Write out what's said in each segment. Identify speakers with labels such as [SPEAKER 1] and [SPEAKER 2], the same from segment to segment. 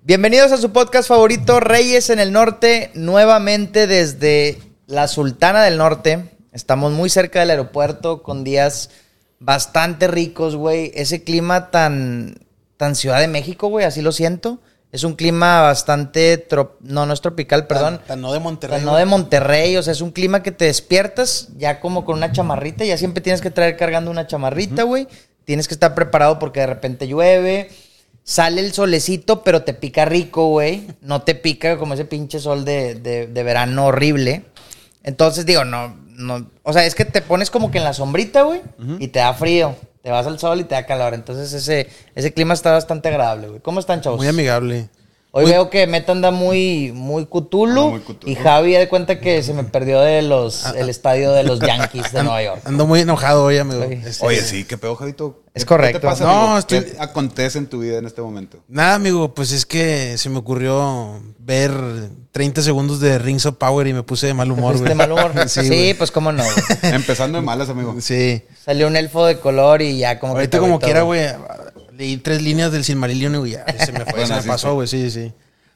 [SPEAKER 1] Bienvenidos a su podcast favorito, Reyes en el Norte, nuevamente desde la Sultana del Norte. Estamos muy cerca del aeropuerto, con días bastante ricos, güey. Ese clima tan, tan Ciudad de México, güey, así lo siento. Es un clima bastante, trop- no, no es tropical, perdón.
[SPEAKER 2] Tan, tan no de Monterrey.
[SPEAKER 1] Pues no de Monterrey, o sea, es un clima que te despiertas ya como con una chamarrita, ya siempre tienes que traer cargando una chamarrita, güey. Tienes que estar preparado porque de repente llueve, sale el solecito, pero te pica rico, güey. No te pica como ese pinche sol de, de- de verano horrible. Entonces digo, no, no, o sea, es que te pones como que en la sombrita, güey, y te da frío. Te vas al sol y te da calor. Entonces ese, ese clima está bastante agradable, güey. ¿Cómo están, chavos?
[SPEAKER 2] Muy amigable.
[SPEAKER 1] Hoy veo que Meta anda muy, muy Cthulhu,
[SPEAKER 3] muy Cthulhu.
[SPEAKER 1] y Javi de cuenta que se me perdió de los, el estadio de los Yankees de Nueva York.
[SPEAKER 2] Ando muy enojado hoy, amigo.
[SPEAKER 1] Oye.
[SPEAKER 2] Este,
[SPEAKER 3] Oye, sí, qué pedo, Javito.
[SPEAKER 1] Es
[SPEAKER 3] ¿Qué-
[SPEAKER 1] correcto.
[SPEAKER 3] ¿Qué te pasa,
[SPEAKER 2] No,
[SPEAKER 3] amigo?
[SPEAKER 2] estoy-
[SPEAKER 3] ¿Qué acontece en tu vida en este momento?
[SPEAKER 2] Nada, amigo, pues es que se me ocurrió ver 30 segundos de Rings of Power y me puse de mal humor,
[SPEAKER 1] ¿Fuiste
[SPEAKER 2] güey.
[SPEAKER 1] de mal humor? Sí,
[SPEAKER 2] Sí, güey.
[SPEAKER 1] pues cómo no. güey.
[SPEAKER 3] Empezando de malas, amigo.
[SPEAKER 2] Sí.
[SPEAKER 1] Salió un elfo de color y ya como que
[SPEAKER 2] Ahorita
[SPEAKER 1] te
[SPEAKER 2] como
[SPEAKER 1] agüitó,
[SPEAKER 2] quiera, güey, leí tres líneas del Silmarillion y güey, ya, se me fue,
[SPEAKER 3] Bueno,
[SPEAKER 2] se me
[SPEAKER 3] así
[SPEAKER 2] pasó,
[SPEAKER 3] está.
[SPEAKER 2] güey, sí, sí.
[SPEAKER 1] es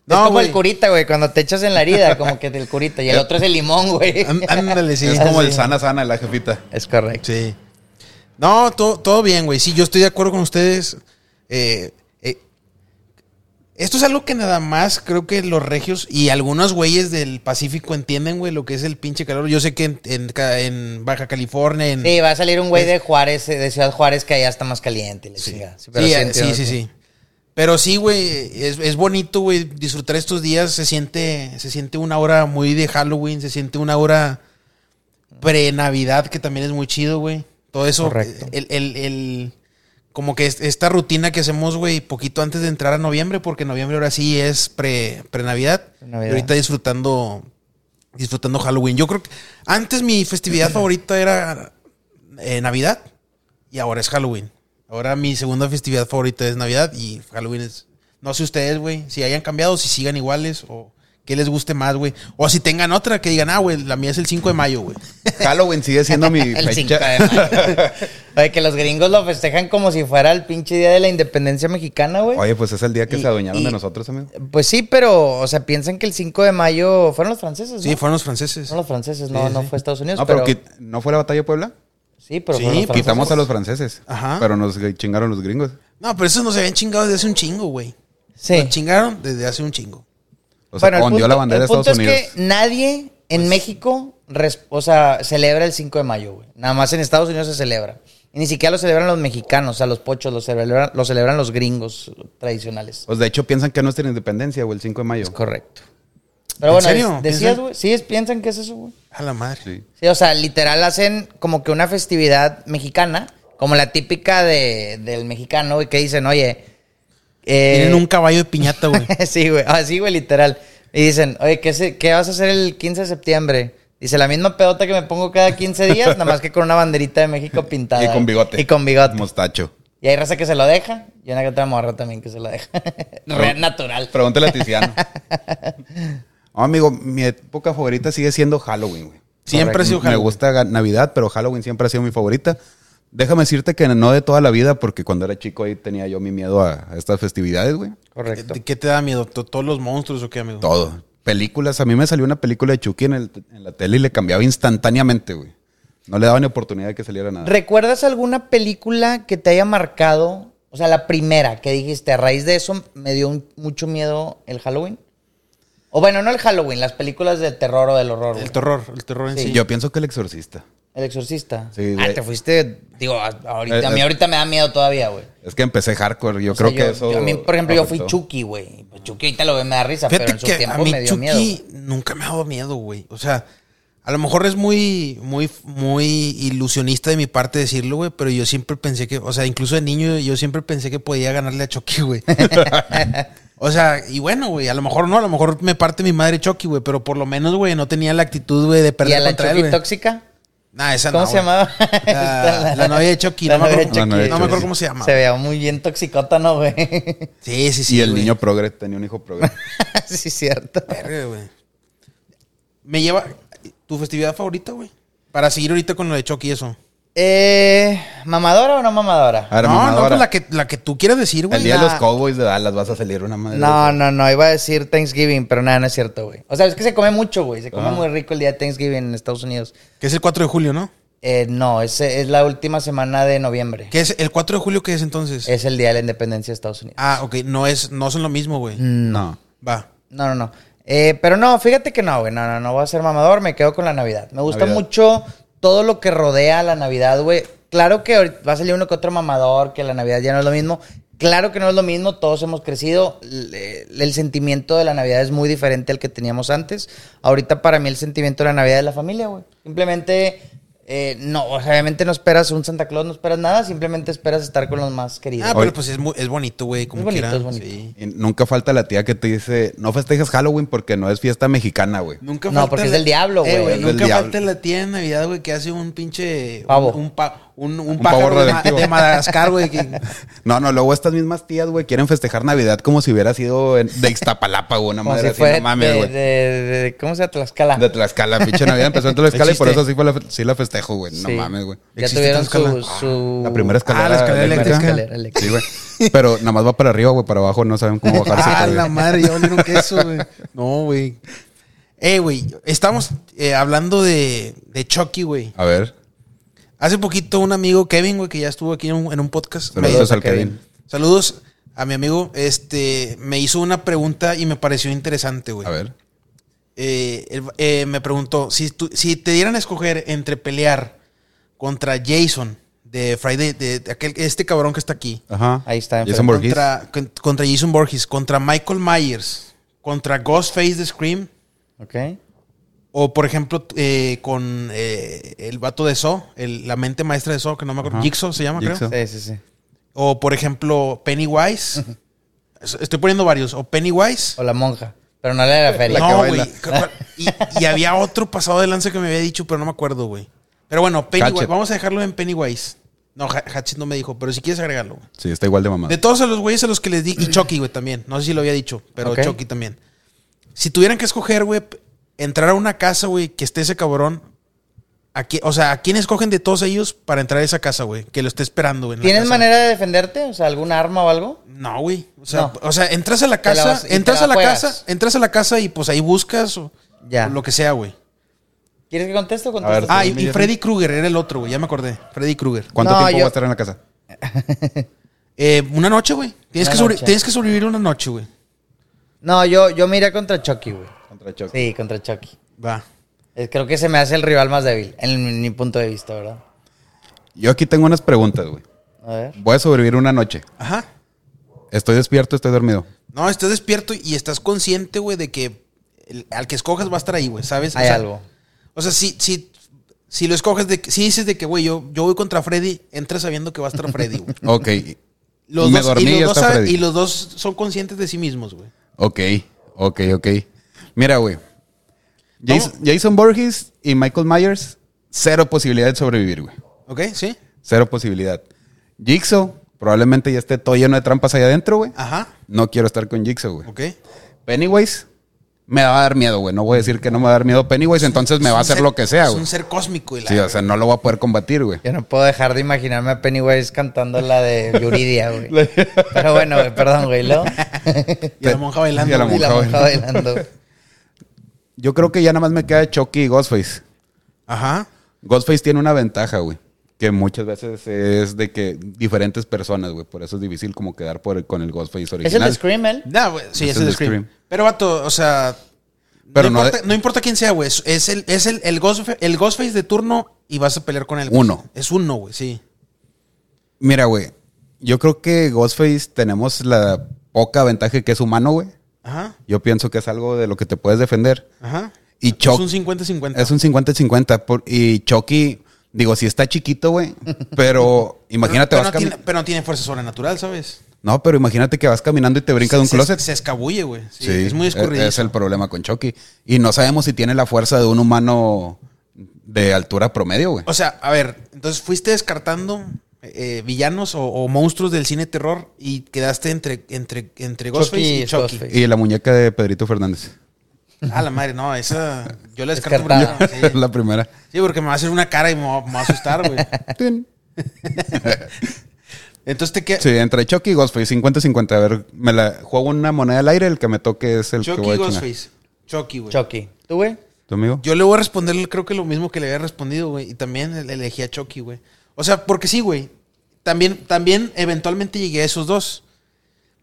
[SPEAKER 1] como
[SPEAKER 2] güey. Eh,
[SPEAKER 1] el curita, güey, cuando te echas en la herida, como que el curita. Y el otro es el limón, güey.
[SPEAKER 2] Án- Ándale, sí.
[SPEAKER 3] es como
[SPEAKER 2] sí.
[SPEAKER 3] el sana sana de la jefita.
[SPEAKER 1] Es correcto.
[SPEAKER 2] Sí. No, todo, todo bien, güey. Sí, yo estoy de acuerdo con ustedes. Eh, eh, esto es algo que nada más creo que los regios y algunos güeyes del Pacífico entienden, güey, lo que es el pinche calor. Yo sé que en, en Ca- en Baja California, en...
[SPEAKER 1] Sí, va a salir un güey de Juárez, eh, de Ciudad Juárez, que allá está más caliente. y la chingada.
[SPEAKER 2] Sí,
[SPEAKER 1] pero
[SPEAKER 2] eh,
[SPEAKER 1] entiendo
[SPEAKER 2] sí, sí,
[SPEAKER 1] que-
[SPEAKER 2] sí. Pero sí, güey, es, es bonito, güey, disfrutar estos días. Se siente, se siente una hora muy de Halloween, se siente una hora pre-Navidad, que también es muy chido, güey. Todo eso.
[SPEAKER 1] Correcto.
[SPEAKER 2] El, el- el- como que es- esta rutina que hacemos, güey, poquito antes de entrar a noviembre, porque noviembre ahora sí es pre- pre-Navidad.
[SPEAKER 1] Pre-Navidad.
[SPEAKER 2] y ahorita disfrutando, disfrutando Halloween. Yo creo que antes mi festividad favorita era eh, Navidad y ahora es Halloween. Ahora mi segunda festividad favorita es Navidad y Halloween es... No sé ustedes, güey, si hayan cambiado, si sigan iguales o qué les guste más, güey. O si tengan otra que digan, ah, güey, la mía es el 5 de mayo, güey.
[SPEAKER 3] Halloween sigue siendo mi
[SPEAKER 1] El 5
[SPEAKER 3] fecha.
[SPEAKER 1] de mayo. Oye, que los gringos lo festejan como si fuera el pinche día de la independencia mexicana, güey.
[SPEAKER 3] Oye, pues es el día que
[SPEAKER 1] Y-
[SPEAKER 3] se adueñaron
[SPEAKER 1] y-
[SPEAKER 3] de nosotros, amigo.
[SPEAKER 1] Pues sí, pero, o sea, piensan que el 5 de mayo fueron los franceses,
[SPEAKER 2] Sí,
[SPEAKER 1] ¿no?
[SPEAKER 2] fueron los franceses.
[SPEAKER 1] Fueron los franceses, no,
[SPEAKER 2] Sí,
[SPEAKER 1] no
[SPEAKER 2] sí.
[SPEAKER 1] fue Estados Unidos,
[SPEAKER 3] No,
[SPEAKER 1] pero,
[SPEAKER 3] pero, quit- ¿no fue la batalla de Puebla?
[SPEAKER 1] sí, pero
[SPEAKER 2] Sí,
[SPEAKER 1] fueron los franceses.
[SPEAKER 3] Quitamos a los franceses.
[SPEAKER 2] Ajá.
[SPEAKER 3] Pero nos chingaron los gringos.
[SPEAKER 2] No, pero esos nos habían chingado desde hace un chingo, güey.
[SPEAKER 1] Sí.
[SPEAKER 2] Nos chingaron desde hace un chingo.
[SPEAKER 3] O sea,
[SPEAKER 1] Bueno, el
[SPEAKER 3] ondeó
[SPEAKER 1] punto-
[SPEAKER 3] la bandera de
[SPEAKER 1] el punto
[SPEAKER 3] Estados Unidos. Pues
[SPEAKER 1] es que nadie en México, res- o sea, celebra el 5 de mayo, güey. Nada más en Estados Unidos se celebra. Y ni siquiera lo celebran los mexicanos, o sea, los pochos, lo celebran, lo celebran los gringos tradicionales.
[SPEAKER 3] Pues de hecho piensan que es nuestra independencia o el 5 de mayo.
[SPEAKER 1] Es correcto. Pero
[SPEAKER 2] ¿En
[SPEAKER 1] bueno,
[SPEAKER 2] serio?
[SPEAKER 1] decías,
[SPEAKER 2] ¿Piensan?
[SPEAKER 1] güey, sí, es- piensan que es eso, güey.
[SPEAKER 2] A la madre.
[SPEAKER 3] Sí.
[SPEAKER 1] Sí, o sea, literal hacen como que una festividad mexicana, como la típica de, del mexicano, güey, que dicen, oye. eh,
[SPEAKER 2] Tienen un caballo de piñata, güey.
[SPEAKER 1] sí, güey, así, güey, literal. Y dicen, oye, ¿qué, se- ¿qué vas a hacer el 15 de septiembre? Dice, la misma pedota que me pongo cada 15 días, nada más que con una banderita de México pintada.
[SPEAKER 3] Y con bigote.
[SPEAKER 1] Y con bigote.
[SPEAKER 3] Mostacho.
[SPEAKER 1] Y hay raza que se lo deja, y una que otra morra también que se lo deja. Re natural.
[SPEAKER 3] Pregúntale a Tiziano. No, amigo, mi época favorita sigue siendo Halloween, güey.
[SPEAKER 2] Siempre ha sido
[SPEAKER 3] Me
[SPEAKER 2] Halloween.
[SPEAKER 3] gusta ga- Navidad, pero Halloween siempre ha sido mi favorita. Déjame decirte que no de toda la vida, porque cuando era chico ahí tenía yo mi miedo a, a estas festividades, güey.
[SPEAKER 1] Correcto.
[SPEAKER 2] ¿Qué te da miedo? ¿To- ¿Todos los monstruos o qué, amigo?
[SPEAKER 3] Todo. Películas. A mí me salió una película de Chucky en, el- en la tele y le cambiaba instantáneamente, güey. No le daba ni oportunidad de que saliera nada.
[SPEAKER 1] ¿Recuerdas alguna película que te haya marcado? O sea, la primera que dijiste, a raíz de eso me dio un- mucho miedo el Halloween. O bueno, no el Halloween, las películas del terror o del horror. güey.
[SPEAKER 2] El terror, el terror en
[SPEAKER 1] Sí.
[SPEAKER 2] sí.
[SPEAKER 3] Yo pienso que el exorcista.
[SPEAKER 1] El exorcista.
[SPEAKER 3] Sí,
[SPEAKER 1] ah,
[SPEAKER 3] güey.
[SPEAKER 1] te fuiste, digo, a, ahorita,
[SPEAKER 3] Eh,
[SPEAKER 1] a mí
[SPEAKER 3] eh.
[SPEAKER 1] ahorita me da miedo todavía, güey.
[SPEAKER 3] Es que empecé hardcore. Yo
[SPEAKER 1] O
[SPEAKER 3] creo
[SPEAKER 1] sea,
[SPEAKER 3] que
[SPEAKER 1] yo-
[SPEAKER 3] eso.
[SPEAKER 1] yo a mí, por ejemplo, yo fui
[SPEAKER 3] afectó.
[SPEAKER 1] Chucky, güey. Pues Chucky ahorita lo ve, me da risa, pero
[SPEAKER 2] Fíjate
[SPEAKER 1] en su
[SPEAKER 2] que a
[SPEAKER 1] tiempo
[SPEAKER 2] mí
[SPEAKER 1] me dio
[SPEAKER 2] Chucky
[SPEAKER 1] miedo. güey.
[SPEAKER 2] nunca me ha dado miedo, güey. O sea, a lo mejor es muy, muy, muy ilusionista de mi parte decirlo, güey, pero yo siempre pensé que, o sea, incluso de niño yo siempre pensé que podía ganarle a Chucky, güey. o sea, y bueno, güey, a lo mejor no, a lo mejor me parte mi madre Chucky, güey, pero por lo menos, güey, no tenía la actitud, güey, de
[SPEAKER 1] ¿Y a
[SPEAKER 2] perder
[SPEAKER 1] la
[SPEAKER 2] contra él,
[SPEAKER 1] Chucky
[SPEAKER 2] güey.
[SPEAKER 1] tóxica?
[SPEAKER 2] Nah, esa
[SPEAKER 1] ¿Cómo
[SPEAKER 2] no,
[SPEAKER 1] se
[SPEAKER 2] güey.
[SPEAKER 1] llamaba?
[SPEAKER 2] La, la novia de Chucky,
[SPEAKER 1] La
[SPEAKER 2] no me
[SPEAKER 1] novia de
[SPEAKER 2] acuerdo,
[SPEAKER 1] Chucky.
[SPEAKER 2] no me acuerdo
[SPEAKER 3] Chucky.
[SPEAKER 2] cómo se llama.
[SPEAKER 1] Se veía muy bien toxicota, ¿no, güey?
[SPEAKER 2] Sí, sí, sí.
[SPEAKER 3] Y el
[SPEAKER 2] güey.
[SPEAKER 3] niño progre tenía un hijo progre.
[SPEAKER 1] sí, cierto.
[SPEAKER 2] Verga, güey. Me lleva. ¿Tu festividad favorita, güey? Para seguir ahorita con lo de Chucky y eso.
[SPEAKER 1] Eh, ¿Mamadora o no mamadora?
[SPEAKER 3] A ver,
[SPEAKER 2] no, no,
[SPEAKER 3] mamadora.
[SPEAKER 2] pues la que, la que tú quieras decir, güey.
[SPEAKER 3] Ah, El día de los
[SPEAKER 1] nah.
[SPEAKER 3] Cowboys de Dallas vas a salir una madre.
[SPEAKER 1] No, no, no, iba a decir Thanksgiving, pero nada, no es cierto, güey. O sea, es que se come mucho, güey. Se come
[SPEAKER 3] Ah.
[SPEAKER 1] muy rico el día de Thanksgiving en Estados Unidos.
[SPEAKER 2] Que es el 4 de julio, ¿no?
[SPEAKER 1] Eh, no, es, es la última semana de noviembre.
[SPEAKER 2] Que es el 4 de julio que es entonces?
[SPEAKER 1] Es el día de la independencia de Estados Unidos.
[SPEAKER 2] Ah, ok, no es, no son lo mismo, güey.
[SPEAKER 1] Mm.
[SPEAKER 3] No.
[SPEAKER 2] Va. Ah,
[SPEAKER 1] No, no, no. Eh, pero no, fíjate que no, güey. No, no, no voy a ser mamador. Me quedo con la Navidad. Me gusta
[SPEAKER 3] Navidad.
[SPEAKER 1] mucho todo lo que rodea a la Navidad, güey. Claro que ahorita va a salir uno que otro mamador, que la Navidad ya no es lo mismo. Claro que no es lo mismo, todos hemos crecido. Le- El sentimiento de la Navidad es muy diferente al que teníamos antes. Ahorita para mí el sentimiento de la Navidad es la familia, güey. Simplemente, eh, no, o sea, obviamente no esperas un Santa Claus, no esperas nada, simplemente esperas estar con los más queridos.
[SPEAKER 2] Ah,
[SPEAKER 3] Hoy-
[SPEAKER 2] pero pues es, mu- es bonito, güey, como
[SPEAKER 1] Es bonito,
[SPEAKER 2] quiera.
[SPEAKER 1] es bonito.
[SPEAKER 2] sí.
[SPEAKER 3] Y nunca falta la tía que te dice, no festejes Halloween porque no es fiesta mexicana, güey.
[SPEAKER 2] Nunca Eh,
[SPEAKER 1] No, porque es del diablo, güey. Es
[SPEAKER 3] del
[SPEAKER 2] nunca
[SPEAKER 3] diablo.
[SPEAKER 2] falta la tía de Navidad, güey, que hace un pinche. un-
[SPEAKER 1] Pavo.
[SPEAKER 2] Un, pa- un, un
[SPEAKER 3] Un
[SPEAKER 2] pájaro
[SPEAKER 3] pavo
[SPEAKER 2] de, Ma-
[SPEAKER 3] radioactivo.
[SPEAKER 2] de Madagascar, güey. que-
[SPEAKER 3] No, no, luego estas mismas tías, güey, quieren festejar Navidad como si hubiera sido en- de Ixtapalapa, güey, una
[SPEAKER 1] Como
[SPEAKER 3] madre
[SPEAKER 1] si
[SPEAKER 3] así,
[SPEAKER 1] fuera
[SPEAKER 3] no mames,
[SPEAKER 1] de,
[SPEAKER 3] güey.
[SPEAKER 1] de- de- de- ¿Cómo se llama? Tlaxcala.
[SPEAKER 3] De Tlaxcala, pinche Navidad empezó en Tlaxcala y por
[SPEAKER 2] Existe.
[SPEAKER 3] eso sí, fue la, fe- sí la festejo, güey. No
[SPEAKER 1] Sí.
[SPEAKER 3] mames, güey.
[SPEAKER 1] Ya
[SPEAKER 2] ¿Existe
[SPEAKER 1] tuvieron su,
[SPEAKER 2] Tlaxcala?
[SPEAKER 1] su-
[SPEAKER 3] La primera escalera.
[SPEAKER 2] Ah, la escalera eléctrica.
[SPEAKER 1] Escalera eléctrica.
[SPEAKER 3] Sí, güey. Pero nada más va para arriba, güey, para abajo no saben cómo bajarse.
[SPEAKER 2] ah,
[SPEAKER 3] güey.
[SPEAKER 2] la madre, ya olieron queso, güey. No, güey. Eh, güey, estamos eh, hablando de, de Chucky, güey.
[SPEAKER 3] A ver,
[SPEAKER 2] Hace poquito un amigo, Kevin, güey, que ya estuvo aquí en un, en un podcast. me-
[SPEAKER 3] saludos al
[SPEAKER 1] a Kevin.
[SPEAKER 3] Kevin.
[SPEAKER 2] saludos a mi amigo. Este, me hizo una pregunta y me pareció interesante, güey.
[SPEAKER 3] A ver.
[SPEAKER 2] Eh, él- eh, me preguntó, si, tú- si te dieran a escoger entre pelear contra Jason de Friday, de, de aquel, este cabrón que está aquí,
[SPEAKER 3] Ajá.
[SPEAKER 1] Ahí está,
[SPEAKER 3] Jason
[SPEAKER 1] enfrente.
[SPEAKER 3] Borges.
[SPEAKER 2] contra, con- contra Jason Borges, contra Michael Myers, contra Ghostface de Scream,
[SPEAKER 1] Ok.
[SPEAKER 2] o por ejemplo t- eh, con eh, el vato de Saw, el- la mente maestra de Saw, que no me acuerdo,
[SPEAKER 3] Ajá.
[SPEAKER 2] Jigsaw se llama, creo.
[SPEAKER 3] Jigsaw.
[SPEAKER 1] Sí, sí, sí.
[SPEAKER 2] O por ejemplo Pennywise. Es- Estoy poniendo varios, o Pennywise.
[SPEAKER 1] O la monja. Pero no la de la feria.
[SPEAKER 2] no,
[SPEAKER 3] que
[SPEAKER 2] güey.
[SPEAKER 3] baila.
[SPEAKER 2] Ca- Y, y había otro pasado de lanza que me había dicho, pero no me acuerdo, güey. Pero bueno, Pennywise.
[SPEAKER 3] Hatchet.
[SPEAKER 2] Vamos a dejarlo en Pennywise. No, Ha- Hatchet no me dijo, pero si quieres agregarlo. güey.
[SPEAKER 3] Sí, está igual de mamá.
[SPEAKER 2] De todos los güeyes a los que les di, y Chucky, güey, también. No sé si lo había dicho, pero
[SPEAKER 1] Ok.
[SPEAKER 2] Chucky también. Si tuvieran que escoger, güey, p- entrar a una casa, güey, que esté ese cabrón. ¿a qui- o sea, ¿a quién escogen de todos ellos para entrar a esa casa, güey? Que lo esté esperando, güey. en la
[SPEAKER 1] ¿Tienes
[SPEAKER 2] casa?
[SPEAKER 1] manera de defenderte? O sea, algún arma o algo.
[SPEAKER 2] No, güey. O sea,
[SPEAKER 1] No.
[SPEAKER 2] o sea, entras a la
[SPEAKER 1] Te la
[SPEAKER 2] casa,
[SPEAKER 1] vas- y te
[SPEAKER 2] entras
[SPEAKER 1] la
[SPEAKER 2] a la
[SPEAKER 1] juegas.
[SPEAKER 2] casa, entras a la casa y pues ahí buscas o,
[SPEAKER 1] Ya.
[SPEAKER 2] o lo que sea, güey.
[SPEAKER 1] ¿Quieres que conteste o contestas?
[SPEAKER 3] ver,
[SPEAKER 1] tú?
[SPEAKER 2] Ah, y,
[SPEAKER 3] Según
[SPEAKER 2] y
[SPEAKER 3] Miller.
[SPEAKER 2] Freddy Krueger era el otro, güey. Ya me acordé. Freddy Krueger.
[SPEAKER 3] ¿Cuánto
[SPEAKER 1] No,
[SPEAKER 3] tiempo
[SPEAKER 1] yo-
[SPEAKER 3] va a estar en la casa?
[SPEAKER 2] Eh, una noche, güey. Tienes,
[SPEAKER 1] Una
[SPEAKER 2] que sobre-
[SPEAKER 1] noche.
[SPEAKER 2] tienes que sobrevivir una noche, güey.
[SPEAKER 1] No, yo, yo me iría contra Chucky, güey.
[SPEAKER 3] Contra Chucky.
[SPEAKER 1] Sí, contra Chucky.
[SPEAKER 2] Va.
[SPEAKER 1] Eh, Creo que se me hace el rival más débil, en mi punto de vista, ¿verdad?
[SPEAKER 3] Yo aquí tengo unas preguntas, güey.
[SPEAKER 1] A ver.
[SPEAKER 3] Voy a sobrevivir una noche.
[SPEAKER 2] Ajá.
[SPEAKER 3] ¿Estoy despierto estoy dormido?
[SPEAKER 2] No, estás despierto y estás consciente, güey, de que el- al que escojas va a estar ahí, güey, ¿sabes? O
[SPEAKER 1] Hay
[SPEAKER 2] sea,
[SPEAKER 1] algo.
[SPEAKER 2] O sea, si, si, si lo escoges, de, que- si dices de que, güey, yo, yo voy contra Freddy, entras sabiendo que va a estar Freddy, güey.
[SPEAKER 3] Ok.
[SPEAKER 2] Los
[SPEAKER 3] Me
[SPEAKER 2] dos,
[SPEAKER 3] dormí
[SPEAKER 2] y, los
[SPEAKER 3] y
[SPEAKER 2] dos
[SPEAKER 3] está
[SPEAKER 2] saben-
[SPEAKER 3] Freddy.
[SPEAKER 2] y los dos son conscientes de sí mismos, güey.
[SPEAKER 3] Ok, ok, ok. Mira, güey. Jason,
[SPEAKER 2] Vamos.
[SPEAKER 3] Jason Borges y Michael Myers, cero posibilidad de sobrevivir, güey.
[SPEAKER 2] ¿Ok? ¿Sí?
[SPEAKER 3] Cero posibilidad. Jigsaw, probablemente ya esté todo lleno de trampas allá adentro, güey.
[SPEAKER 2] Ajá.
[SPEAKER 3] No quiero estar con Jigsaw, güey.
[SPEAKER 2] Ah. ¿Ok?
[SPEAKER 3] Pennywise, me va a dar miedo, güey. No voy a decir que no me va a dar miedo Pennywise, Pues entonces me va a hacer lo que sea,
[SPEAKER 2] Es
[SPEAKER 3] güey.
[SPEAKER 2] un ser cósmico. Y la,
[SPEAKER 3] Sí, o sea, no lo voy a poder combatir, güey.
[SPEAKER 1] Yo no puedo dejar de imaginarme a Pennywise cantando la de Yuridia, güey. Pero bueno, güey, perdón, güey. ¿lo?
[SPEAKER 2] y la monja bailando.
[SPEAKER 3] Y a la
[SPEAKER 1] y
[SPEAKER 2] güey.
[SPEAKER 1] la
[SPEAKER 3] Monja
[SPEAKER 1] monja bailando. güey.
[SPEAKER 3] Yo creo que ya nada más me queda Chucky y Ghostface.
[SPEAKER 2] Ajá.
[SPEAKER 3] Ghostface tiene una ventaja, güey. Que muchas veces es de que diferentes personas, güey. Por eso es difícil como quedar por con el Ghostface
[SPEAKER 1] ¿Es el
[SPEAKER 3] original.
[SPEAKER 1] de Scream, ¿eh? él?
[SPEAKER 2] Nah, güey, sí,
[SPEAKER 3] Ese
[SPEAKER 2] es
[SPEAKER 3] es
[SPEAKER 2] el
[SPEAKER 3] de
[SPEAKER 2] Scream.
[SPEAKER 3] Scream.
[SPEAKER 2] Pero, vato, o sea.
[SPEAKER 3] Pero
[SPEAKER 2] no,
[SPEAKER 3] no
[SPEAKER 2] importa,
[SPEAKER 3] de-
[SPEAKER 2] no importa quién sea, güey. Es- Es el, es el, el, Ghostfa- el Ghostface de turno y vas a pelear con él. güey.
[SPEAKER 3] Uno.
[SPEAKER 2] Es uno, güey, sí.
[SPEAKER 3] Mira, güey. Yo creo que Ghostface tenemos la poca ventaja que es humano, güey.
[SPEAKER 2] Ajá.
[SPEAKER 3] Yo pienso que es algo de lo que te puedes defender.
[SPEAKER 2] Ajá.
[SPEAKER 3] Y
[SPEAKER 2] es
[SPEAKER 3] Chuck-
[SPEAKER 2] un 50-50.
[SPEAKER 3] Es un 50-50. por- Y Chucky, digo, si está chiquito, güey. Pero imagínate,
[SPEAKER 2] pero,
[SPEAKER 3] vas
[SPEAKER 2] no
[SPEAKER 3] cami-
[SPEAKER 2] tiene, pero no tiene fuerza sobrenatural, ¿sabes?
[SPEAKER 3] No, pero imagínate que vas caminando y te brinca de un
[SPEAKER 2] Se-
[SPEAKER 3] closet.
[SPEAKER 2] Se, escabulle, güey. Sí,
[SPEAKER 3] Sí,
[SPEAKER 2] Es muy escurridizo.
[SPEAKER 3] e-, Es, el problema con Chucky. Y no sabemos si tiene la fuerza de un humano de altura promedio, güey.
[SPEAKER 2] O sea, a ver, entonces fuiste descartando eh, villanos o, o monstruos del cine terror y quedaste entre, entre, entre Ghostface
[SPEAKER 1] Chucky
[SPEAKER 2] y
[SPEAKER 1] es
[SPEAKER 2] Chucky.
[SPEAKER 1] Ghostface.
[SPEAKER 3] Y la muñeca de Pedrito Fernández.
[SPEAKER 2] A la madre, no, esa. Yo la descarto
[SPEAKER 1] Descartada.
[SPEAKER 2] por eso, Ah, sí.
[SPEAKER 3] la primera.
[SPEAKER 2] Sí, porque me va a hacer una cara y me va, me va a asustar, güey.
[SPEAKER 3] Tin.
[SPEAKER 2] Entonces te queda.
[SPEAKER 3] Sí, entre Chucky y Ghostface, 50-50. A ver, me la juego una moneda al aire, el que me toque es el que
[SPEAKER 2] Chucky
[SPEAKER 3] voy a
[SPEAKER 2] y
[SPEAKER 3] chingar.
[SPEAKER 2] Ghostface. Chucky, güey.
[SPEAKER 1] Chucky. ¿Tú, güey?
[SPEAKER 3] ¿Tú, amigo?
[SPEAKER 2] Yo le voy a responder, creo que lo mismo que le había respondido, güey. Y también le elegí a Chucky, güey. O sea, porque sí, güey. También, también eventualmente llegué a esos dos.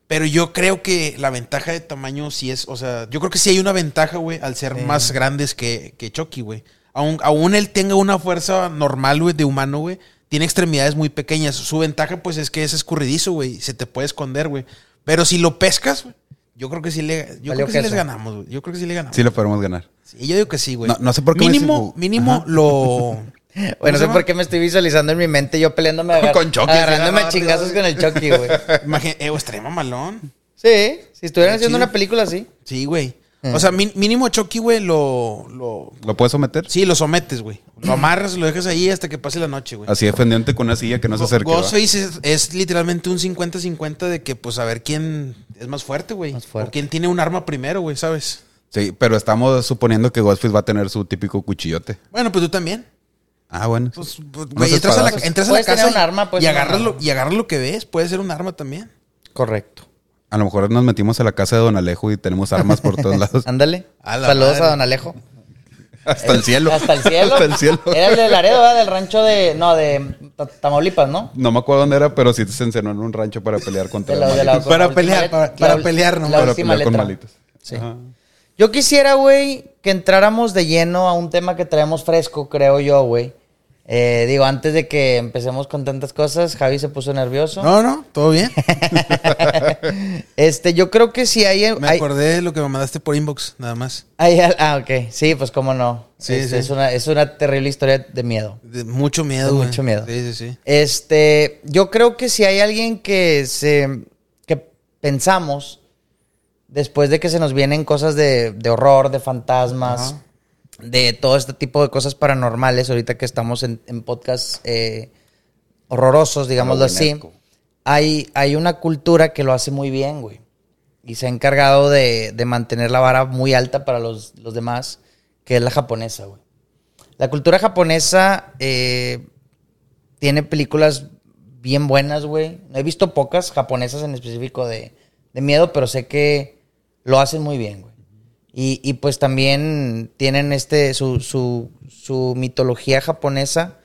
[SPEAKER 2] Pero yo creo que la ventaja de tamaño sí es, o sea, yo creo que sí hay una ventaja, güey, al ser
[SPEAKER 1] Sí.
[SPEAKER 2] más grandes que, que Chucky, güey. Aún, aún él tenga una fuerza normal, güey, de humano, güey. Tiene extremidades muy pequeñas. Su ventaja, pues, es que es escurridizo, güey. Se te puede esconder, güey. Pero si lo pescas, güey, yo creo que sí le, yo
[SPEAKER 1] Valió
[SPEAKER 2] creo que sí les
[SPEAKER 1] queso.
[SPEAKER 2] ganamos, güey. Yo creo que sí le ganamos.
[SPEAKER 3] Sí, lo podemos ganar.
[SPEAKER 2] Sí, yo digo que sí, güey.
[SPEAKER 3] No- no sé por qué me
[SPEAKER 2] Mínimo,
[SPEAKER 3] dice-
[SPEAKER 2] mínimo
[SPEAKER 3] Ajá.
[SPEAKER 2] lo.
[SPEAKER 1] Bueno, no sé
[SPEAKER 2] ¿cómo
[SPEAKER 1] por qué me estoy visualizando en mi mente yo peleándome agar-
[SPEAKER 3] Con Chucky,
[SPEAKER 1] agarrándome
[SPEAKER 3] sí,
[SPEAKER 1] a chingazos
[SPEAKER 3] no,
[SPEAKER 1] con el Chucky, güey.
[SPEAKER 2] se llama? Imagina- eh, güey, estaría mamalón.
[SPEAKER 1] Sí, si estuvieran haciendo
[SPEAKER 2] chido.
[SPEAKER 1] una película así.
[SPEAKER 2] Sí, güey.
[SPEAKER 1] Eh.
[SPEAKER 2] O sea, mi- mínimo Chucky, güey, lo, lo.
[SPEAKER 3] ¿Lo puedes someter?
[SPEAKER 2] Sí, lo sometes, güey. Lo amarras, lo dejas ahí hasta que pase la noche, güey.
[SPEAKER 3] Así defendiente con una silla que no se acerque. ¿va?
[SPEAKER 2] Ghostface es, es literalmente un 50-50 de que, pues, a ver quién es más fuerte, güey.
[SPEAKER 1] Más fuerte.
[SPEAKER 2] O quién tiene un arma primero, güey, ¿sabes?
[SPEAKER 3] Sí, pero estamos suponiendo que Ghostface va a tener su típico cuchillote.
[SPEAKER 2] Bueno, pues tú también.
[SPEAKER 3] Ah, bueno.
[SPEAKER 2] Pues, pues,
[SPEAKER 3] Unos
[SPEAKER 2] güey, entras a la,
[SPEAKER 3] espadazos.
[SPEAKER 2] entras a la
[SPEAKER 1] Puedes
[SPEAKER 2] casa
[SPEAKER 1] tener un
[SPEAKER 2] y-
[SPEAKER 1] arma, puedes
[SPEAKER 2] y,
[SPEAKER 1] tener un
[SPEAKER 2] agarras lo,
[SPEAKER 1] arma.
[SPEAKER 2] y agarras lo que ves. Puede ser un arma también.
[SPEAKER 1] Correcto.
[SPEAKER 3] A lo mejor nos metimos a la casa de Don Alejo y tenemos armas por todos lados.
[SPEAKER 1] Ándale.
[SPEAKER 2] A la
[SPEAKER 1] Saludos
[SPEAKER 2] madre.
[SPEAKER 1] a Don Alejo.
[SPEAKER 3] Hasta el cielo.
[SPEAKER 1] Eh, Hasta el cielo. Eh.
[SPEAKER 3] Hasta el cielo.
[SPEAKER 1] Era el de Laredo, ¿verdad? Del rancho de. No, de Ta- Tamaulipas, ¿no?
[SPEAKER 3] No me acuerdo dónde era, pero sí se encenó en un rancho para pelear contra
[SPEAKER 1] De la-
[SPEAKER 3] el
[SPEAKER 1] de la-
[SPEAKER 3] maldito.
[SPEAKER 1] con
[SPEAKER 2] Para
[SPEAKER 1] la última
[SPEAKER 2] pelear,
[SPEAKER 1] let-
[SPEAKER 2] para-
[SPEAKER 1] la
[SPEAKER 2] para
[SPEAKER 1] ul-
[SPEAKER 2] pelear, ¿no?
[SPEAKER 1] La
[SPEAKER 3] Para
[SPEAKER 1] última
[SPEAKER 3] pelear con
[SPEAKER 1] letra.
[SPEAKER 3] malitas.
[SPEAKER 1] Sí.
[SPEAKER 3] Ajá.
[SPEAKER 1] Yo quisiera, güey, que entráramos de lleno a un tema que traemos fresco, creo yo, güey. Eh, digo, antes de que empecemos con tantas cosas, Javi se puso nervioso.
[SPEAKER 2] No, no, todo bien.
[SPEAKER 1] Este, yo creo que si hay,
[SPEAKER 2] Me
[SPEAKER 1] hay-
[SPEAKER 2] acordé de lo que me mandaste por inbox, nada más.
[SPEAKER 1] hay al- Ah, ok. Sí, pues cómo no.
[SPEAKER 2] Sí,
[SPEAKER 1] Este,
[SPEAKER 2] sí.
[SPEAKER 1] Es, una, es una terrible historia de miedo.
[SPEAKER 2] De mucho miedo,
[SPEAKER 1] De
[SPEAKER 2] güey.
[SPEAKER 1] mucho miedo.
[SPEAKER 2] Sí, sí, sí.
[SPEAKER 1] Este, yo creo que si hay alguien que se que pensamos después de que se nos vienen cosas de, de horror, de fantasmas,
[SPEAKER 2] Ajá.
[SPEAKER 1] de todo este tipo de cosas paranormales, ahorita que estamos en, en podcasts eh, horrorosos, digámoslo así,
[SPEAKER 3] Halloweenesco.
[SPEAKER 1] hay, hay una cultura que lo hace muy bien, güey. Y se ha encargado de, de mantener la vara muy alta para los, los demás, que es la japonesa, güey. La cultura japonesa eh, tiene películas bien buenas, güey. He visto pocas japonesas en específico de, de miedo, pero sé que lo hacen muy bien, güey. Y, y, pues también tienen este su, su, su mitología japonesa,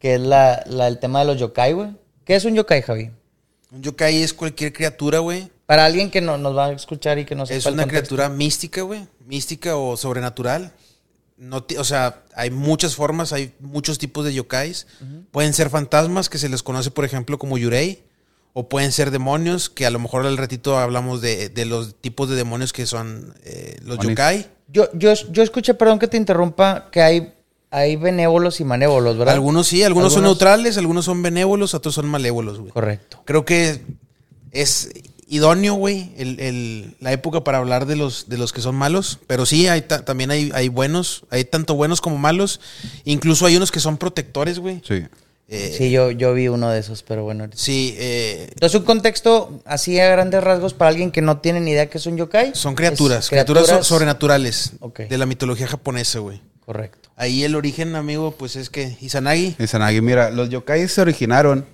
[SPEAKER 1] que es la, la- el tema de los yokai, güey. ¿Qué es un yokai, Javi?
[SPEAKER 2] Un yokai es cualquier criatura, güey.
[SPEAKER 1] Para alguien que no, nos va a escuchar y que no sepa
[SPEAKER 2] es
[SPEAKER 1] el
[SPEAKER 2] una
[SPEAKER 1] contexto.
[SPEAKER 2] criatura mística, güey. Mística o sobrenatural. No ti- o sea, hay muchas formas, hay muchos tipos de yokais. Pueden ser fantasmas, que se les conoce, por ejemplo, como yurei. O pueden ser demonios, que a lo mejor al ratito hablamos de, de los tipos de demonios que son eh, los
[SPEAKER 3] Onis.
[SPEAKER 2] yokai.
[SPEAKER 1] Yo, yo, yo escuché, perdón que te interrumpa, que hay, hay benévolos y manévolos, ¿verdad?
[SPEAKER 2] Algunos sí, algunos son
[SPEAKER 1] Algunos-
[SPEAKER 2] neutrales, algunos son benévolos, otros son malévolos, güey.
[SPEAKER 1] Correcto.
[SPEAKER 2] Creo que es idóneo, güey, el- el- la época para hablar de los, de los que son malos. Pero sí, hay ta- también hay, hay buenos, hay tanto buenos como malos. Incluso hay unos que son protectores, güey.
[SPEAKER 3] Sí.
[SPEAKER 2] Eh, sí,
[SPEAKER 1] Sí, yo, yo vi uno de esos, pero bueno.
[SPEAKER 2] eh,
[SPEAKER 1] Entonces, un contexto así a grandes rasgos para alguien que no tiene ni idea que es un yokai.
[SPEAKER 2] son
[SPEAKER 1] Es
[SPEAKER 2] criaturas, criaturas, so- sobrenaturales
[SPEAKER 1] Ok.
[SPEAKER 2] de la mitología japonesa, güey.
[SPEAKER 1] Correcto.
[SPEAKER 2] Ahí el origen, amigo, pues es que Izanagi.
[SPEAKER 3] Dicen aquí, mira, los yokais se originaron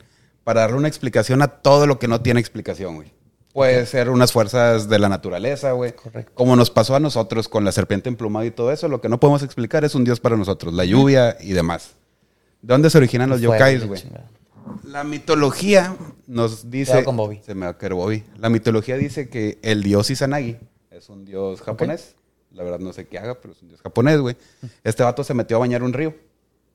[SPEAKER 3] para darle una explicación a todo lo que no tiene explicación, güey. Puede ser unas fuerzas de la naturaleza, güey.
[SPEAKER 1] Correcto.
[SPEAKER 3] Como nos pasó a nosotros con la serpiente emplumada y todo eso, lo que no podemos explicar es un dios para nosotros, la lluvia y demás. ¿De dónde se originan los
[SPEAKER 1] Fuera
[SPEAKER 3] yokais,
[SPEAKER 1] de
[SPEAKER 3] güey?
[SPEAKER 1] chingada.
[SPEAKER 3] La mitología nos dice.
[SPEAKER 1] Cuidado con Bobby.
[SPEAKER 3] Se me va a caer Bobby. La mitología dice que el dios Izanagi es un dios japonés. La verdad no sé qué haga, pero es un dios japonés, güey. Este vato se metió a bañar un río.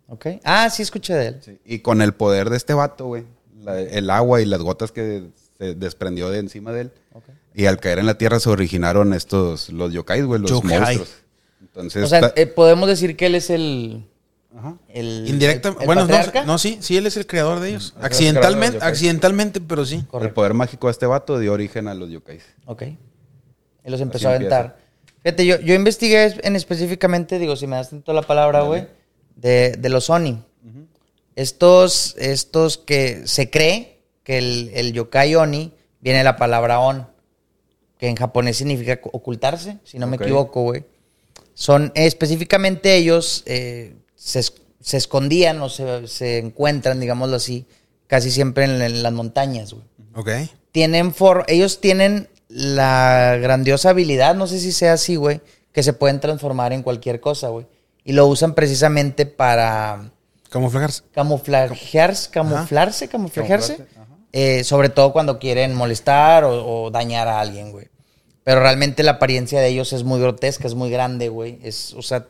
[SPEAKER 1] Ok. Ah, sí, escuché de él.
[SPEAKER 3] Sí, Y con el poder de este vato, güey, la- el agua y las gotas que se desprendió de encima de él.
[SPEAKER 1] Ok.
[SPEAKER 3] Y al caer en la tierra se originaron estos, los yokais, güey, los
[SPEAKER 2] Yokai.
[SPEAKER 3] monstruos. Entonces,
[SPEAKER 1] O sea,
[SPEAKER 3] ta-
[SPEAKER 1] eh, podemos decir que él es el. el
[SPEAKER 2] Indirecta,
[SPEAKER 1] el- el
[SPEAKER 2] bueno, no,
[SPEAKER 1] patriarca?
[SPEAKER 2] no, sí, sí, él es el creador de ellos.
[SPEAKER 3] el creador de
[SPEAKER 2] Accidentalmente,
[SPEAKER 3] yokai.
[SPEAKER 2] accidentalmente, pero sí.
[SPEAKER 3] el
[SPEAKER 1] Correcto.
[SPEAKER 3] poder mágico de este vato dio origen a los yokais.
[SPEAKER 1] Ok. Y los empezó a
[SPEAKER 3] empieza.
[SPEAKER 1] aventar. Fíjate, yo, yo investigué es- en específicamente, digo, si me das tanto la palabra, güey, de, de los Oni. Estos, estos que se cree que el, el yokai Oni viene de la palabra On, que en japonés significa ocultarse, si no
[SPEAKER 3] Ok.
[SPEAKER 1] me equivoco, güey. son eh, específicamente ellos eh, se, es- se escondían o se, se encuentran, digámoslo así, casi siempre en, en las montañas, güey.
[SPEAKER 2] Ok.
[SPEAKER 1] Tienen for- ellos tienen la grandiosa habilidad, no sé si sea así, güey, que se pueden transformar en cualquier cosa, güey. Y lo usan precisamente para
[SPEAKER 2] Camuflajarse.
[SPEAKER 1] camuflajearse, camuflarse, camuflajearse.
[SPEAKER 3] Camuflarse, ajá.
[SPEAKER 1] eh, sobre todo cuando quieren molestar o, o dañar a alguien, güey. Pero realmente la apariencia de ellos es muy grotesca, es muy grande, güey. Es, o sea,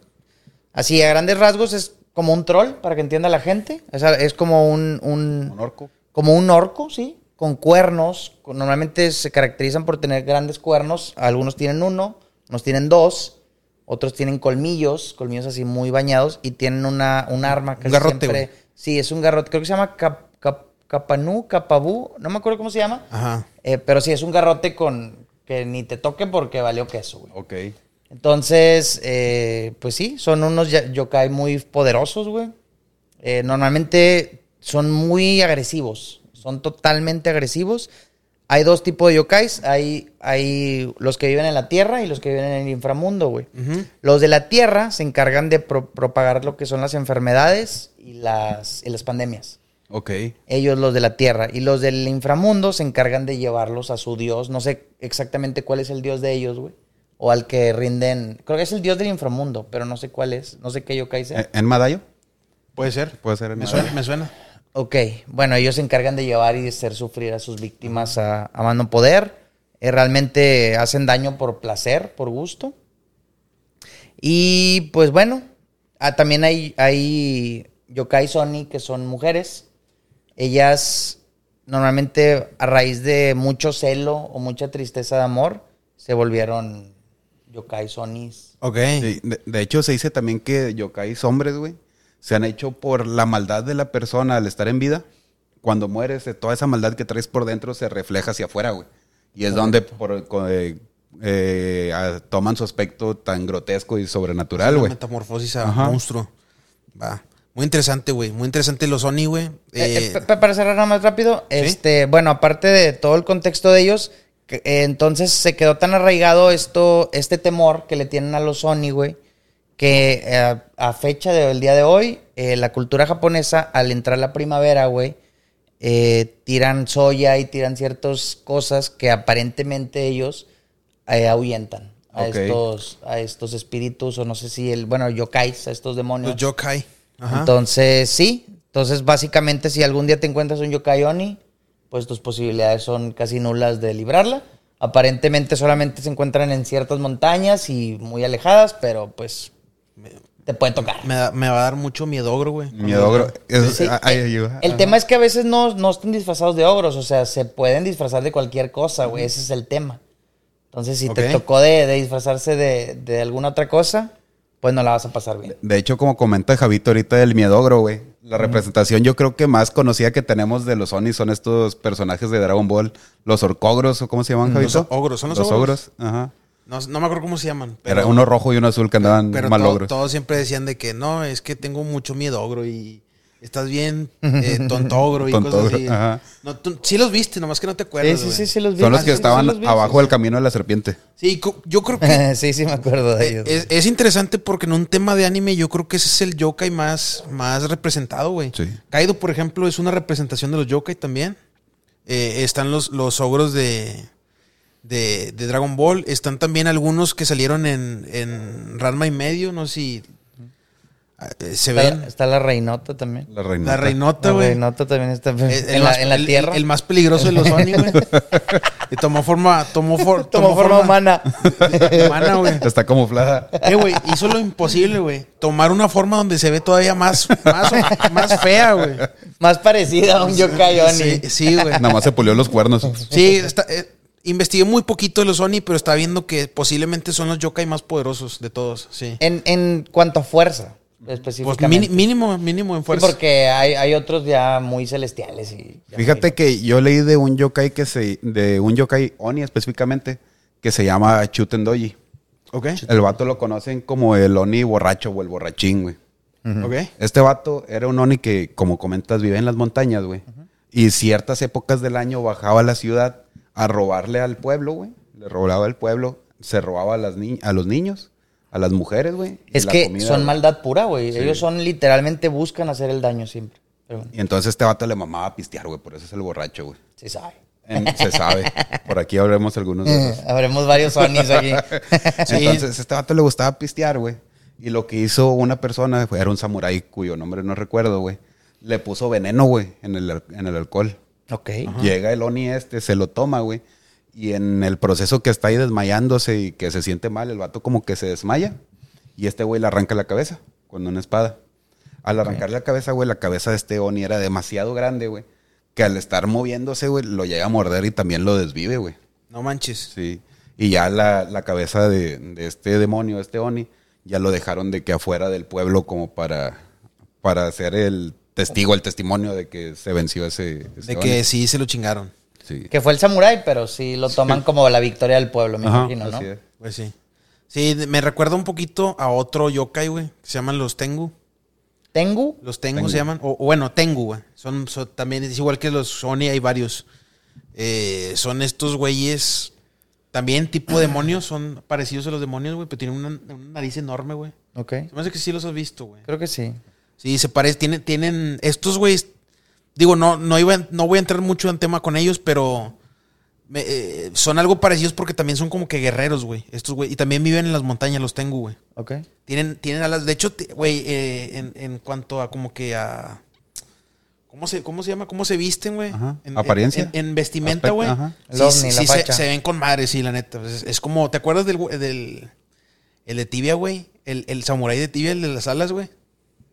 [SPEAKER 1] así a grandes rasgos es como un troll, para que entienda la gente. O sea, es como un, un-
[SPEAKER 3] Un orco.
[SPEAKER 1] como un orco, ¿sí? Con cuernos. con- normalmente se caracterizan por tener grandes cuernos. Algunos tienen uno, unos tienen dos. Otros tienen colmillos, colmillos así muy bañados. Y tienen una, un arma que
[SPEAKER 2] garrote, güey.
[SPEAKER 1] Sí, es un garrote. Creo que se llama cap, cap- capanú, capabú. No me acuerdo cómo se llama.
[SPEAKER 2] Ajá.
[SPEAKER 1] Eh, pero sí, es un garrote con... Que ni te toque porque valió queso, güey.
[SPEAKER 3] Ok.
[SPEAKER 1] Entonces, eh, pues sí, son unos ya- yokai muy poderosos, güey. Eh, normalmente son muy agresivos, son totalmente agresivos. Hay dos tipos de yokais, hay, hay los que viven en la tierra y los que viven en el inframundo, güey. Los de la tierra se encargan de pro- propagar lo que son las enfermedades y las, y las pandemias.
[SPEAKER 3] Ok.
[SPEAKER 1] Ellos los de la tierra. Y los del inframundo se encargan de llevarlos a su dios. No sé exactamente cuál es el dios de ellos, güey. O al que rinden. Creo que es el dios del inframundo, pero no sé cuál es. No sé qué yokai sea.
[SPEAKER 3] ¿E-, ¿En, en Madayo?
[SPEAKER 2] Puede ser.
[SPEAKER 3] Puede ser en
[SPEAKER 2] Me
[SPEAKER 3] Madayo.
[SPEAKER 2] suena, me suena.
[SPEAKER 1] Ok, bueno, ellos se encargan de llevar y de hacer sufrir a sus víctimas a, a más no poder. Eh, realmente hacen daño por placer, por gusto. Y pues bueno, ah, también hay, hay yokai Sony que son mujeres. Ellas normalmente a raíz de mucho celo o mucha tristeza de amor se volvieron yokai Sonis.
[SPEAKER 2] Ok.
[SPEAKER 3] Sí, de, de hecho, se dice también que yokais hombres, güey, se han hecho por la maldad de la persona al estar en vida. Cuando mueres, eh, toda esa maldad que traes por dentro se refleja hacia afuera, güey. Y es donde por- co- eh, eh, ah, toman su aspecto tan grotesco y sobrenatural,
[SPEAKER 2] Una
[SPEAKER 3] güey.
[SPEAKER 2] metamorfosis a
[SPEAKER 3] Ajá.
[SPEAKER 2] monstruo. Va. Muy interesante, güey. Muy interesante los Sony, güey.
[SPEAKER 1] Eh,
[SPEAKER 2] Eh,
[SPEAKER 1] eh, pa- para cerrar nada más rápido, este, bueno, aparte de todo el contexto de ellos, que- eh, entonces se quedó tan arraigado esto, este temor que le tienen a los Sony, güey, que eh, a- a fecha del día de hoy, eh, la cultura japonesa, al entrar la primavera, güey, eh, tiran soya y tiran ciertas cosas que aparentemente ellos eh, ahuyentan a,
[SPEAKER 3] Ok.
[SPEAKER 1] estos, a estos espíritus, o no sé si el, bueno, yokais, a estos demonios.
[SPEAKER 2] los yokai. Ajá.
[SPEAKER 1] Entonces, sí. Entonces, básicamente, si algún día te encuentras un yokai oni, pues tus posibilidades son casi nulas de librarla. Aparentemente solamente se encuentran en ciertas montañas y muy alejadas, pero pues te puede tocar.
[SPEAKER 2] me, da- me va a dar mucho miedo, güey.
[SPEAKER 3] Miedo, bro. Es-
[SPEAKER 1] Sí,
[SPEAKER 3] ah, ay,
[SPEAKER 1] el-
[SPEAKER 3] ayuda.
[SPEAKER 1] el tema es que a veces no, no están disfrazados de ogros, o sea, se pueden disfrazar de cualquier cosa, güey, ese es el tema. Entonces, si
[SPEAKER 2] Ok.
[SPEAKER 1] te tocó de, de disfrazarse de, de alguna otra cosa, pues no la vas a pasar bien.
[SPEAKER 3] De hecho, como comenta Javito ahorita del miedogro, güey. La representación yo creo que más conocida que tenemos de los Oni son estos personajes de Dragon Ball. Los orcogros, o ¿cómo se llaman, Javito?
[SPEAKER 2] ogros, ¿son los
[SPEAKER 3] ogros. Ajá.
[SPEAKER 2] No, no me acuerdo cómo se llaman.
[SPEAKER 3] Era uno rojo y uno azul que andaban
[SPEAKER 2] Pero
[SPEAKER 3] mal
[SPEAKER 2] todo-
[SPEAKER 3] ogros.
[SPEAKER 2] todos siempre decían de que no, es que tengo mucho miedo, ogro, y estás bien eh, tontogro y cosas
[SPEAKER 3] Tontogro,
[SPEAKER 2] así.
[SPEAKER 3] ajá.
[SPEAKER 2] No, tú- sí los viste, nomás que no te
[SPEAKER 1] Sí,
[SPEAKER 2] acuerdas.
[SPEAKER 1] sí,
[SPEAKER 2] güey.
[SPEAKER 1] sí, sí los vi.
[SPEAKER 3] Son los
[SPEAKER 1] Ah,
[SPEAKER 3] que
[SPEAKER 1] sí, sí
[SPEAKER 3] estaban
[SPEAKER 1] los vi, sí,
[SPEAKER 3] abajo
[SPEAKER 1] sí.
[SPEAKER 3] del camino de la serpiente.
[SPEAKER 2] Sí, cu- yo creo que
[SPEAKER 1] sí, sí me acuerdo de ellos.
[SPEAKER 2] Eh, es, es interesante porque en un tema de anime yo creo que ese es el yokai más, más representado, güey.
[SPEAKER 3] Sí.
[SPEAKER 2] Kaido, por ejemplo, es una representación de los yokai también. Eh, están los, los ogros de, de, de Dragon Ball. Están también algunos que salieron en, en Ranma y medio, no sé si... eh, Se
[SPEAKER 1] Está,
[SPEAKER 2] ven.
[SPEAKER 1] está la reinota también.
[SPEAKER 3] La reina.
[SPEAKER 2] La reinota,
[SPEAKER 1] la
[SPEAKER 2] güey. Eh,
[SPEAKER 1] reinota también está en,
[SPEAKER 2] El- el
[SPEAKER 1] la,
[SPEAKER 2] más-
[SPEAKER 1] en la
[SPEAKER 2] el-
[SPEAKER 1] tierra.
[SPEAKER 2] El, el más peligroso de los Sony, güey. Y tomó forma. Tomó, for-
[SPEAKER 1] Tomó forma humana.
[SPEAKER 2] Humana, güey.
[SPEAKER 3] Está camuflada.
[SPEAKER 2] Eh, güey, hizo lo imposible, güey. Tomar una forma donde se ve todavía más, más, más fea, güey.
[SPEAKER 1] más parecida a un yokai oni.
[SPEAKER 2] Sí, sí, güey.
[SPEAKER 3] Nada más se pulió los cuernos.
[SPEAKER 2] Sí, está, eh, investigué muy poquito de los Sony, pero está viendo que posiblemente son los yokai más poderosos de todos, sí.
[SPEAKER 1] En, en cuanto a fuerza,
[SPEAKER 2] Pues
[SPEAKER 1] específicamente.
[SPEAKER 2] mini- mínimo, mínimo en
[SPEAKER 1] Sí,
[SPEAKER 2] fuerza.
[SPEAKER 1] porque hay, hay otros ya muy celestiales. Y ya
[SPEAKER 3] Fíjate que yo leí de un yokai que se. de un yokai Oni específicamente, que se llama Chuten Doji.
[SPEAKER 2] Ok,
[SPEAKER 3] El vato lo conocen como el Oni borracho o el borrachín, güey.
[SPEAKER 2] ok.
[SPEAKER 3] Este vato era un Oni que, como comentas, vive en las montañas, güey. Y ciertas épocas del año bajaba a la ciudad a robarle al pueblo, güey. Le robaba al pueblo, se robaba a, las ni- a los niños, a las mujeres, güey. y
[SPEAKER 1] Es
[SPEAKER 3] la
[SPEAKER 1] que
[SPEAKER 3] comida,
[SPEAKER 1] son
[SPEAKER 3] güey.
[SPEAKER 1] maldad pura, güey. Ellos son literalmente buscan hacer el daño siempre. Pero bueno,
[SPEAKER 3] Y entonces este vato le mamaba a pistear, güey. Por eso es el borracho, güey.
[SPEAKER 1] sí sabe.
[SPEAKER 3] En- Se sabe. Por aquí hablemos algunos
[SPEAKER 1] Eh,
[SPEAKER 3] de esos.
[SPEAKER 1] Habremos varios Sonys aquí.
[SPEAKER 3] Entonces, este vato le gustaba pistear, güey. Y lo que hizo una persona, güey, era un samurái cuyo nombre no recuerdo, güey. Le puso veneno, güey, en el, al- en el alcohol.
[SPEAKER 1] ok.
[SPEAKER 3] Llega el Oni este, se lo toma, güey. Y en el proceso que está ahí desmayándose y que se siente mal, el vato como que se desmaya. Y este güey le arranca la cabeza con una espada. Al arrancarle la cabeza, güey, la cabeza de este Oni era demasiado grande, güey. Que al estar moviéndose, güey, lo llega a morder y también lo desvive, güey.
[SPEAKER 2] No manches.
[SPEAKER 3] Sí. Y ya la, la cabeza de, de este demonio, este Oni, ya lo dejaron de que afuera del pueblo como para, para ser el testigo, el testimonio de que se venció ese... ese
[SPEAKER 2] De
[SPEAKER 3] Oni.
[SPEAKER 2] que sí se lo chingaron.
[SPEAKER 3] Sí.
[SPEAKER 1] Que fue el samurái, pero sí lo toman como la victoria del pueblo, me
[SPEAKER 3] Ajá,
[SPEAKER 1] imagino, ¿no?
[SPEAKER 3] así es.
[SPEAKER 2] Pues sí. Sí, de- me recuerda un poquito a otro yokai, güey, que se llaman los Tengu.
[SPEAKER 1] Tengu.
[SPEAKER 2] Los Tengu,
[SPEAKER 3] Tengu.
[SPEAKER 2] se llaman. O, o bueno, Tengu, güey. Son, son- también es igual que los Sony, hay varios. Eh, son estos güeyes. También tipo demonios, son parecidos a los demonios, güey, pero tienen una, una nariz enorme, güey.
[SPEAKER 1] Ok.
[SPEAKER 2] Se me hace que sí los has visto, güey.
[SPEAKER 1] Creo que sí.
[SPEAKER 2] Sí, se parece, tienen, tienen, estos güeyes, digo, no, no, iba, no voy a entrar mucho en tema con ellos, pero me- eh, son algo parecidos porque también son como que guerreros, güey. Estos güey, y también viven en las montañas, los tengo, güey.
[SPEAKER 1] Ok.
[SPEAKER 2] Tienen, tienen alas, de hecho, te- güey, eh, en, en cuanto a como que a... ¿Cómo se, cómo se llama? ¿Cómo se visten, güey?
[SPEAKER 3] Ajá.
[SPEAKER 2] En-
[SPEAKER 3] Apariencia.
[SPEAKER 2] En, en vestimenta,
[SPEAKER 3] Aspecto,
[SPEAKER 2] güey.
[SPEAKER 3] ajá.
[SPEAKER 1] El
[SPEAKER 2] Sí,
[SPEAKER 1] ovni,
[SPEAKER 2] sí,
[SPEAKER 1] la
[SPEAKER 2] sí, se,
[SPEAKER 1] facha.
[SPEAKER 2] se ven con madre, sí, la neta. Pues Es, es como, ¿te acuerdas del, güe- del el de tibia, güey? El, el samurái de tibia, el de las alas, güey.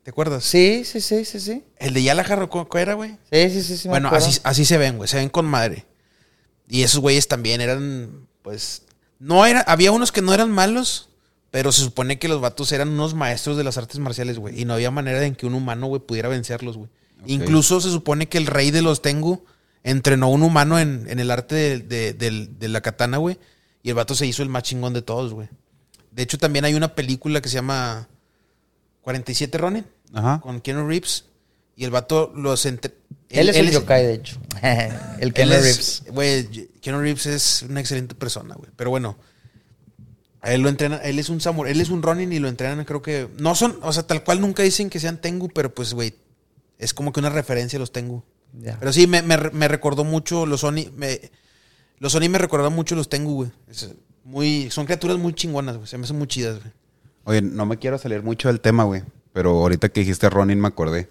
[SPEAKER 2] ¿Te acuerdas?
[SPEAKER 1] Sí, sí, sí, sí, sí.
[SPEAKER 2] El de Yalajarro, ¿cuál era, güey?
[SPEAKER 1] Sí, sí, sí, sí. me
[SPEAKER 2] bueno,
[SPEAKER 1] acuerdo.
[SPEAKER 2] así, así se ven, güey. Se ven con madre. Y esos güeyes también eran, pues. No era, había unos que no eran malos, pero se supone que los vatos eran unos maestros de las artes marciales, güey. Y no había manera en que un humano, güey, pudiera vencerlos, güey.
[SPEAKER 3] Ok.
[SPEAKER 2] Incluso se supone que el rey de los Tengu entrenó a un humano en, en el arte de, de- del- de la katana, güey. Y el vato se hizo el más chingón de todos, güey. De hecho, también hay una película que se llama 47 Ronin
[SPEAKER 3] Ajá.
[SPEAKER 2] con Keanu Reeves. Y el vato los entre...
[SPEAKER 1] Él, es el yokai, de hecho. el que
[SPEAKER 2] él
[SPEAKER 1] me
[SPEAKER 2] es-
[SPEAKER 1] rips.
[SPEAKER 2] Güey, Keanu Reeves es una excelente persona, güey. Pero bueno. A él lo entrenan, él es un samur, él es un Ronin y lo entrenan, creo que. No son, o sea, tal cual nunca dicen que sean Tengu, pero pues, güey, es como que una referencia a los Tengu.
[SPEAKER 1] Ya.
[SPEAKER 2] Pero sí, me, me, me recordó mucho los Oni. Me, los Oni me recordaron mucho los Tengu, güey. Es muy, son criaturas muy chingonas, güey. Se me hacen muy chidas, güey.
[SPEAKER 3] Oye, no me quiero salir mucho del tema, güey. Pero ahorita que dijiste Ronin me acordé.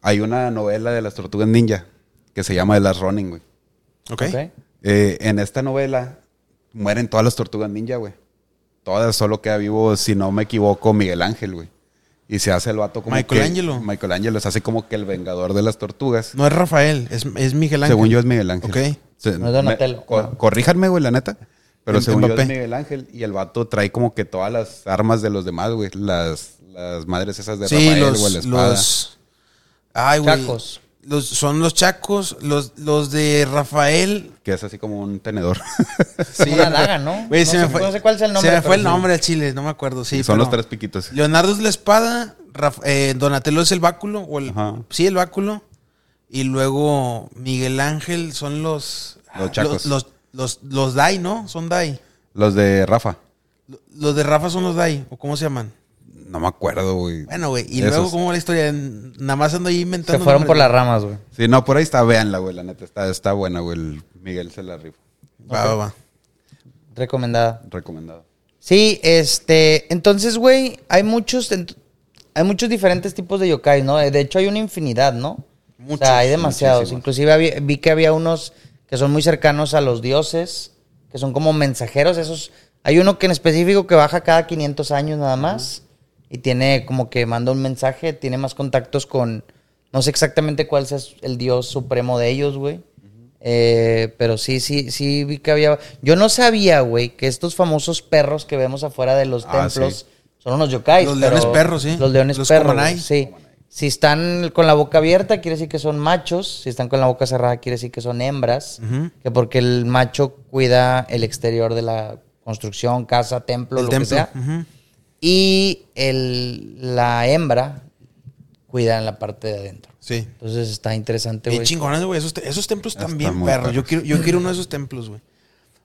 [SPEAKER 3] Hay una novela de las tortugas ninja que se llama De las Ronin, güey.
[SPEAKER 1] Ok.
[SPEAKER 3] Eh, en esta novela mueren todas las tortugas ninja, güey. Todas, solo queda vivo, si no me equivoco, Miguel Ángel, güey. Y se hace el vato como
[SPEAKER 2] Michael
[SPEAKER 3] que-
[SPEAKER 2] Ángelo.
[SPEAKER 3] Michael Ángelo se hace como que el vengador de las tortugas.
[SPEAKER 2] No es Rafael, es, es Miguel Ángel.
[SPEAKER 3] Según yo es Miguel Ángel.
[SPEAKER 2] Ok.
[SPEAKER 3] Se-
[SPEAKER 1] No es Donatello.
[SPEAKER 3] me- cor- corríjanme, güey, la neta. Pero
[SPEAKER 2] En-
[SPEAKER 3] según yo es
[SPEAKER 2] Mbappé.
[SPEAKER 3] Miguel Ángel y el vato trae como que todas las armas de los demás, güey. Las, las madres esas de
[SPEAKER 2] Sí,
[SPEAKER 3] Rafael,
[SPEAKER 2] los,
[SPEAKER 3] güey, la espada.
[SPEAKER 2] los- ay, güey.
[SPEAKER 1] Chacos.
[SPEAKER 2] Los, son los chacos, los, los de Rafael.
[SPEAKER 3] Que es así como un tenedor.
[SPEAKER 1] Sí, una daga, ¿no?
[SPEAKER 2] Güey,
[SPEAKER 1] no, sé,
[SPEAKER 2] se me fue,
[SPEAKER 1] no sé cuál es el nombre.
[SPEAKER 2] Se me
[SPEAKER 1] pero
[SPEAKER 2] fue el
[SPEAKER 1] sí.
[SPEAKER 2] nombre al chile, no me acuerdo. Sí,
[SPEAKER 3] Son
[SPEAKER 2] pero-
[SPEAKER 3] los tres piquitos.
[SPEAKER 2] Leonardo es la espada, Raf- eh, Donatello es el báculo, o el,
[SPEAKER 3] Ajá.
[SPEAKER 2] sí, el báculo. Y luego Miguel Ángel son los... ah,
[SPEAKER 3] Los chacos.
[SPEAKER 2] Los, los, los Dai, ¿no? Son Dai.
[SPEAKER 3] Los de Rafa.
[SPEAKER 2] Los de Rafa son los Dai, ¿o cómo se llaman?
[SPEAKER 3] No me acuerdo, güey.
[SPEAKER 2] Bueno, güey, y
[SPEAKER 3] Esos.
[SPEAKER 2] luego cómo va la historia, nada más ando ahí inventando.
[SPEAKER 1] Se fueron
[SPEAKER 2] nombres,
[SPEAKER 1] por
[SPEAKER 2] güey.
[SPEAKER 1] las ramas, güey.
[SPEAKER 3] Sí, no, por ahí está, véanla, güey, la neta. Está, está buena, güey. El Miguel se la rifa.
[SPEAKER 2] Va, va, va.
[SPEAKER 1] Recomendada.
[SPEAKER 3] Recomendado.
[SPEAKER 1] Sí, este, entonces, güey, hay muchos, ent- hay muchos diferentes tipos de yokai, ¿no? De hecho, hay una infinidad, ¿no?
[SPEAKER 2] Muchos,
[SPEAKER 1] o sea, hay demasiados.
[SPEAKER 3] muchísimos.
[SPEAKER 1] Inclusive había- vi que había unos que son muy cercanos a los dioses, que son como mensajeros. Esos, hay uno que en específico que baja cada 500 años nada más y tiene como que manda un mensaje, tiene más contactos con, no sé exactamente cuál es el dios supremo de ellos, güey. Eh, pero sí, sí, sí vi que había. Yo no sabía, güey, que estos famosos perros que vemos afuera de los
[SPEAKER 3] Ah,
[SPEAKER 1] templos
[SPEAKER 3] sí.
[SPEAKER 1] son unos yokais.
[SPEAKER 2] Los
[SPEAKER 1] pero-
[SPEAKER 2] leones perros, sí.
[SPEAKER 1] Los leones
[SPEAKER 2] Los
[SPEAKER 1] perros.
[SPEAKER 2] Kumanai.
[SPEAKER 1] güey, Sí. Si están con la boca abierta, quiere decir que son machos. Si están con la boca cerrada, quiere decir que son hembras. Que porque el macho cuida el exterior de la construcción, casa, templo,
[SPEAKER 2] El
[SPEAKER 1] lo
[SPEAKER 2] templo,
[SPEAKER 1] que sea.
[SPEAKER 2] ujú.
[SPEAKER 1] Y el, la hembra cuida en la parte de adentro.
[SPEAKER 2] Sí.
[SPEAKER 1] Entonces está interesante,
[SPEAKER 2] Bien
[SPEAKER 1] güey.
[SPEAKER 2] chingones, güey. Esos, te- esos templos
[SPEAKER 3] Está
[SPEAKER 2] también,
[SPEAKER 3] muy
[SPEAKER 2] perro.
[SPEAKER 3] perro.
[SPEAKER 2] Yo quiero, yo quiero uno de esos templos, güey.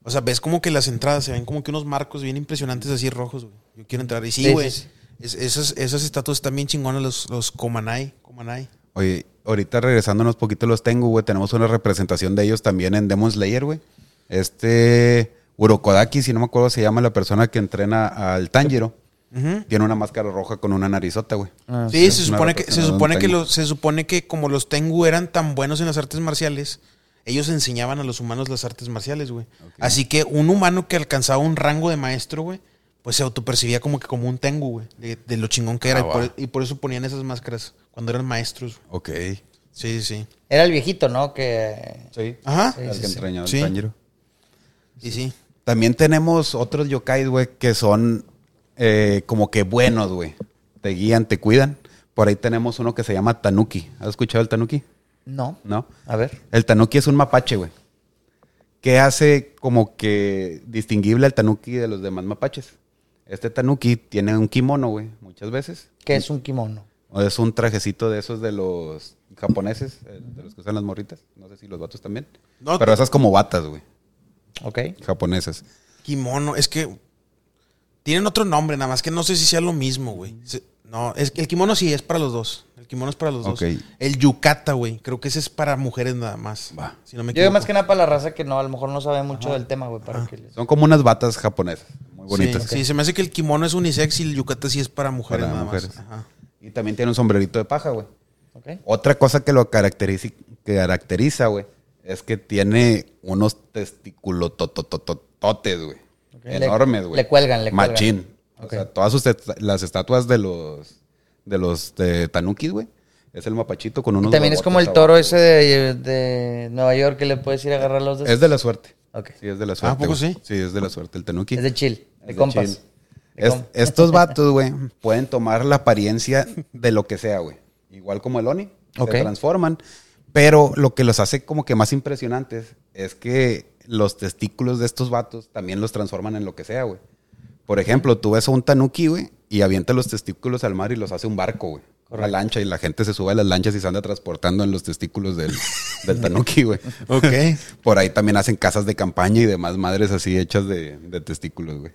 [SPEAKER 2] O sea, ves como que las entradas se ven como que unos marcos bien impresionantes así rojos, güey. Yo quiero entrar. Y
[SPEAKER 1] Sí,
[SPEAKER 2] sí,
[SPEAKER 1] sí,
[SPEAKER 2] güey.
[SPEAKER 1] sí.
[SPEAKER 2] es- esos, esos estatuas están bien chingones, los, los Comanay. Comanay.
[SPEAKER 3] Oye, ahorita regresándonos poquito los tengo, güey. Tenemos una representación de ellos también en Demon Slayer, güey. Este Urokodaki, si no me acuerdo, se llama la persona que entrena al Tanjiro.
[SPEAKER 2] Ujú.
[SPEAKER 3] Tiene una máscara roja con una narizota, güey.
[SPEAKER 1] Ah,
[SPEAKER 2] Sí, se
[SPEAKER 3] una
[SPEAKER 2] supone que, se
[SPEAKER 3] representación de un
[SPEAKER 2] supone que,
[SPEAKER 3] Tengu.
[SPEAKER 2] los- se supone que como los Tengu eran tan buenos en las artes marciales, ellos enseñaban a los humanos las artes marciales, güey. Así que un humano que alcanzaba un rango de maestro, güey, pues se autopercibía como que como un Tengu, güey, de, de lo chingón que era.
[SPEAKER 3] Ah,
[SPEAKER 2] y, por,
[SPEAKER 3] va.
[SPEAKER 2] y por eso ponían esas máscaras cuando eran maestros. güey.
[SPEAKER 3] Ok.
[SPEAKER 2] Sí, sí, sí.
[SPEAKER 1] Era el viejito, ¿no? Que.
[SPEAKER 3] Sí.
[SPEAKER 2] Ajá.
[SPEAKER 3] El que entrena al
[SPEAKER 2] Sí.
[SPEAKER 3] Tanjiro.
[SPEAKER 2] Y sí.
[SPEAKER 3] También tenemos otros yokais, güey, que son eh, como que buenos, güey. Te guían, te cuidan. Por ahí tenemos uno que se llama Tanuki. ¿Has escuchado el Tanuki?
[SPEAKER 1] No.
[SPEAKER 3] ¿No?
[SPEAKER 1] A ver.
[SPEAKER 3] El tanuki es un mapache, güey. Que hace como que distinguible al tanuki de los demás mapaches. Este tanuki tiene un kimono, güey, muchas veces.
[SPEAKER 1] ¿Qué es un kimono?
[SPEAKER 3] O es un trajecito de esos de los japoneses, eh, de los que usan las morritas. No sé si los vatos también.
[SPEAKER 2] No,
[SPEAKER 3] Pero esas como batas, güey,
[SPEAKER 1] ¿Ok?
[SPEAKER 3] japonesas.
[SPEAKER 2] Kimono, es que tienen otro nombre, nada más que no sé si sea lo mismo, güey.
[SPEAKER 3] Mm.
[SPEAKER 2] Se- No, es que el kimono sí es para los dos. El kimono es para los dos.
[SPEAKER 3] Ok.
[SPEAKER 2] El yukata, güey, creo que ese es para mujeres nada más.
[SPEAKER 3] Va.
[SPEAKER 2] Si no me
[SPEAKER 1] Yo digo más
[SPEAKER 2] equivoco.
[SPEAKER 1] que nada para la raza que no, a lo mejor no sabe mucho del tema, güey, para que les...
[SPEAKER 3] Son como unas batas japonesas, muy bonitas.
[SPEAKER 2] Sí, sí, se me hace que el kimono es unisex y el yukata sí es para mujeres
[SPEAKER 3] Para
[SPEAKER 2] nada
[SPEAKER 3] mujeres.
[SPEAKER 2] más. Ajá.
[SPEAKER 3] Y también tiene un sombrerito de paja, güey.
[SPEAKER 1] ¿Ok?
[SPEAKER 3] Otra cosa que lo caracteriza, que caracteriza, güey, es que tiene unos testículos tototototes, güey.
[SPEAKER 1] Ok.
[SPEAKER 3] Enormes,
[SPEAKER 1] Le-
[SPEAKER 3] güey.
[SPEAKER 1] le cuelgan, le cuelgan.
[SPEAKER 3] Machín. O
[SPEAKER 1] Ok.
[SPEAKER 3] sea, todas sus est- las estatuas de los de los de tanukis, güey. Es el mapachito con unos.
[SPEAKER 1] Y también es
[SPEAKER 3] huevotes
[SPEAKER 1] como el
[SPEAKER 3] abajo,
[SPEAKER 1] toro
[SPEAKER 3] güey.
[SPEAKER 1] ese de, de Nueva York que le puedes ir a agarrar los
[SPEAKER 3] Es de la suerte.
[SPEAKER 1] Ok.
[SPEAKER 3] Sí, es de la
[SPEAKER 1] Ah,
[SPEAKER 3] suerte.
[SPEAKER 2] ¿a poco
[SPEAKER 3] güey.
[SPEAKER 2] sí?
[SPEAKER 3] Sí, es de la suerte el tanuki.
[SPEAKER 1] Es de chill,
[SPEAKER 3] Es
[SPEAKER 1] de
[SPEAKER 3] de
[SPEAKER 1] compas.
[SPEAKER 3] chill.
[SPEAKER 1] De
[SPEAKER 3] Es-
[SPEAKER 1] compas.
[SPEAKER 3] estos vatos, güey, pueden tomar la apariencia de lo que sea, güey. Igual como el Oni.
[SPEAKER 1] Ok.
[SPEAKER 3] Se transforman. Pero lo que los hace como que más impresionantes es que los testículos de estos vatos también los transforman en lo que sea, güey. Por ejemplo, tú ves a un tanuki, güey, y avienta los testículos al mar y los hace un barco, güey. Una lancha y la gente se sube a las lanchas y se anda transportando en los testículos del, del tanuki, güey.
[SPEAKER 2] Ok.
[SPEAKER 3] Por ahí también hacen casas de campaña y demás madres así hechas de, de testículos, güey.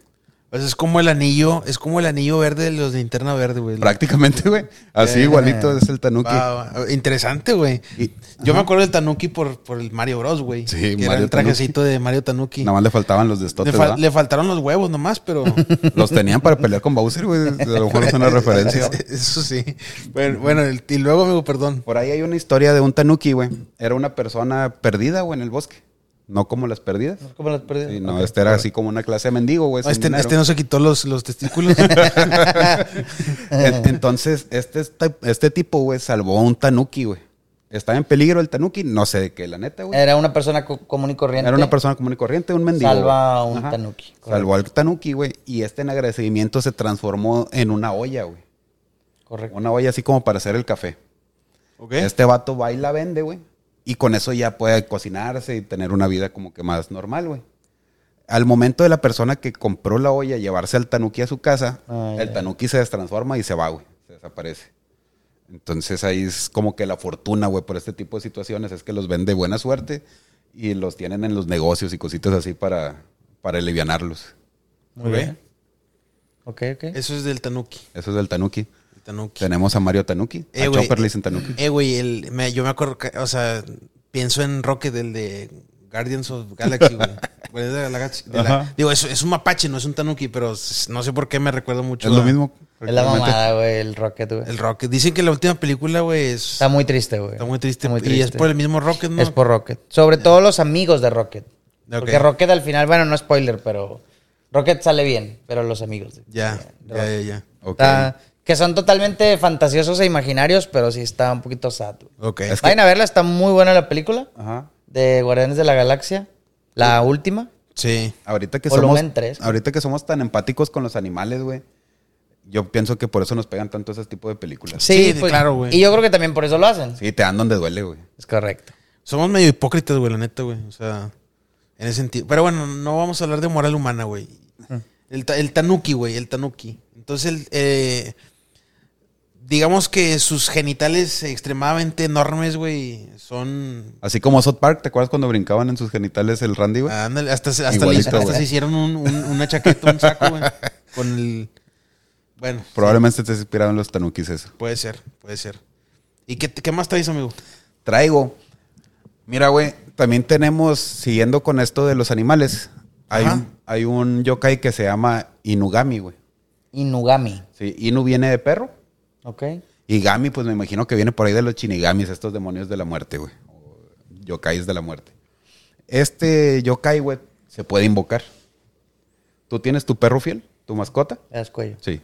[SPEAKER 2] Pues es como el anillo, es como el anillo verde de los de linterna verde, güey.
[SPEAKER 3] Prácticamente, güey. Así
[SPEAKER 2] Eh.
[SPEAKER 3] igualito es el tanuki.
[SPEAKER 2] Va, va. Interesante, güey.
[SPEAKER 3] Y-
[SPEAKER 2] Yo me acuerdo del Tanuki por, por el Mario Bros, güey.
[SPEAKER 3] Sí,
[SPEAKER 2] que era
[SPEAKER 3] Mario
[SPEAKER 2] el trajecito de Mario Tanuki.
[SPEAKER 3] Nada más le faltaban los
[SPEAKER 2] le,
[SPEAKER 3] destotes,
[SPEAKER 2] fal-
[SPEAKER 3] ¿verdad?
[SPEAKER 2] le faltaron los huevos nomás, pero
[SPEAKER 3] Los tenían para pelear con Bowser, güey. A lo mejor es una referencia.
[SPEAKER 2] Eso sí. Bueno, bueno, el- y luego, amigo, perdón.
[SPEAKER 3] Por ahí hay una historia de un tanuki, güey. Era una persona perdida, güey, en el bosque. No como las perdidas.
[SPEAKER 1] No, ¿Cómo las perdí?
[SPEAKER 3] Sí, no, este era así como una clase de mendigo, güey.
[SPEAKER 2] No,
[SPEAKER 3] sin
[SPEAKER 2] este,
[SPEAKER 3] dinero.
[SPEAKER 2] este no se quitó los, los testículos.
[SPEAKER 3] En- Entonces, este, este, este tipo, güey, salvó a un tanuki, güey. Estaba en peligro el tanuki, no sé de qué, la neta, güey.
[SPEAKER 1] Era una persona co- común y corriente.
[SPEAKER 3] Era una persona común y corriente, un mendigo.
[SPEAKER 1] Salva
[SPEAKER 3] güey.
[SPEAKER 1] a un tanuki,
[SPEAKER 3] Salvó al tanuki, güey. Y este en agradecimiento se transformó en una olla, güey.
[SPEAKER 1] Correcto.
[SPEAKER 3] Una olla así como para hacer el café.
[SPEAKER 2] Ok.
[SPEAKER 3] Este vato va y la vende, güey. Y con eso ya puede cocinarse y tener una vida como que más normal, güey. Al momento de la persona que compró la olla llevarse al tanuki a su casa,
[SPEAKER 1] Ah,
[SPEAKER 3] el
[SPEAKER 1] ya.
[SPEAKER 3] tanuki se destransforma y se va, güey. Se desaparece. Entonces ahí es como que la fortuna, güey, por este tipo de situaciones es que los ven de buena suerte y los tienen en los negocios y cositas así para, para alivianarlos.
[SPEAKER 1] Muy
[SPEAKER 2] Ok.
[SPEAKER 1] bien. Ok, ok.
[SPEAKER 2] Eso es del Tanuki.
[SPEAKER 3] Eso es del tanuki.
[SPEAKER 2] El tanuki.
[SPEAKER 3] Tenemos a Mario Tanuki,
[SPEAKER 2] Eh,
[SPEAKER 3] a
[SPEAKER 2] güey.
[SPEAKER 3] Chopper le dicen Tanuki.
[SPEAKER 2] Eh, güey, el- me- yo me acuerdo, que- o sea, pienso en Rocket, el de Guardians of Galaxy, güey. Guardians de la Galaxy- de la-
[SPEAKER 3] Ajá.
[SPEAKER 2] digo, es, es un mapache, no es un tanuki, pero s- no sé por qué me recuerdo mucho.
[SPEAKER 3] Es lo
[SPEAKER 2] a-
[SPEAKER 3] mismo.
[SPEAKER 1] Es la
[SPEAKER 3] prácticamente.
[SPEAKER 1] mamada, güey, el Rocket, güey.
[SPEAKER 2] El Rocket. Dicen que la última película, güey, es-
[SPEAKER 1] Está muy triste, güey.
[SPEAKER 2] está muy triste. Y es por el mismo Rocket, ¿no?
[SPEAKER 1] Es por Rocket. Sobre todo los amigos de Rocket.
[SPEAKER 2] Ok.
[SPEAKER 1] Porque Rocket al final, bueno, no spoiler, pero Rocket sale bien, pero los amigos.
[SPEAKER 2] Ya, ya, ya, ya.
[SPEAKER 3] Ok.
[SPEAKER 1] Está- que son totalmente fantasiosos e imaginarios, pero sí está un poquito sad. güey.
[SPEAKER 2] Ok.
[SPEAKER 3] Es que-
[SPEAKER 1] Vayan a verla, está muy buena la película
[SPEAKER 3] Ajá.
[SPEAKER 1] de Guardianes de la Galaxia, la última.
[SPEAKER 2] Sí.
[SPEAKER 3] Ahorita que somos,
[SPEAKER 1] Volumen tres.
[SPEAKER 3] ahorita que somos tan empáticos con los animales, güey. Yo pienso que por eso nos pegan tanto ese tipo de películas. Sí,
[SPEAKER 2] de- claro, güey.
[SPEAKER 1] pues, Y yo creo que también por eso lo hacen.
[SPEAKER 3] te dan donde duele, güey.
[SPEAKER 1] Es correcto.
[SPEAKER 2] Somos medio hipócritas, güey, la neta, güey. O sea, en ese sentido. Pero bueno, no vamos a hablar de moral humana, güey.
[SPEAKER 3] Mm.
[SPEAKER 2] El, ta- el tanuki, güey, el tanuki. Entonces, el, eh, digamos que sus genitales extremadamente enormes, güey, son...
[SPEAKER 3] Así como South Park, ¿te acuerdas cuando brincaban en sus genitales el
[SPEAKER 2] Ah,
[SPEAKER 3] Randy, güey?
[SPEAKER 2] Ándale, hasta, se- hasta,
[SPEAKER 3] Igualito,
[SPEAKER 2] le- hasta
[SPEAKER 3] güey.
[SPEAKER 2] se hicieron un- un- una chaqueta, un saco, güey. Con el... Bueno,
[SPEAKER 3] Probablemente te inspiraron los tanukis eso.
[SPEAKER 2] puede ser, puede ser. ¿Y qué, qué más traes, amigo?
[SPEAKER 3] Traigo. Mira, güey, también tenemos, siguiendo con esto de los animales, hay,
[SPEAKER 2] Ajá.
[SPEAKER 3] un, hay un yokai que se llama Inugami, güey.
[SPEAKER 1] Inugami.
[SPEAKER 3] Sí, Inu viene de perro
[SPEAKER 1] ¿Ok?
[SPEAKER 3] y Gami, pues me imagino que viene por ahí de los chinigamis, estos demonios de la muerte, güey. o Yokais de la muerte. Este yokai, güey, se puede invocar. ¿Tú tienes tu perro fiel? ¿Tu mascota?
[SPEAKER 1] Le das cuello.
[SPEAKER 3] Sí.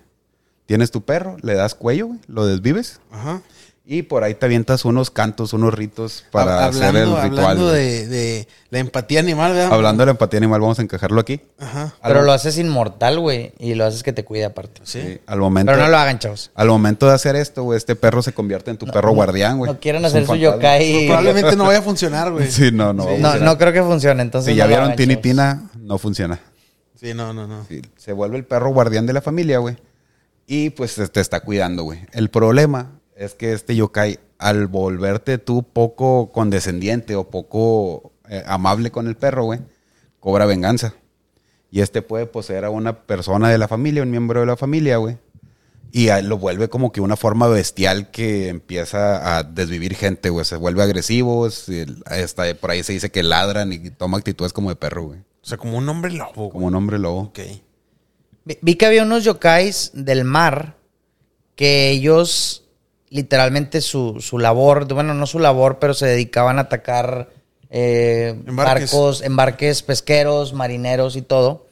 [SPEAKER 3] Tienes tu perro, le das cuello, güey, lo desvives
[SPEAKER 2] Ajá.
[SPEAKER 3] y por ahí te avientas unos cantos, unos ritos para
[SPEAKER 2] Hab-
[SPEAKER 3] hacer el ritual.
[SPEAKER 2] Hablando
[SPEAKER 3] güey.
[SPEAKER 2] de, de la empatía animal, ¿verdad?
[SPEAKER 3] Hablando de la empatía animal, vamos a encajarlo aquí.
[SPEAKER 2] Ajá.
[SPEAKER 1] Pero lo haces inmortal, güey. Y lo haces que te cuide aparte.
[SPEAKER 2] Sí.
[SPEAKER 3] Sí, Al momento,
[SPEAKER 1] Pero no lo hagan, chavos.
[SPEAKER 3] al momento de hacer esto, güey, este perro se convierte en tu perro guardián, güey.
[SPEAKER 1] No quieran
[SPEAKER 3] Es un
[SPEAKER 1] hacer su
[SPEAKER 3] fantasma.
[SPEAKER 1] yokai.
[SPEAKER 2] Pues Probablemente no vaya a funcionar, güey.
[SPEAKER 3] Sí, no, no. vamos
[SPEAKER 1] No,
[SPEAKER 3] a-
[SPEAKER 1] no creo que funcione. Entonces
[SPEAKER 3] si ya
[SPEAKER 1] no lo
[SPEAKER 3] vieron
[SPEAKER 1] hagan,
[SPEAKER 3] Tini
[SPEAKER 1] chavos.
[SPEAKER 3] Tina, no funciona.
[SPEAKER 2] Sí, no, no, no.
[SPEAKER 3] Sí, se vuelve el perro guardián de la familia, güey. Y pues te, te está cuidando, güey. El problema es que este yokai, al volverte tú poco condescendiente o poco eh, amable con el perro, güey, cobra venganza. Y este puede poseer a una persona de la familia, un miembro de la familia, güey. Y a- lo vuelve como que una forma bestial que empieza a desvivir gente, güey. Se vuelve agresivo, se- hasta por ahí se dice que ladran y toma actitudes como de perro, güey.
[SPEAKER 2] O sea, como un hombre lobo, güey.
[SPEAKER 3] Como un hombre lobo.
[SPEAKER 2] Ok.
[SPEAKER 1] Vi, vi que había unos yokais del mar que ellos, literalmente, su, su labor, bueno, no su labor, pero se dedicaban a atacar eh,
[SPEAKER 2] Embarques.
[SPEAKER 1] barcos, embarques pesqueros, marineros y todo.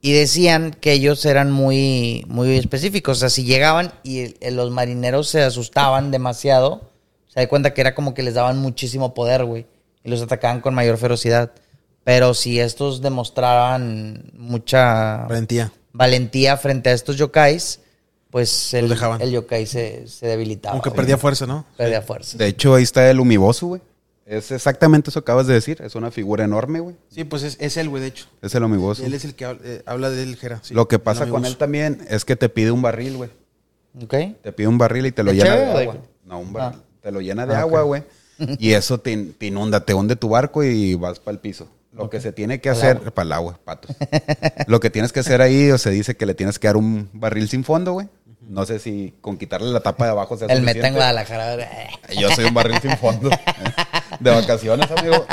[SPEAKER 1] Y decían que ellos eran muy, muy específicos. O sea, si llegaban y el- el- los marineros se asustaban demasiado, se da cuenta que era como que les daban muchísimo poder, güey. Y los atacaban con mayor ferocidad. Pero si estos demostraban mucha
[SPEAKER 2] Valentía.
[SPEAKER 1] valentía frente a estos yokais, pues el,
[SPEAKER 2] dejaban.
[SPEAKER 1] el yokai se, se debilitaba.
[SPEAKER 2] Aunque
[SPEAKER 1] güey.
[SPEAKER 2] perdía fuerza, ¿no?
[SPEAKER 1] Perdía fuerza.
[SPEAKER 3] De hecho, ahí está el Umibosu, güey. Es exactamente eso que acabas de decir. Es una figura enorme, güey.
[SPEAKER 2] Sí, pues es, es él, güey, de hecho.
[SPEAKER 3] Es el Umibosu.
[SPEAKER 2] Él es el que habla, eh, habla de él, Jera. sí.
[SPEAKER 3] Pues lo que
[SPEAKER 2] El
[SPEAKER 3] pasa con
[SPEAKER 2] amigoso.
[SPEAKER 3] él también es que te pide un barril, güey.
[SPEAKER 1] ¿Ok?
[SPEAKER 3] Te pide un barril y te lo
[SPEAKER 1] ¿De
[SPEAKER 3] llena
[SPEAKER 1] cheve
[SPEAKER 3] de
[SPEAKER 1] o de
[SPEAKER 3] agua.
[SPEAKER 1] qué?
[SPEAKER 3] No, un barril.
[SPEAKER 1] Ah.
[SPEAKER 3] Te lo llena de
[SPEAKER 1] Ah, ok.
[SPEAKER 3] agua, güey. Y eso te, in- te inunda, te hunde tu barco y vas para el piso. Lo que se tiene que hacer, para el agua, patos. lo que tienes que hacer ahí, o se dice que le tienes que dar un barril sin fondo, güey. No sé si con quitarle la tapa de abajo se
[SPEAKER 1] El meta en
[SPEAKER 3] suficiente.
[SPEAKER 1] Guadalajara. eh,
[SPEAKER 3] Yo soy un barril sin fondo. De vacaciones, amigo.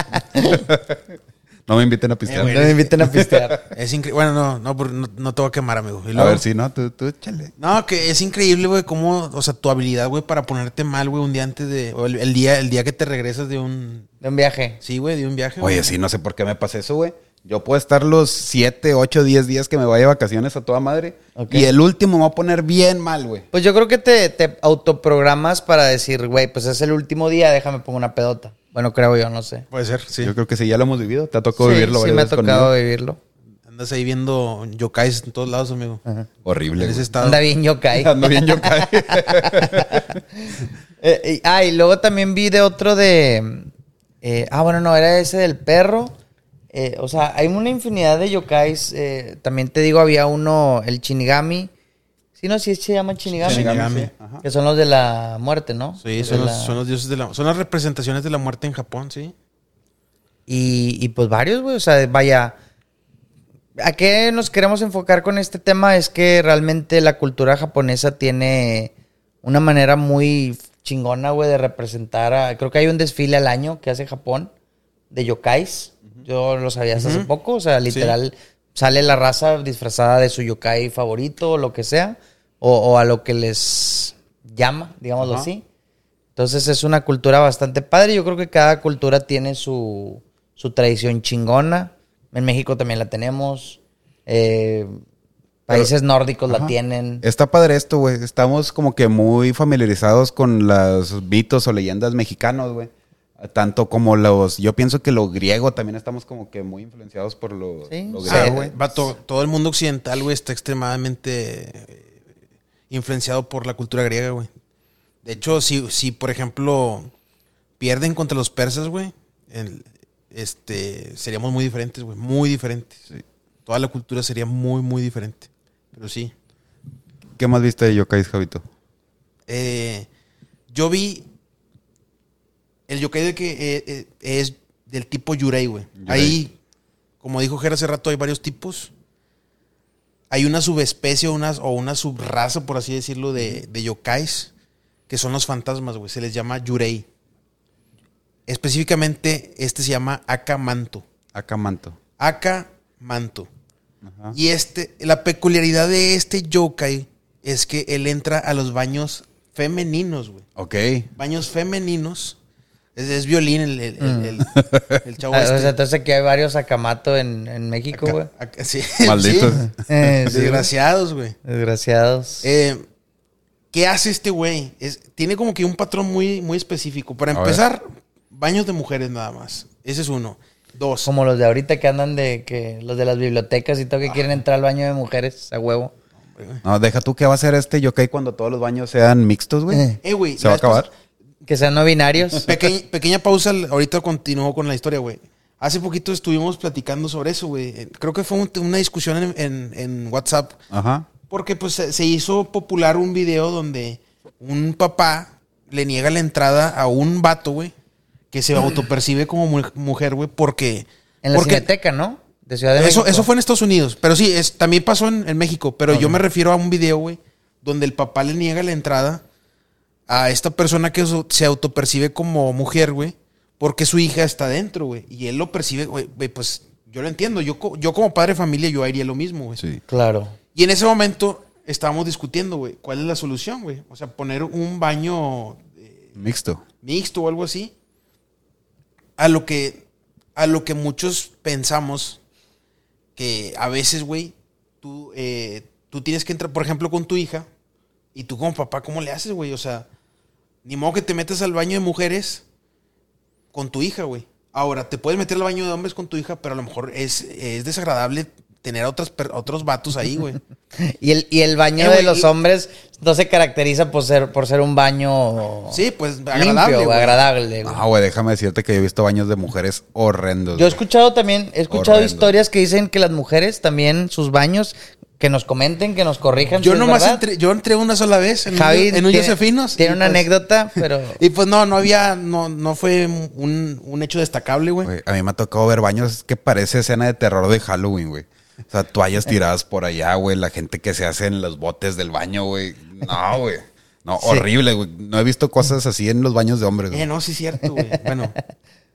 [SPEAKER 3] No me inviten a
[SPEAKER 2] Eh,
[SPEAKER 3] pistear.
[SPEAKER 2] güey,
[SPEAKER 1] No me inviten a pistear.
[SPEAKER 2] Es increíble. Bueno, no, no, por- no, no te voy a quemar, amigo. Y
[SPEAKER 3] a
[SPEAKER 2] luego-
[SPEAKER 3] ver si no, tú, tú échale.
[SPEAKER 2] No, que es increíble, güey, cómo, o sea, tu habilidad, güey, para ponerte mal, güey, un día antes de, o el, el día, el día que te regresas de un,
[SPEAKER 1] De un viaje.
[SPEAKER 2] sí, güey, de un viaje. güey.
[SPEAKER 3] Oye, sí, no sé por qué me pasa eso, güey. Yo puedo estar los 7, 8, 10 días que me vaya de vacaciones a toda madre.
[SPEAKER 1] Ok.
[SPEAKER 3] Y el último me va a poner bien mal, güey.
[SPEAKER 1] Pues yo creo que te, te autoprogramas para decir, güey, pues es el último día, déjame pongo una pedota. Bueno, creo yo, no sé.
[SPEAKER 2] Puede ser, sí.
[SPEAKER 3] Yo creo que sí, ya lo hemos vivido. Te ha tocado
[SPEAKER 1] sí,
[SPEAKER 3] vivirlo,
[SPEAKER 1] sí
[SPEAKER 3] varias
[SPEAKER 1] me ha
[SPEAKER 3] veces
[SPEAKER 1] tocado eh.
[SPEAKER 3] conmigo.
[SPEAKER 1] vivirlo.
[SPEAKER 2] Andas ahí viendo yokais en todos lados, amigo.
[SPEAKER 3] Horrible.
[SPEAKER 2] En ese
[SPEAKER 3] güey.
[SPEAKER 2] estado.
[SPEAKER 1] Anda bien yokai.
[SPEAKER 3] Ando bien yo caí.
[SPEAKER 1] Eh, y- ah, y luego también vi de otro de. eh, ah, bueno, no, era ese del perro. Eh, o sea, hay una infinidad de yokais. eh, también te digo, había uno, el Shinigami. Sí, no, sí se llama Shinigami.
[SPEAKER 2] Shinigami.
[SPEAKER 3] Ajá.
[SPEAKER 1] Que son los de la muerte, ¿no?
[SPEAKER 2] Sí,
[SPEAKER 1] Los
[SPEAKER 2] son
[SPEAKER 1] de
[SPEAKER 2] los,
[SPEAKER 1] la-
[SPEAKER 2] son los dioses de la, son las representaciones de la muerte en Japón, sí.
[SPEAKER 1] Y, y pues varios, güey. O sea, vaya. ¿A qué nos queremos enfocar con este tema? Es que realmente la cultura japonesa tiene una manera muy chingona, güey, de representar a. Creo que hay un desfile al año que hace Japón de yokais. Yo lo sabía hasta hace poco. O sea, literal, sale la raza disfrazada de su yokai favorito o lo que sea. O, o a lo que les llama, digámoslo
[SPEAKER 3] Ajá.
[SPEAKER 1] así. Entonces es una cultura bastante padre. Yo creo que cada cultura tiene su, su tradición chingona. En México también la tenemos. Eh, países nórdicos la
[SPEAKER 3] Ajá.
[SPEAKER 1] tienen.
[SPEAKER 3] Está padre esto, güey. Estamos como que muy familiarizados con los mitos o leyendas mexicanos, güey. Tanto como los. Yo pienso que lo griego también estamos como que muy influenciados por lo,
[SPEAKER 1] Sí.
[SPEAKER 3] lo
[SPEAKER 1] Sí,
[SPEAKER 2] Ah,
[SPEAKER 3] griego, güey.
[SPEAKER 2] vato, todo el mundo occidental, güey, está extremadamente eh, influenciado por la cultura griega, güey. De hecho, si, si por ejemplo, pierden contra los persas, güey, el- este, seríamos muy diferentes, güey, muy diferentes. Toda la cultura sería muy, muy diferente. Pero sí.
[SPEAKER 3] ¿Qué más viste de Yokais, Javito?
[SPEAKER 2] Eh, yo vi el yokai de que eh, eh, es del tipo yurei, güey.
[SPEAKER 3] Yurei.
[SPEAKER 2] Ahí, como dijo Jera hace rato, hay varios tipos. Hay una subespecie unas, o una subraza, por así decirlo, de, de yokais, que son los fantasmas, güey. Se les llama yurei. Específicamente, este se llama akamanto.
[SPEAKER 3] Acamanto.
[SPEAKER 2] Akamanto.
[SPEAKER 3] Ajá.
[SPEAKER 2] Y este, la peculiaridad de este yokai es que él entra a los baños femeninos, güey.
[SPEAKER 3] Ok.
[SPEAKER 2] Baños femeninos. Es, es violín el, el, el- el- el chavo
[SPEAKER 1] Ah, o sea,
[SPEAKER 2] este.
[SPEAKER 1] entonces aquí hay varios Akamato en, en México, güey.
[SPEAKER 2] Acá- acá- sí,
[SPEAKER 3] Malditos.
[SPEAKER 2] sí.
[SPEAKER 1] Eh, sí, güey.
[SPEAKER 2] Desgraciados, güey.
[SPEAKER 1] Desgraciados.
[SPEAKER 2] Eh, ¿Qué hace este güey? Es- tiene como que un patrón muy, muy específico. Para
[SPEAKER 3] A ver.
[SPEAKER 2] empezar, baños de mujeres nada más. Ese es uno. Dos.
[SPEAKER 1] Como los de ahorita que andan de que los de las bibliotecas y todo que
[SPEAKER 2] Ah.
[SPEAKER 1] quieren entrar al baño de mujeres a huevo.
[SPEAKER 3] No, deja tú que va a ser este yokai cuando todos los baños sean mixtos, güey.
[SPEAKER 1] Eh.
[SPEAKER 2] Eh, güey,
[SPEAKER 3] Se va a
[SPEAKER 2] la vez pas-
[SPEAKER 3] acabar.
[SPEAKER 1] Que sean no binarios.
[SPEAKER 2] Peque- pequeña pausa, ahorita continúo con la historia, güey. Hace poquito estuvimos platicando sobre eso, güey. Eh, Creo que fue un- una discusión en, en- en WhatsApp.
[SPEAKER 3] Ajá.
[SPEAKER 2] Porque pues se se hizo popular un video donde un papá le niega la entrada a un vato, güey, que se autopercibe como mu- mujer, güey, porque...
[SPEAKER 1] En la
[SPEAKER 2] porque
[SPEAKER 1] cineteca, ¿no? De Ciudad de
[SPEAKER 2] eso,
[SPEAKER 1] México.
[SPEAKER 2] eso fue en Estados Unidos, pero sí, es, también pasó en, en México, pero yo me refiero a un video, güey, donde el papá le niega la entrada a esta persona que so- se autopercibe como mujer, güey, porque su hija está dentro, güey, y él lo percibe, güey, güey, pues yo lo entiendo, yo, co- yo como padre de familia yo haría lo mismo, güey.
[SPEAKER 3] Sí.
[SPEAKER 1] Claro.
[SPEAKER 2] Y en ese momento estábamos discutiendo, güey, cuál es la solución, güey. O sea, poner un baño eh,
[SPEAKER 3] Mixto.
[SPEAKER 2] mixto o algo así. A lo que, a lo que muchos pensamos que a veces, güey, tú, eh, tú tienes que entrar, por ejemplo, con tu hija y tú como papá, ¿cómo le haces, güey? O sea, ni modo que te metas al baño de mujeres con tu hija, güey. Ahora, te puedes meter al baño de hombres con tu hija, pero a lo mejor es, es desagradable tener a, otras, per- a otros vatos ahí, güey.
[SPEAKER 1] Y el, y el baño
[SPEAKER 2] Eh,
[SPEAKER 1] de
[SPEAKER 2] güey,
[SPEAKER 1] los
[SPEAKER 2] y-
[SPEAKER 1] hombres no se caracteriza por ser, por ser un baño
[SPEAKER 2] Sí, pues agradable.
[SPEAKER 1] limpio,
[SPEAKER 2] güey.
[SPEAKER 1] agradable. güey.
[SPEAKER 3] Ah, güey, déjame decirte que yo he visto baños de mujeres horrendos.
[SPEAKER 1] Yo he escuchado también, he escuchado
[SPEAKER 3] Horrendo.
[SPEAKER 1] historias que dicen que las mujeres también sus baños, que nos comenten, que nos corrijan.
[SPEAKER 2] Yo
[SPEAKER 1] si es
[SPEAKER 2] nomás
[SPEAKER 1] verdad.
[SPEAKER 2] entré, yo entré una sola vez en
[SPEAKER 1] Javi
[SPEAKER 2] un, en un
[SPEAKER 1] tiene-
[SPEAKER 2] Josefinos.
[SPEAKER 1] Tiene
[SPEAKER 2] y
[SPEAKER 1] una
[SPEAKER 2] pues-
[SPEAKER 1] anécdota, pero
[SPEAKER 2] Y pues no, no había, no, no fue un, un hecho destacable, güey.
[SPEAKER 3] Güey, a mí me ha tocado ver baños que parece escena de terror de Halloween, güey. O sea, toallas tiradas por allá, güey. La gente que se hace en los botes del baño, güey. No, güey. No, horrible, güey. No he visto cosas así en los baños de hombres, güey.
[SPEAKER 2] Eh, no, sí es cierto, güey. Bueno,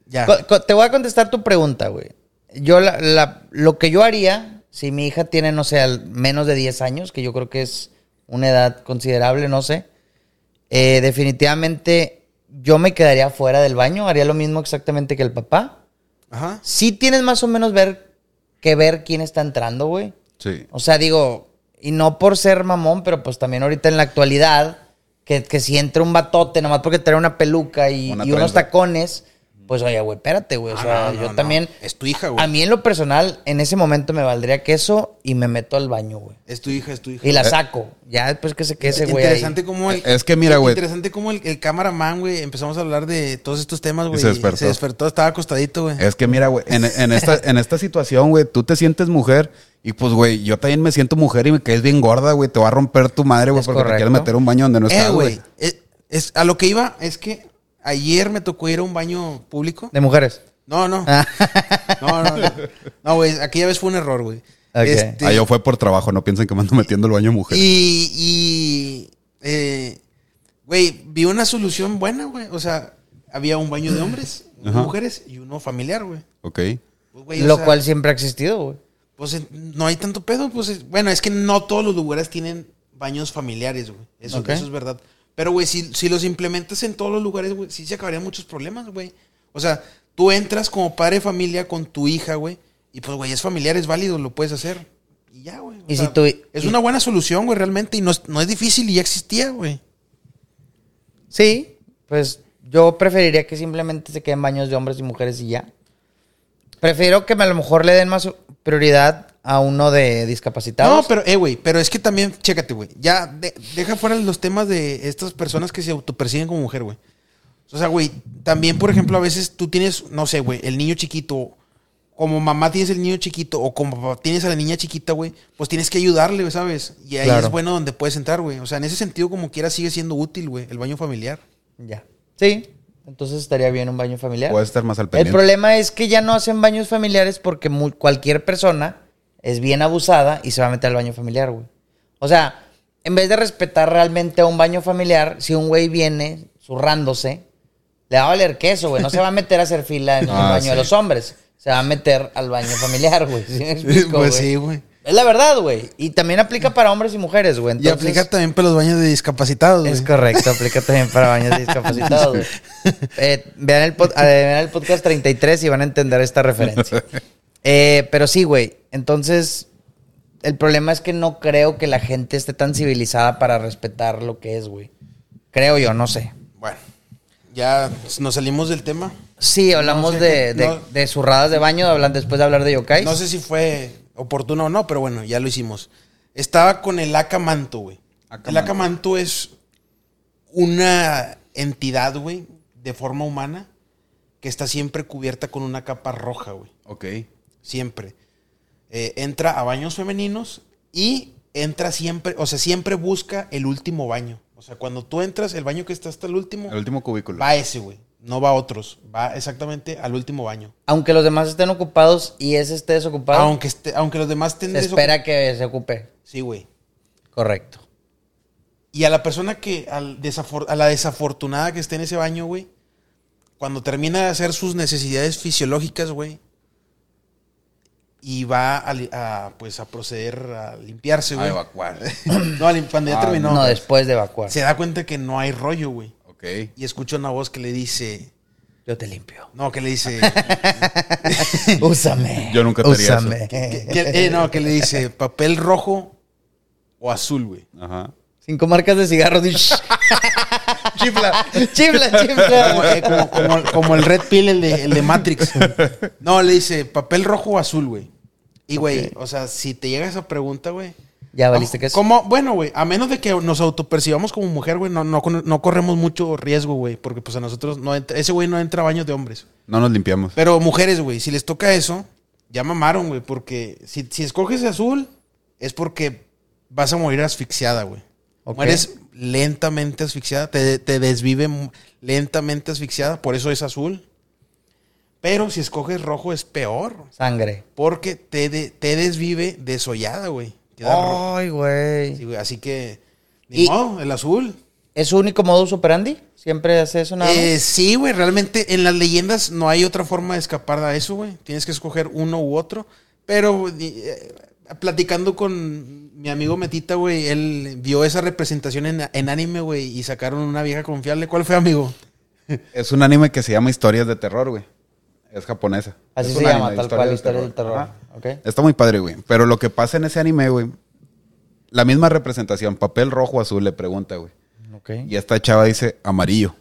[SPEAKER 2] ya.
[SPEAKER 1] Co- co- te voy a contestar tu pregunta, güey. Yo la- la- lo que yo haría, si mi hija tiene, no sé, al- menos de 10 años, que yo creo que es una edad considerable, no sé, eh, definitivamente yo me quedaría fuera del baño, haría lo mismo exactamente que el papá.
[SPEAKER 2] Ajá.
[SPEAKER 1] Sí tienes más o menos ver que ver quién está entrando, güey.
[SPEAKER 3] Sí.
[SPEAKER 1] O sea, digo, y no por ser mamón, pero pues también ahorita en la actualidad, que, que si entra un batote, nomás porque trae una peluca y,
[SPEAKER 3] Una
[SPEAKER 1] y unos
[SPEAKER 3] trenza.
[SPEAKER 1] tacones, pues oye, güey, espérate, güey. O
[SPEAKER 2] Ah,
[SPEAKER 1] sea,
[SPEAKER 2] no, no,
[SPEAKER 1] yo
[SPEAKER 2] no.
[SPEAKER 1] también,
[SPEAKER 2] Es tu hija,
[SPEAKER 1] a
[SPEAKER 2] güey.
[SPEAKER 1] mí en lo personal, en ese momento me valdría queso y me meto al baño, güey.
[SPEAKER 2] Es tu hija, es tu hija.
[SPEAKER 1] Y la saco. Ya después que se quede ese güey. ahí.
[SPEAKER 2] Eh. Interesante cómo el,
[SPEAKER 3] Es que mira, güey.
[SPEAKER 2] Interesante cómo el, el cameraman, güey, empezamos a hablar de todos estos temas, güey.
[SPEAKER 3] se
[SPEAKER 2] y
[SPEAKER 3] despertó.
[SPEAKER 2] Se despertó, estaba acostadito, güey.
[SPEAKER 3] Es que mira, güey, en, en esta, en esta situación, güey, tú te sientes mujer y pues, güey, yo también me siento mujer y me caes bien gorda, güey. Te va a romper tu madre, güey,
[SPEAKER 1] Es
[SPEAKER 3] porque te
[SPEAKER 1] correcto.
[SPEAKER 3] quieres meter a un baño donde no
[SPEAKER 2] Eh,
[SPEAKER 3] estás,
[SPEAKER 2] güey.
[SPEAKER 3] güey.
[SPEAKER 2] Es, es- a lo que iba es que ayer me tocó ir a un baño público.
[SPEAKER 1] De mujeres.
[SPEAKER 2] No, no.
[SPEAKER 1] Ah.
[SPEAKER 2] No, no, no. No, güey, aquella vez fue un error, güey. Este,
[SPEAKER 1] Ok.
[SPEAKER 3] Ah, yo fue por trabajo, no piensen que me ando metiendo al baño mujer.
[SPEAKER 2] Y, y, eh, güey, vi una solución buena, güey. O sea, había un baño de hombres, uno de
[SPEAKER 3] Ajá.
[SPEAKER 2] mujeres y uno familiar, güey.
[SPEAKER 3] Ok.
[SPEAKER 2] Pues, güey, o
[SPEAKER 1] lo
[SPEAKER 2] sea,
[SPEAKER 1] cual siempre ha existido, güey.
[SPEAKER 2] Pues eh, no hay tanto pedo, pues. es- Bueno, es que no todos los lugares tienen baños familiares, güey. Eso,
[SPEAKER 1] Ok.
[SPEAKER 2] eso es verdad. Pero, güey, si, si los implementas en todos los lugares, güey, sí se acabarían muchos problemas, güey. O sea, tú entras como padre de familia con tu hija, güey. Y pues, güey, es familiar, es válido, lo puedes hacer. Y ya, güey. o
[SPEAKER 1] Y si tú-
[SPEAKER 2] Es
[SPEAKER 1] y-
[SPEAKER 2] una buena solución, güey, realmente. Y no es, no es difícil y ya existía, güey.
[SPEAKER 1] Sí, pues yo preferiría que simplemente se queden baños de hombres y mujeres y ya. Prefiero que me- a lo mejor le den más prioridad a uno de discapacitados.
[SPEAKER 2] No, pero, eh, güey, pero es que también, chécate, güey. Ya, de- deja fuera los temas de estas personas que se autoperciben como mujer, güey. O sea, güey, también, por ejemplo, a veces tú tienes, no sé, güey, el niño chiquito. Como mamá tienes el niño chiquito o como papá tienes a la niña chiquita, güey, pues tienes que ayudarle, güey, ¿sabes? Y ahí
[SPEAKER 1] Claro.
[SPEAKER 2] es bueno donde puedes entrar, güey. O sea, en ese sentido, como quiera, sigue siendo útil, güey, el baño familiar.
[SPEAKER 1] Ya. Sí, entonces estaría bien un baño familiar.
[SPEAKER 3] Puedes estar más al
[SPEAKER 1] El
[SPEAKER 3] pendiente.
[SPEAKER 1] problema es que ya no hacen baños familiares porque mu- cualquier persona es bien abusada y se va a meter al baño familiar, güey. O sea, en vez de respetar realmente a un baño familiar, si un güey viene zurrándose, le va a valer queso, güey. No se va a meter a hacer fila en el
[SPEAKER 3] Ah,
[SPEAKER 1] baño de
[SPEAKER 3] sí.
[SPEAKER 1] los hombres. Se va a meter al baño familiar, güey. ¿Sí me explico,
[SPEAKER 2] pues
[SPEAKER 1] güey?
[SPEAKER 2] sí, güey.
[SPEAKER 1] Es la verdad, güey. Y también aplica para hombres y mujeres, güey.
[SPEAKER 2] Y
[SPEAKER 1] Entonces,
[SPEAKER 2] aplica también para los baños de discapacitados, güey.
[SPEAKER 1] Es correcto, aplica también para baños de discapacitados, güey. Eh, vean, el pod- eh, vean el podcast 33 y van a entender esta referencia. Eh, pero sí, güey. Entonces, el problema es que no creo que la gente esté tan civilizada para respetar lo que es, güey. Creo yo, no sé.
[SPEAKER 2] Bueno, ya nos salimos del tema.
[SPEAKER 1] Sí, hablamos
[SPEAKER 2] No sé
[SPEAKER 1] de,
[SPEAKER 2] qué-
[SPEAKER 1] de-
[SPEAKER 2] no.
[SPEAKER 1] de zurradas de baño, hablan después de hablar de yokai.
[SPEAKER 2] No sé si fue oportuno o no, pero bueno, ya lo hicimos. Estaba con el Acamanto, güey.
[SPEAKER 3] Acamanto.
[SPEAKER 2] El Acamanto es una entidad, güey, de forma humana, que está siempre cubierta con una capa roja, güey.
[SPEAKER 3] Ok.
[SPEAKER 2] Siempre. Eh, entra a baños femeninos y entra siempre, o sea, siempre busca el último baño. O sea, cuando tú entras, el baño que está hasta el último,
[SPEAKER 3] El último cubículo.
[SPEAKER 2] va a ese, güey. No va a otros. Va exactamente al último baño.
[SPEAKER 1] Aunque los demás estén ocupados y ese esté desocupado,
[SPEAKER 2] Aunque, esté- aunque los demás
[SPEAKER 1] se
[SPEAKER 2] tengan
[SPEAKER 1] espera que se ocupe.
[SPEAKER 2] Sí, güey.
[SPEAKER 1] Correcto.
[SPEAKER 2] Y a la persona que, al desafor- a la desafortunada que esté en ese baño, güey, cuando termina de hacer sus necesidades fisiológicas, güey, y va a, li- a, pues, a proceder a limpiarse,
[SPEAKER 3] A
[SPEAKER 2] güey.
[SPEAKER 3] evacuar.
[SPEAKER 2] No, a lim- cuando ya
[SPEAKER 3] Ah,
[SPEAKER 2] terminó,
[SPEAKER 1] No, eh. después de evacuar.
[SPEAKER 2] se da cuenta que no hay rollo, güey.
[SPEAKER 3] ok.
[SPEAKER 2] Y escucha una voz que le dice,
[SPEAKER 1] Yo te limpio.
[SPEAKER 2] no, que le dice,
[SPEAKER 1] Úsame.
[SPEAKER 3] Yo nunca te haría
[SPEAKER 1] Úsame.
[SPEAKER 2] que- que- eh, no, que le dice papel rojo o azul, güey.
[SPEAKER 3] Ajá.
[SPEAKER 1] Cinco marcas de cigarros.
[SPEAKER 2] Chifla.
[SPEAKER 1] chifla,
[SPEAKER 2] como, eh,
[SPEAKER 1] chifla.
[SPEAKER 2] como- como- como el Red Pill, el de, el de Matrix. No, le dice papel rojo o azul, güey. Y, güey, o sea, si te llega esa pregunta, güey.
[SPEAKER 1] Ya valiste que es.
[SPEAKER 2] Como, bueno, güey, a menos de que nos autopercibamos como mujer, güey, no, no, con- no corremos mucho riesgo, güey, porque pues a nosotros no entra- ese güey no entra a baños de hombres.
[SPEAKER 3] No nos limpiamos.
[SPEAKER 2] Pero mujeres, güey, si les toca eso, ya mamaron, güey, porque si, si escoges azul, es porque vas a morir asfixiada, güey.
[SPEAKER 1] Ok.
[SPEAKER 2] Mueres lentamente asfixiada, te, te desvive mu- lentamente asfixiada, por eso es azul. Pero si escoges rojo es peor,
[SPEAKER 1] Sangre.
[SPEAKER 2] porque te, de- te desvive desollada, güey. Queda ro-
[SPEAKER 1] Ay, güey.
[SPEAKER 2] Sí, güey, así que,
[SPEAKER 1] Oh.
[SPEAKER 2] ni
[SPEAKER 1] Y-
[SPEAKER 2] modo, el azul.
[SPEAKER 1] ¿Es su único modus operandi? ¿Siempre hace eso nada más?
[SPEAKER 2] Eh, sí, güey, realmente en las leyendas no hay otra forma de escapar de eso, güey. Tienes que escoger uno u otro. Pero eh, platicando con mi amigo Metita, güey, él vio esa representación en, en anime, güey, y sacaron una vieja confiable. ¿Cuál fue, amigo?
[SPEAKER 3] Es un anime que se llama Historias de Terror, güey. Es japonesa.
[SPEAKER 1] Así
[SPEAKER 3] Es
[SPEAKER 1] se
[SPEAKER 3] un
[SPEAKER 1] llama,
[SPEAKER 3] anime,
[SPEAKER 1] tal
[SPEAKER 3] Historias
[SPEAKER 1] cual,
[SPEAKER 3] de
[SPEAKER 1] historia del terror.
[SPEAKER 3] Ajá.
[SPEAKER 1] Ok.
[SPEAKER 3] Está muy padre, güey. Pero lo que pasa en ese anime, güey. La misma representación, papel rojo o azul, le pregunta, güey.
[SPEAKER 1] Ok.
[SPEAKER 3] Y esta chava dice amarillo.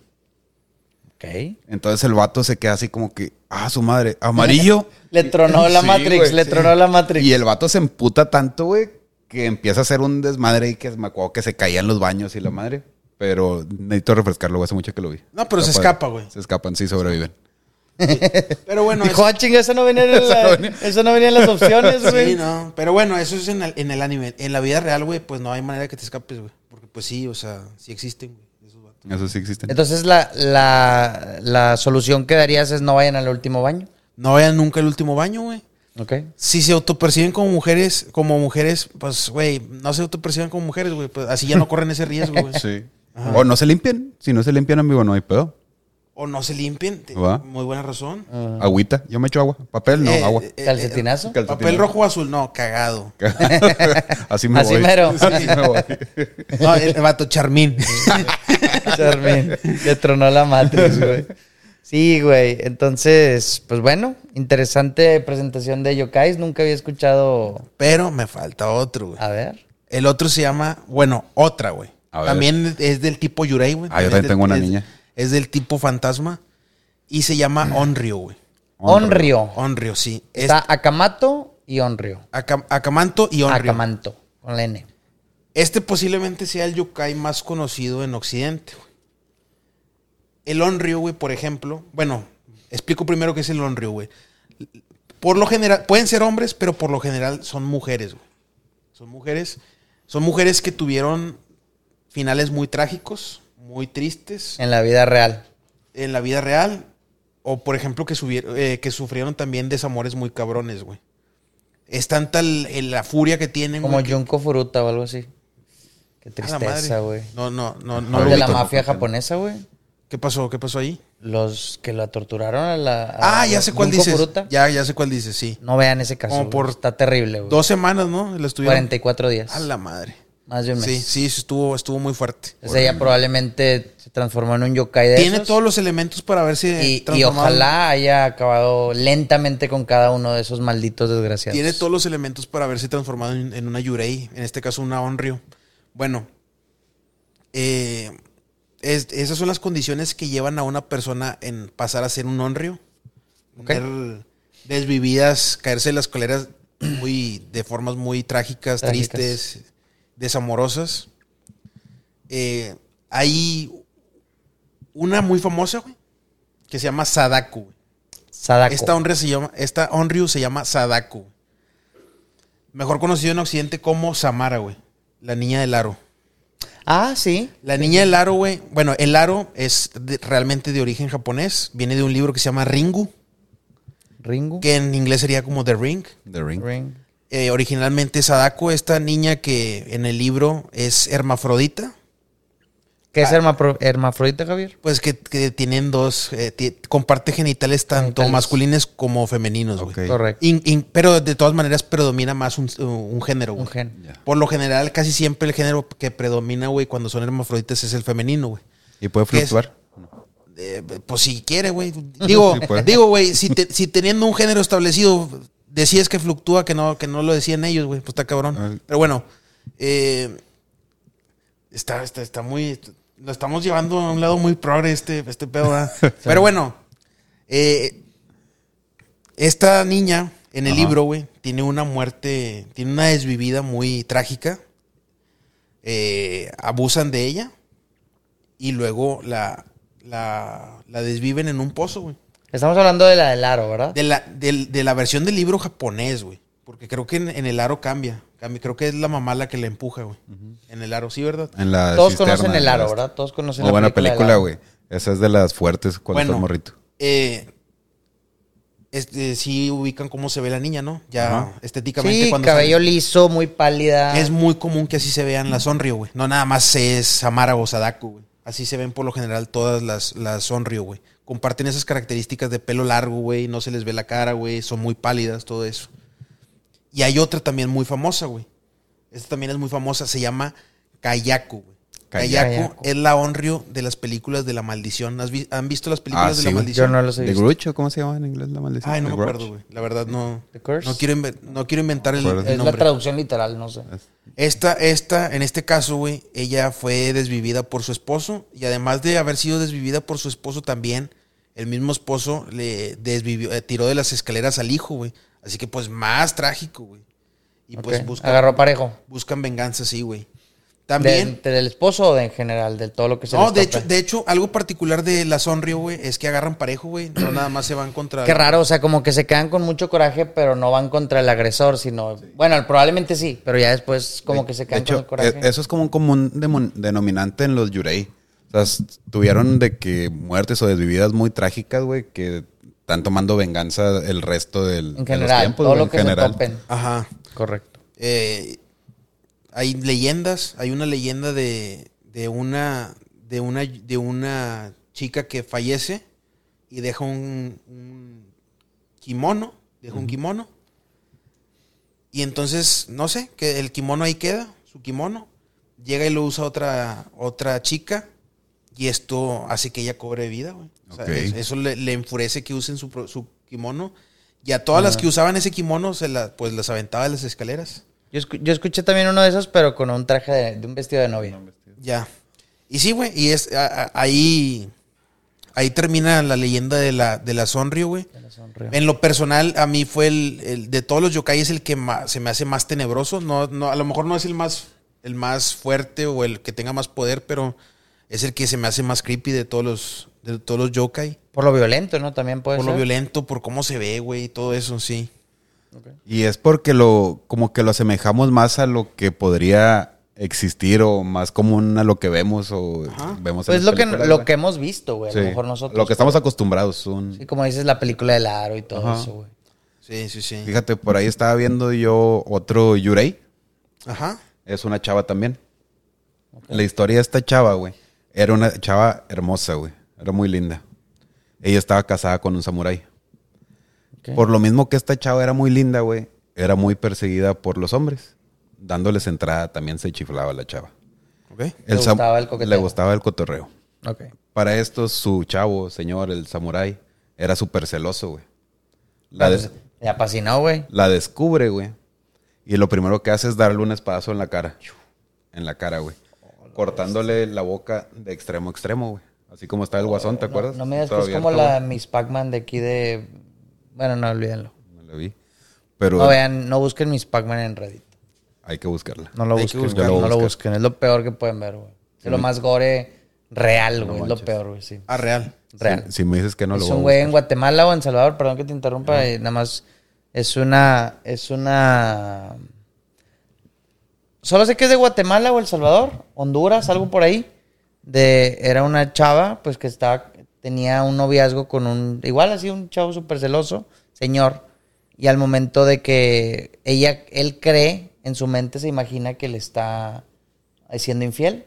[SPEAKER 1] Ok.
[SPEAKER 3] Entonces el vato se queda así como que, ah, su madre, amarillo.
[SPEAKER 1] Le tronó la
[SPEAKER 3] Sí,
[SPEAKER 1] Matrix,
[SPEAKER 3] güey,
[SPEAKER 1] le
[SPEAKER 3] sí.
[SPEAKER 1] tronó la Matrix.
[SPEAKER 3] Y el vato se emputa tanto, güey, que empieza a hacer un desmadre y que me acuerdo que se caían los baños y la madre. Pero necesito refrescarlo, güey, hace mucho que lo vi.
[SPEAKER 2] No, pero se
[SPEAKER 3] padre.
[SPEAKER 2] escapa, güey.
[SPEAKER 3] Se escapan, sí, sobreviven.
[SPEAKER 2] Pero bueno,
[SPEAKER 1] Dijo,
[SPEAKER 2] es-
[SPEAKER 1] ah, chinga, eso no venía en, la-
[SPEAKER 3] no venía.
[SPEAKER 1] eso no venía en las opciones, güey.
[SPEAKER 2] sí, no. Pero bueno, eso es en el, en el anime. En la vida real, güey, pues no hay manera que te escapes, güey. Porque pues sí, o sea, sí existen, güey. esos vatos.
[SPEAKER 3] Eso sí existen.
[SPEAKER 1] Entonces, la, la, la solución que darías es no vayan al último baño.
[SPEAKER 2] No vean nunca el último baño, güey.
[SPEAKER 1] Ok.
[SPEAKER 2] si se autoperciben como mujeres, como mujeres, pues, güey, no se autoperciben como mujeres, güey. Pues así ya no corren ese riesgo, güey.
[SPEAKER 3] Sí. O no se limpian. Si no se limpian, amigo, no hay pedo.
[SPEAKER 2] O no se limpien. te-
[SPEAKER 3] Va.
[SPEAKER 2] Muy buena razón.
[SPEAKER 3] Agüita. Yo me echo agua. Papel, no,
[SPEAKER 2] Eh,
[SPEAKER 3] agua.
[SPEAKER 2] eh, eh,
[SPEAKER 1] Calcetinazo.
[SPEAKER 3] cal-
[SPEAKER 2] papel
[SPEAKER 3] Calcetín.
[SPEAKER 2] rojo o azul, no, cagado.
[SPEAKER 3] Así me
[SPEAKER 1] así
[SPEAKER 3] voy.
[SPEAKER 1] mero.
[SPEAKER 3] Así me voy.
[SPEAKER 2] No, el, el vato Charmín.
[SPEAKER 1] Charmin. Le tronó la Matrix, güey. Sí, güey. Entonces, pues bueno, interesante presentación de Yokais. Nunca había escuchado.
[SPEAKER 2] Pero me falta otro, güey.
[SPEAKER 1] A ver.
[SPEAKER 2] El otro se llama, bueno, otra, güey.
[SPEAKER 3] A ver.
[SPEAKER 2] También es del tipo Yurei, güey.
[SPEAKER 3] Ah, yo
[SPEAKER 2] Es
[SPEAKER 3] también
[SPEAKER 2] del-
[SPEAKER 3] tengo una
[SPEAKER 2] es-
[SPEAKER 3] niña. Ah.
[SPEAKER 2] Es del tipo fantasma. Y se llama Onryo, güey.
[SPEAKER 1] Onrio.
[SPEAKER 2] Onryo, sí. Es
[SPEAKER 1] Está Akamato y Onrio.
[SPEAKER 2] Aka- Akamanto y Onryo.
[SPEAKER 1] Akamanto, con la N.
[SPEAKER 2] Este posiblemente sea el yokai más conocido en Occidente. güey. El Onryu, güey, por ejemplo. Bueno, explico primero qué es el Onryu, güey. Por lo general, pueden ser hombres, pero por lo general son mujeres, güey. Son mujeres. Son mujeres que tuvieron finales muy trágicos, muy tristes
[SPEAKER 1] En la vida real.
[SPEAKER 2] en la vida real. O, por ejemplo, que, subieron, eh, que sufrieron también desamores muy cabrones, güey. Es tanta el- el- la furia que tienen,
[SPEAKER 1] Como
[SPEAKER 2] güey, que-
[SPEAKER 1] Junko Furuta o algo así. Qué
[SPEAKER 2] a la madre.
[SPEAKER 1] tristeza, güey.
[SPEAKER 2] No, no, no, no
[SPEAKER 1] No,
[SPEAKER 2] lo
[SPEAKER 1] de la
[SPEAKER 2] ubico.
[SPEAKER 1] mafia japonesa, güey.
[SPEAKER 2] ¿Qué pasó? ¿Qué pasó ahí?
[SPEAKER 1] Los que la torturaron a la. a
[SPEAKER 2] Ah, ya sé cuál
[SPEAKER 1] Junko
[SPEAKER 2] dices.
[SPEAKER 1] Furuta.
[SPEAKER 2] Ya, ya sé cuál dices, sí.
[SPEAKER 1] No vean ese caso.
[SPEAKER 2] Como
[SPEAKER 1] güey.
[SPEAKER 2] por
[SPEAKER 1] Está terrible, güey.
[SPEAKER 2] Dos semanas, ¿no? La estuvieron.
[SPEAKER 1] 44 días.
[SPEAKER 2] A la madre.
[SPEAKER 1] Más de un mes.
[SPEAKER 2] Sí, sí, sí, estuvo, estuvo muy fuerte.
[SPEAKER 1] O sea, ella probablemente se transformó en un yokai de
[SPEAKER 2] Tiene
[SPEAKER 1] esos.
[SPEAKER 2] todos los elementos para ver si
[SPEAKER 1] y, y
[SPEAKER 2] transformado-
[SPEAKER 1] ojalá haya acabado lentamente con cada uno de esos malditos desgraciados.
[SPEAKER 2] Tiene todos los elementos para verse transformado en, en una Yurei, en este caso una Onryo. Bueno, eh, es- esas son las condiciones que llevan a una persona en pasar a ser un Onryo.
[SPEAKER 1] Ok.
[SPEAKER 2] Tener desvividas, caerse de las coleras muy, de formas muy trágicas,
[SPEAKER 1] Trágicas.
[SPEAKER 2] tristes, desamorosas. Eh, hay una muy famosa, güey, que se llama Sadako. güey.
[SPEAKER 1] Sadako.
[SPEAKER 2] Esta Onryu se llama, esta Onryu se llama Sadako. Mejor conocido en Occidente como Samara, güey. La niña del aro.
[SPEAKER 1] Ah, sí.
[SPEAKER 2] La niña del aro, güey. Bueno, el aro es de- realmente de origen japonés. Viene de un libro que se llama Ringu,
[SPEAKER 1] Ringu.
[SPEAKER 2] que en inglés sería como The Ring.
[SPEAKER 3] The Ring.
[SPEAKER 1] Ring.
[SPEAKER 2] Eh, originalmente Sadako, esta niña que en el libro es hermafrodita,
[SPEAKER 1] ¿Qué
[SPEAKER 2] Ah.
[SPEAKER 1] es hermapro- hermafrodita, Javier?
[SPEAKER 2] pues que, que tienen dos, eh, ti- comparte genitales tanto
[SPEAKER 1] Genitales.
[SPEAKER 2] masculinos como femeninos, güey.
[SPEAKER 3] Ok. Sí.
[SPEAKER 1] Correcto.
[SPEAKER 2] In- in- pero de todas maneras predomina más un, un género,
[SPEAKER 1] Un
[SPEAKER 2] güey.
[SPEAKER 1] gen.
[SPEAKER 3] Ya.
[SPEAKER 2] Por lo general, casi siempre el género que predomina, güey, cuando son hermafroditas es el femenino, güey.
[SPEAKER 3] ¿Y puede
[SPEAKER 2] ¿Qué es?
[SPEAKER 3] fluctuar?
[SPEAKER 2] Eh, pues si quiere, güey. Digo,
[SPEAKER 3] Sí, pues.
[SPEAKER 2] digo, güey, si, te- si teniendo un género establecido decías que fluctúa, que no, que no lo decían ellos, güey, pues está cabrón.
[SPEAKER 3] Ah.
[SPEAKER 2] Pero bueno, eh, está, está, está muy... Lo estamos llevando a un lado muy progre este, este pedo, ¿verdad? Pero bueno, eh, esta niña en el
[SPEAKER 3] Ajá.
[SPEAKER 2] libro, güey, tiene una muerte, tiene una desvivida muy trágica. Eh, abusan de ella y luego la, la, la desviven en un pozo, güey.
[SPEAKER 1] Estamos hablando de la del aro, ¿verdad?
[SPEAKER 2] De la, del- de la versión del libro japonés, güey. Porque creo que en, en el aro cambia. Cambia. Creo que es la mamá la que la empuja, güey. En el aro, sí, ¿verdad?
[SPEAKER 3] En la
[SPEAKER 1] Todos
[SPEAKER 3] cisterna,
[SPEAKER 1] conocen el
[SPEAKER 3] ya
[SPEAKER 1] aro,
[SPEAKER 3] ves.
[SPEAKER 1] ¿verdad? Todos conocen
[SPEAKER 3] Muy Oh, buena película,
[SPEAKER 1] del
[SPEAKER 3] güey. Esa es de las fuertes cuando
[SPEAKER 2] Bueno.
[SPEAKER 3] está morrito.
[SPEAKER 2] Eh, este, sí ubican cómo se ve la niña, ¿no? Ya
[SPEAKER 3] Ajá.
[SPEAKER 1] aro.
[SPEAKER 2] estéticamente
[SPEAKER 1] Sí,
[SPEAKER 2] cuando
[SPEAKER 1] cabello
[SPEAKER 2] sale.
[SPEAKER 1] liso, muy pálida.
[SPEAKER 2] Es muy común que así se vean las Onryo, güey. No nada más es Samara o Sadako, güey. Así se ven por lo general todas las, las Onryo, güey. Comparten esas características de pelo largo, güey. No se les ve la cara, güey. Son muy pálidas, todo eso. Y hay otra también muy famosa, güey. Esta también es muy famosa. Se llama Kayako, güey. Kayako,
[SPEAKER 1] Kayako.
[SPEAKER 2] es la Onryo de las películas de la maldición. ¿Has vi- ¿Han visto las
[SPEAKER 3] Ah,
[SPEAKER 2] películas de
[SPEAKER 3] sí,
[SPEAKER 2] la
[SPEAKER 3] güey.
[SPEAKER 2] maldición?
[SPEAKER 1] Yo no los he
[SPEAKER 3] ¿De
[SPEAKER 1] visto.
[SPEAKER 3] Grouch o cómo se llama en inglés la maldición?
[SPEAKER 2] Ay, no
[SPEAKER 3] ¿The
[SPEAKER 2] me acuerdo,
[SPEAKER 3] Grudge?
[SPEAKER 2] güey. La verdad, no.
[SPEAKER 1] The Curse.
[SPEAKER 2] No quiero, inven- no quiero inventar el,
[SPEAKER 3] Es
[SPEAKER 2] el
[SPEAKER 1] Es la
[SPEAKER 2] nombre.
[SPEAKER 1] traducción literal, no sé.
[SPEAKER 2] Esta, esta, en este caso, güey, ella fue desvivida por su esposo y además de haber sido desvivida por su esposo también, el mismo esposo le desvivió, eh, tiró de las escaleras al hijo, güey. Así que pues más trágico, güey. Y pues
[SPEAKER 1] Ok.
[SPEAKER 2] buscan,
[SPEAKER 1] Agarró parejo.
[SPEAKER 2] buscan venganza, sí, güey.
[SPEAKER 1] ¿Del,
[SPEAKER 2] También,
[SPEAKER 1] de- del esposo o de en general? De todo lo que se
[SPEAKER 2] no,
[SPEAKER 1] les
[SPEAKER 2] de
[SPEAKER 1] tope?
[SPEAKER 2] hecho, de hecho, algo particular de la Sonrio, güey, es que agarran parejo, güey. No nada más se van contra...
[SPEAKER 1] Qué raro, o sea, como que se quedan con mucho coraje, pero no van contra el agresor, sino. Bueno, probablemente sí, pero ya después como que se
[SPEAKER 3] De
[SPEAKER 1] quedan con
[SPEAKER 3] hecho,
[SPEAKER 1] el coraje.
[SPEAKER 3] e- eso es como un común demon- denominante en los Yurei. O sea, s- tuvieron de que muertes o desvividas muy trágicas, güey, que están tomando venganza el resto del,
[SPEAKER 1] en
[SPEAKER 3] de los
[SPEAKER 1] general,
[SPEAKER 3] tiempos,
[SPEAKER 1] todo
[SPEAKER 3] güey,
[SPEAKER 1] lo
[SPEAKER 3] en
[SPEAKER 1] que
[SPEAKER 3] general.
[SPEAKER 1] se topen.
[SPEAKER 2] Ajá.
[SPEAKER 1] Correcto.
[SPEAKER 2] Eh, hay leyendas, hay una leyenda de, de una de una de una chica que fallece y deja un, un kimono, deja un kimono. Y entonces, no sé, que el kimono ahí queda, su kimono, llega y lo usa otra otra chica y esto hace que ella cobre vida, güey. O sea,
[SPEAKER 3] Ok.
[SPEAKER 2] es- eso le, le enfurece que usen su, pro- su kimono. Y a todas las que usaban ese kimono, se la, pues las aventaba de las escaleras.
[SPEAKER 1] Yo, escu- yo escuché también uno de esos, pero con un traje de, de un vestido de novia.
[SPEAKER 2] Ya. Y sí, güey, y es a- a- ahí ahí termina la leyenda de la de la Sonryo, güey.
[SPEAKER 1] Me la sonrió.
[SPEAKER 2] En lo personal a mí fue el, el- de todos los yokai es el que ma- se me hace más tenebroso, no no a lo mejor no es el más el más fuerte o el que tenga más poder, pero es el que se me hace más creepy de todos los de todos los yokai,
[SPEAKER 1] Por lo violento, ¿no? También puede
[SPEAKER 2] por
[SPEAKER 1] ser.
[SPEAKER 2] lo violento, por cómo se ve, güey, y todo eso, sí.
[SPEAKER 3] Y es porque lo, como que lo asemejamos más a lo que podría existir o más común a lo que vemos o
[SPEAKER 2] Ajá.
[SPEAKER 3] vemos en
[SPEAKER 1] Pues
[SPEAKER 3] las
[SPEAKER 1] lo que,
[SPEAKER 3] películas,
[SPEAKER 1] lo
[SPEAKER 3] güey.
[SPEAKER 1] que hemos visto, güey. pues, A
[SPEAKER 3] Sí.
[SPEAKER 1] lo mejor nosotros.
[SPEAKER 3] Lo que estamos acostumbrados. Un,
[SPEAKER 1] Sí, como dices, la película del aro y todo
[SPEAKER 3] Ajá.
[SPEAKER 1] eso, güey.
[SPEAKER 2] Sí, sí, sí.
[SPEAKER 3] Fíjate, por ahí estaba viendo yo otro Yurei.
[SPEAKER 2] Ajá.
[SPEAKER 3] Es una chava también. La historia de esta chava, güey. Era una chava hermosa, güey. Era muy linda. Ella estaba casada con un samurái.
[SPEAKER 1] Ok.
[SPEAKER 3] Por lo mismo que esta chava era muy linda, güey. Era muy perseguida por los hombres. Dándoles entrada también se chiflaba la chava.
[SPEAKER 2] Ok.
[SPEAKER 1] Le
[SPEAKER 3] sam-
[SPEAKER 1] gustaba el coqueteo.
[SPEAKER 3] Le gustaba el cotorreo.
[SPEAKER 1] Ok.
[SPEAKER 3] Para esto, su chavo, señor, el samurái, era súper celoso, güey. La,
[SPEAKER 1] La
[SPEAKER 3] de-
[SPEAKER 1] Me apasionó, güey.
[SPEAKER 3] la descubre, güey. Y lo primero que hace es darle un espadazo en la cara. En la cara, güey. Cortándole la boca de extremo a extremo, güey. Así como está el guasón, ¿te
[SPEAKER 1] No-
[SPEAKER 3] acuerdas?
[SPEAKER 1] No, me digas que es
[SPEAKER 3] Todo
[SPEAKER 1] como
[SPEAKER 3] abierto,
[SPEAKER 1] la Miss Pac-Man de aquí de. Bueno, no, olvídenlo.
[SPEAKER 3] güey. No la vi. Pero
[SPEAKER 1] No vean, no busquen Miss Pac-Man en Reddit.
[SPEAKER 3] hay que buscarla.
[SPEAKER 1] No lo
[SPEAKER 2] Hay que
[SPEAKER 1] busquen,
[SPEAKER 3] buscarlo.
[SPEAKER 1] güey, no lo
[SPEAKER 3] Buscar.
[SPEAKER 1] busquen. Es lo peor que pueden ver, güey. Es lo más gore real, güey. es lo
[SPEAKER 3] manches.
[SPEAKER 1] peor, güey, sí.
[SPEAKER 2] Ah, real.
[SPEAKER 1] Real.
[SPEAKER 3] Si me dices que no
[SPEAKER 1] es
[SPEAKER 3] lo voy
[SPEAKER 1] un
[SPEAKER 3] a
[SPEAKER 1] güey
[SPEAKER 3] buscar.
[SPEAKER 1] en Guatemala o en Salvador, perdón que te interrumpa, eh, nada más es una es una solo sé que es de Guatemala o El Salvador, Honduras, algo por ahí. De era una chava pues que estaba tenía un noviazgo con un igual así un chavo súper celoso, señor, y al momento de que ella él cree en su mente se imagina que le está siendo infiel.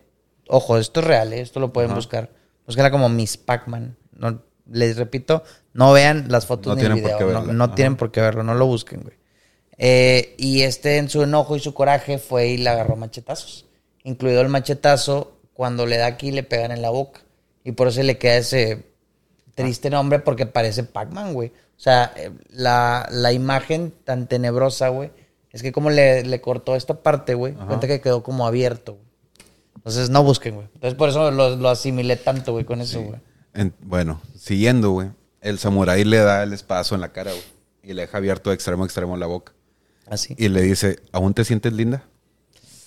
[SPEAKER 1] Ojo, esto es real, ¿eh? esto lo pueden buscar. Búsquenla como Miss Pac-Man. No, les repito, no vean las fotos
[SPEAKER 3] No
[SPEAKER 1] ni el
[SPEAKER 3] tienen por
[SPEAKER 1] video.
[SPEAKER 3] qué
[SPEAKER 1] no
[SPEAKER 3] verla.
[SPEAKER 1] no
[SPEAKER 3] Ajá.
[SPEAKER 1] tienen por qué verlo, no lo busquen, güey. Eh, y este, en su enojo y su coraje, fue y le agarró machetazos. Incluido el machetazo, cuando le da aquí, le pegan en la boca. Y por eso le queda ese triste nombre, porque parece Pac-Man, güey. O sea, eh, la, la imagen tan tenebrosa, güey, es que como le, le cortó esta parte, güey, cuenta que quedó como abierto, güey. Entonces no busquen, güey. Entonces por eso lo, lo asimilé tanto, güey, con eso, güey.
[SPEAKER 3] En- bueno, siguiendo, güey. El samurái le da el espadazo en la cara, güey. Y le deja abierto de extremo a extremo la boca.
[SPEAKER 1] Así.
[SPEAKER 3] Y le dice, ¿aún te sientes linda?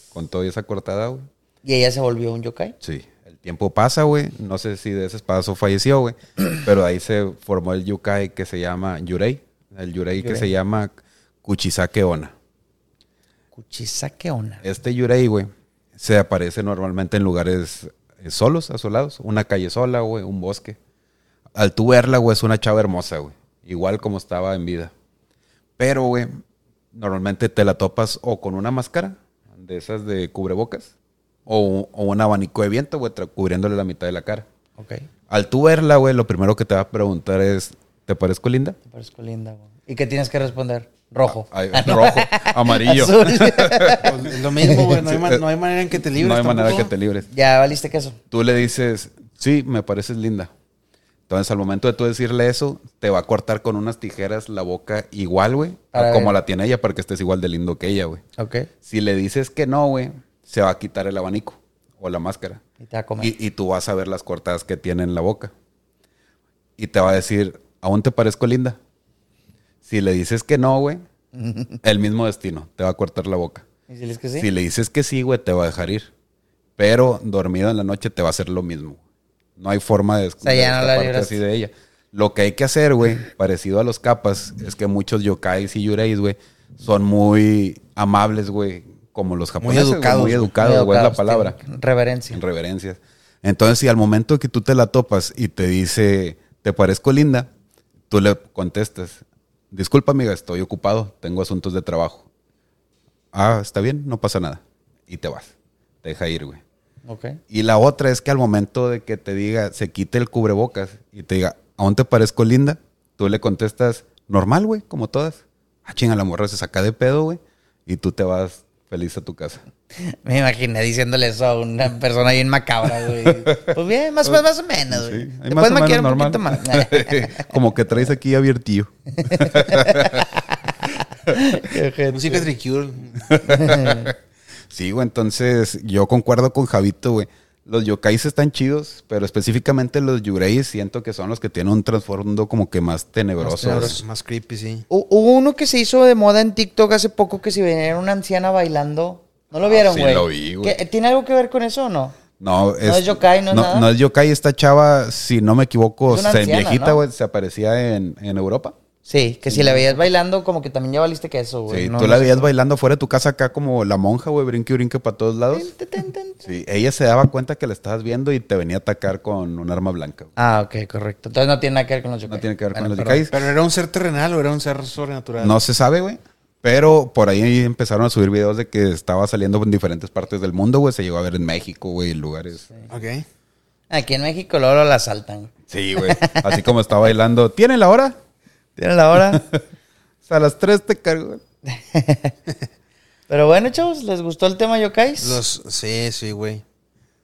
[SPEAKER 3] Con toda esa cortada, güey.
[SPEAKER 1] Y ella se volvió un yokai.
[SPEAKER 3] Sí. El tiempo pasa, güey. No sé si de ese espadazo falleció, güey. Pero ahí se formó el yukai que se llama Yurei. El Yurei, que
[SPEAKER 1] Yurei.
[SPEAKER 3] se llama Kuchisake Ona.
[SPEAKER 1] Kuchisakeona.
[SPEAKER 3] Este Yurei, güey, se aparece normalmente en lugares eh, solos, asolados. Una calle sola, güey, un bosque. Al tú verla, güey, es una chava hermosa, güey. Igual como estaba en vida. Pero, güey, normalmente te la topas o con una máscara de esas de cubrebocas o, o un abanico de viento, güey, tra- cubriéndole la mitad de la cara.
[SPEAKER 1] Ok. Te
[SPEAKER 3] Al tú verla, güey, lo primero que te va a preguntar es, ¿te parezco linda?
[SPEAKER 1] parezco linda, güey. ¿Y qué tienes que responder? Rojo.
[SPEAKER 3] Ah, Ay,
[SPEAKER 2] Ah,
[SPEAKER 3] rojo, amarillo.
[SPEAKER 1] Azul.
[SPEAKER 2] Pues, es lo mismo, güey. No, hay man- no hay manera en que te libres.
[SPEAKER 3] eh, no hay manera que
[SPEAKER 2] tampoco.
[SPEAKER 3] te libres.
[SPEAKER 1] ya valiste queso.
[SPEAKER 3] Tú le dices, sí, me pareces linda. Entonces, al momento de tú decirle eso, te va a cortar con unas tijeras la boca igual, güey,
[SPEAKER 1] Para
[SPEAKER 3] a como
[SPEAKER 1] ver.
[SPEAKER 3] la tiene ella, para que estés igual de lindo que ella, güey.
[SPEAKER 1] Ok.
[SPEAKER 3] Si le dices que no, güey, se va a quitar el abanico o la máscara.
[SPEAKER 1] Y te va a comer.
[SPEAKER 3] Y, y tú vas a ver las cortadas que tiene en la boca. Y te va a decir, ¿aún te parezco linda? Si le dices que no, güey, el mismo destino, te va a cortar la boca.
[SPEAKER 1] ¿Y si les que sí?
[SPEAKER 3] Si le dices que sí, güey, te va a dejar ir. Pero dormido en la noche te va a hacer lo mismo. No hay forma de
[SPEAKER 1] sea,
[SPEAKER 3] esconder
[SPEAKER 1] ya no la libraste.
[SPEAKER 3] así de ella. Lo que hay que hacer, güey, parecido a los capas, es que muchos yokais y yureis, güey, son muy amables, güey, como los japoneses. güey,
[SPEAKER 2] educados,
[SPEAKER 3] Muy
[SPEAKER 2] güey.
[SPEAKER 3] educados, güey, es la
[SPEAKER 1] Educados,
[SPEAKER 3] palabra.
[SPEAKER 1] tienen Reverencia.
[SPEAKER 3] Sin reverencias. Entonces, si al momento que tú te la topas y te dice, te parezco linda, tú le contestas, disculpa amiga, estoy ocupado, tengo asuntos de trabajo. Ah, está bien, no pasa nada. Y te vas. Te deja ir, güey.
[SPEAKER 1] Ok.
[SPEAKER 3] Y la otra es que al momento de que te diga, se quite el cubrebocas y te diga, ¿aún te parezco linda? Tú le contestas, normal, güey, como todas. Ah, chinga, la morra se saca de pedo, güey. Y tú te vas feliz a tu casa.
[SPEAKER 1] Me imaginé diciéndole eso a una persona bien macabra, güey. Pues bien, más, más, más o menos, güey.
[SPEAKER 3] Pues Sí, ahí
[SPEAKER 1] Te puedes
[SPEAKER 3] o
[SPEAKER 1] maquillar un
[SPEAKER 3] menos
[SPEAKER 1] poquito más.
[SPEAKER 3] normal. Como que traes aquí abiertillo.
[SPEAKER 1] Qué ojete.
[SPEAKER 2] Música de Cure.
[SPEAKER 3] Sí, güey, entonces yo concuerdo con Javito, güey. Los yokais están chidos, pero específicamente los yureis siento que son los que tienen un trasfondo como que más tenebroso. güey.
[SPEAKER 2] Más, más creepy, sí.
[SPEAKER 1] Hu- Hubo uno que se hizo de moda en TikTok hace poco que si venía una anciana bailando. ¿No lo vieron,
[SPEAKER 3] Ah, sí
[SPEAKER 1] güey?
[SPEAKER 3] lo vi, güey.
[SPEAKER 1] ¿Qué- ¿Tiene algo que ver con eso o no?
[SPEAKER 3] No, es,
[SPEAKER 1] es yokai, no es nada.
[SPEAKER 3] es yokai. Esta chava, si no me equivoco,
[SPEAKER 1] Es una
[SPEAKER 3] se-
[SPEAKER 1] anciana,
[SPEAKER 3] viejita,
[SPEAKER 1] ¿no?
[SPEAKER 3] güey, se aparecía en, en Europa.
[SPEAKER 1] Sí, que si la veías bailando, como que también ya valiste que eso, güey.
[SPEAKER 3] Sí,
[SPEAKER 1] No,
[SPEAKER 3] tú
[SPEAKER 1] no
[SPEAKER 3] la
[SPEAKER 1] sé.
[SPEAKER 3] veías bailando afuera de tu casa acá como la monja, güey, brinque y brinque para todos lados.
[SPEAKER 1] Ten, ten, ten, ten.
[SPEAKER 3] Sí, ella se daba cuenta que la estabas viendo y te venía a atacar con un arma blanca. güey.
[SPEAKER 1] Ah, ok, correcto. Entonces no tiene nada que ver con los yokai.
[SPEAKER 3] No tiene que ver con
[SPEAKER 1] Bueno,
[SPEAKER 3] los
[SPEAKER 1] perdón.
[SPEAKER 3] yokais.
[SPEAKER 2] Pero era un ser terrenal o era un ser sobrenatural.
[SPEAKER 3] No se sabe, güey. Pero por ahí empezaron a subir videos de que estaba saliendo en diferentes partes del mundo, güey. Se llegó a ver en México, güey, en lugares.
[SPEAKER 2] Ok.
[SPEAKER 1] Aquí en México luego luego la asaltan.
[SPEAKER 3] Sí, güey. Así como está bailando. ¿Tienen la hora?
[SPEAKER 1] Tienen la hora.
[SPEAKER 3] O sea, a las 3 te cargo. güey.
[SPEAKER 1] Pero bueno, chavos, ¿les gustó el tema yokais?
[SPEAKER 2] Los, sí, sí, güey.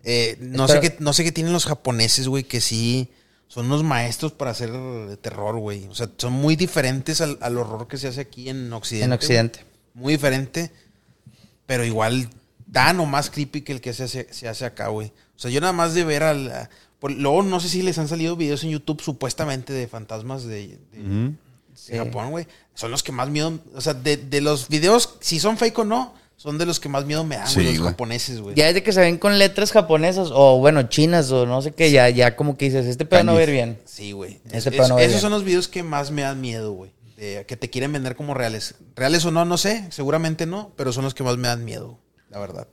[SPEAKER 2] Eh, no, sé
[SPEAKER 1] Espera.
[SPEAKER 2] qué, no sé qué tienen los japoneses, güey, que sí son unos maestros para hacer terror, güey. O sea, son muy diferentes al, al horror que se hace aquí en Occidente.
[SPEAKER 1] En
[SPEAKER 2] güey.
[SPEAKER 1] Occidente.
[SPEAKER 2] Muy diferente, pero igual tan o más creepy que el que se hace, se hace acá, güey. O sea, yo nada más de ver al... a- por- luego no sé si les han salido videos en YouTube supuestamente de fantasmas de, de-
[SPEAKER 3] Ujú.
[SPEAKER 2] de Japón, güey. Son los que más miedo. O sea, de, de los videos, si son fake o no, son de los que más miedo me dan,
[SPEAKER 3] Sí,
[SPEAKER 2] güey, los
[SPEAKER 3] güey.
[SPEAKER 2] japoneses, güey.
[SPEAKER 1] Ya desde que se ven con letras japonesas o bueno, chinas o no sé qué, ya, ya como que dices, este pedo no va a ir bien.
[SPEAKER 2] Sí, güey.
[SPEAKER 1] Ese
[SPEAKER 2] Es-
[SPEAKER 1] pedo
[SPEAKER 2] es-
[SPEAKER 1] no va
[SPEAKER 2] esos
[SPEAKER 1] bien.
[SPEAKER 2] son los videos que más me dan miedo, güey. De- Que te quieren vender como reales. Reales o no, no sé. Seguramente no, pero son los que más me dan miedo, la verdad.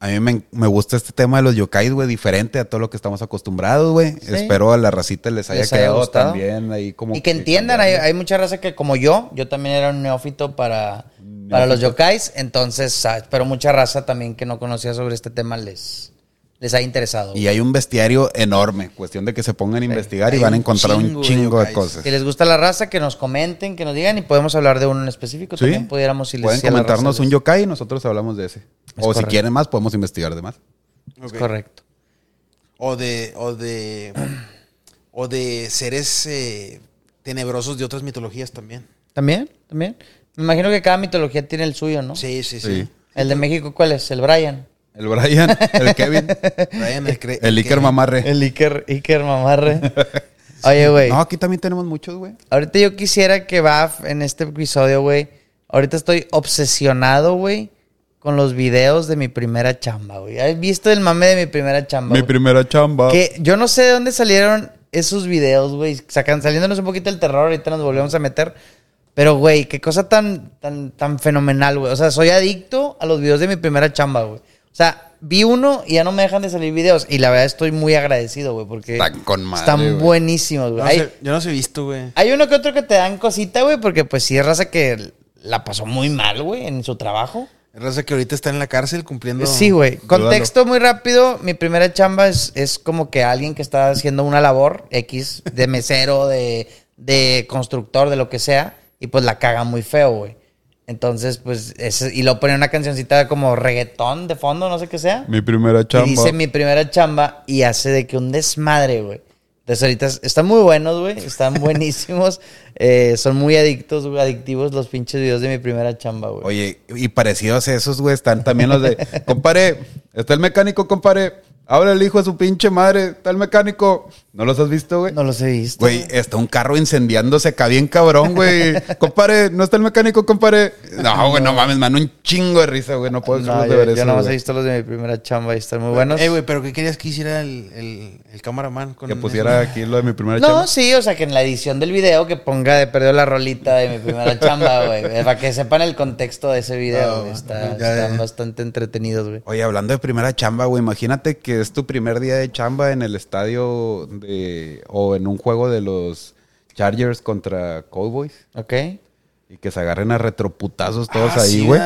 [SPEAKER 3] A mí me, me gusta este tema de los yokais, güey, diferente a todo lo que estamos acostumbrados, güey.
[SPEAKER 1] Sí.
[SPEAKER 3] Espero a la racita les haya
[SPEAKER 1] Les haya
[SPEAKER 3] quedado
[SPEAKER 1] gustado.
[SPEAKER 3] también ahí como...
[SPEAKER 1] Y que entiendan, hay,
[SPEAKER 3] cambiando.
[SPEAKER 1] hay mucha raza que como yo, yo también era un neófito para, para los yokais, entonces ah, pero mucha raza también que no conocía sobre este tema les, les ha interesado.
[SPEAKER 3] Y hay un bestiario enorme. Cuestión de que se pongan a investigar y
[SPEAKER 2] Hay
[SPEAKER 3] van a
[SPEAKER 2] un
[SPEAKER 3] encontrar
[SPEAKER 2] chingo
[SPEAKER 3] un
[SPEAKER 2] de
[SPEAKER 3] chingo de
[SPEAKER 2] yokais.
[SPEAKER 3] cosas.
[SPEAKER 1] Si les gusta la raza, que nos comenten, que nos digan y podemos hablar de uno en específico.
[SPEAKER 3] Sí.
[SPEAKER 1] También pudiéramos si les
[SPEAKER 3] Pueden
[SPEAKER 1] decía la raza,
[SPEAKER 3] comentarnos
[SPEAKER 1] les-
[SPEAKER 3] un yokai y nosotros hablamos de ese. o si
[SPEAKER 1] correcto.
[SPEAKER 3] quieren más, podemos investigar de más.
[SPEAKER 1] Es
[SPEAKER 2] Ok.
[SPEAKER 1] correcto.
[SPEAKER 2] O de. O de. o de seres eh, tenebrosos de otras mitologías también.
[SPEAKER 1] ¿También? ¿También? Me imagino que cada mitología tiene el suyo, ¿no?
[SPEAKER 2] Sí, sí, sí.
[SPEAKER 3] Sí.
[SPEAKER 1] El de México, ¿cuál es? El Brian.
[SPEAKER 3] El Brian, el Kevin,
[SPEAKER 2] Brian, el, cre-
[SPEAKER 3] el Iker
[SPEAKER 2] que-
[SPEAKER 3] Mamarre.
[SPEAKER 1] El Iker, Iker Mamarre. Oye, güey.
[SPEAKER 3] No, aquí también tenemos muchos, güey.
[SPEAKER 1] Ahorita yo quisiera que Baf en este episodio, güey. Ahorita estoy obsesionado, güey, con los videos de mi primera chamba, güey. ¿Has visto el mame de mi primera chamba?
[SPEAKER 3] Mi
[SPEAKER 1] güey?
[SPEAKER 3] primera chamba.
[SPEAKER 1] Que yo no sé de dónde salieron esos videos, güey. Sacan, saliéndonos un poquito del terror, ahorita nos volvemos a meter. Pero, güey, qué cosa tan, tan, tan fenomenal, güey. O sea, soy adicto a los videos de mi primera chamba, güey. O sea, vi uno y ya no me dejan de salir videos. Y la verdad estoy muy agradecido, güey, porque
[SPEAKER 3] Están con madre,
[SPEAKER 1] están
[SPEAKER 3] güey.
[SPEAKER 1] buenísimos,
[SPEAKER 2] Yo
[SPEAKER 1] güey.
[SPEAKER 2] no,
[SPEAKER 1] Hay-
[SPEAKER 2] sé, yo no sé visto, güey.
[SPEAKER 1] hay uno que otro que te dan cosita, güey, porque pues sí es raza que la pasó muy mal, güey, en su trabajo.
[SPEAKER 2] Raza que ahorita está en la cárcel cumpliendo.
[SPEAKER 1] Sí, güey.
[SPEAKER 3] dúdalo.
[SPEAKER 1] Contexto muy rápido. Mi primera chamba es, es como que alguien que está haciendo una labor X de mesero, de, de constructor, de lo que sea, y pues la caga muy feo, güey. Entonces, pues, ese- y lo pone una cancioncita como reggaetón de fondo, no sé qué sea.
[SPEAKER 3] Mi primera
[SPEAKER 1] Y dice mi primera chamba y hace de que un desmadre, güey. Entonces ahorita es- están muy buenos, güey. Están buenísimos. Eh, son muy adictos, güey, adictivos los pinches videos de mi primera chamba, güey.
[SPEAKER 3] Oye, y parecidos a esos, güey, están también los de, compare, está el mecánico, compare, habla el hijo de su pinche madre, está el mecánico. ¿No los has visto, güey?
[SPEAKER 1] No los he visto.
[SPEAKER 3] Güey, está un carro incendiándose acá bien cabrón, güey. Compare, no está el mecánico, compare. No, güey, no mames, man, un chingo de risa, güey. No puedo
[SPEAKER 1] No,
[SPEAKER 3] dejarlos de
[SPEAKER 1] yo,
[SPEAKER 3] ver
[SPEAKER 1] yo
[SPEAKER 3] eso,
[SPEAKER 1] nada más
[SPEAKER 3] güey.
[SPEAKER 1] he visto los de mi primera chamba y están muy buenos.
[SPEAKER 2] Eh, güey, pero ¿qué querías que hiciera el, el, el cameraman? Con
[SPEAKER 3] Que pusiera aquí lo de mi primera
[SPEAKER 1] no,
[SPEAKER 3] chamba.
[SPEAKER 1] sí, o sea que en la edición del video que ponga de perdió la rolita de mi primera chamba, güey. eh, Para que sepan el contexto de ese video.
[SPEAKER 2] Ah,
[SPEAKER 1] güey, está-
[SPEAKER 2] ya, ya.
[SPEAKER 1] están bastante entretenidos, güey.
[SPEAKER 3] Oye, hablando de primera chamba, güey, imagínate que es tu primer día de chamba en el estadio de, o en un juego de los Chargers contra Cowboys
[SPEAKER 1] ¿Ok?
[SPEAKER 3] y que se agarren a retroputazos
[SPEAKER 2] Todos
[SPEAKER 3] todos ahí, güey.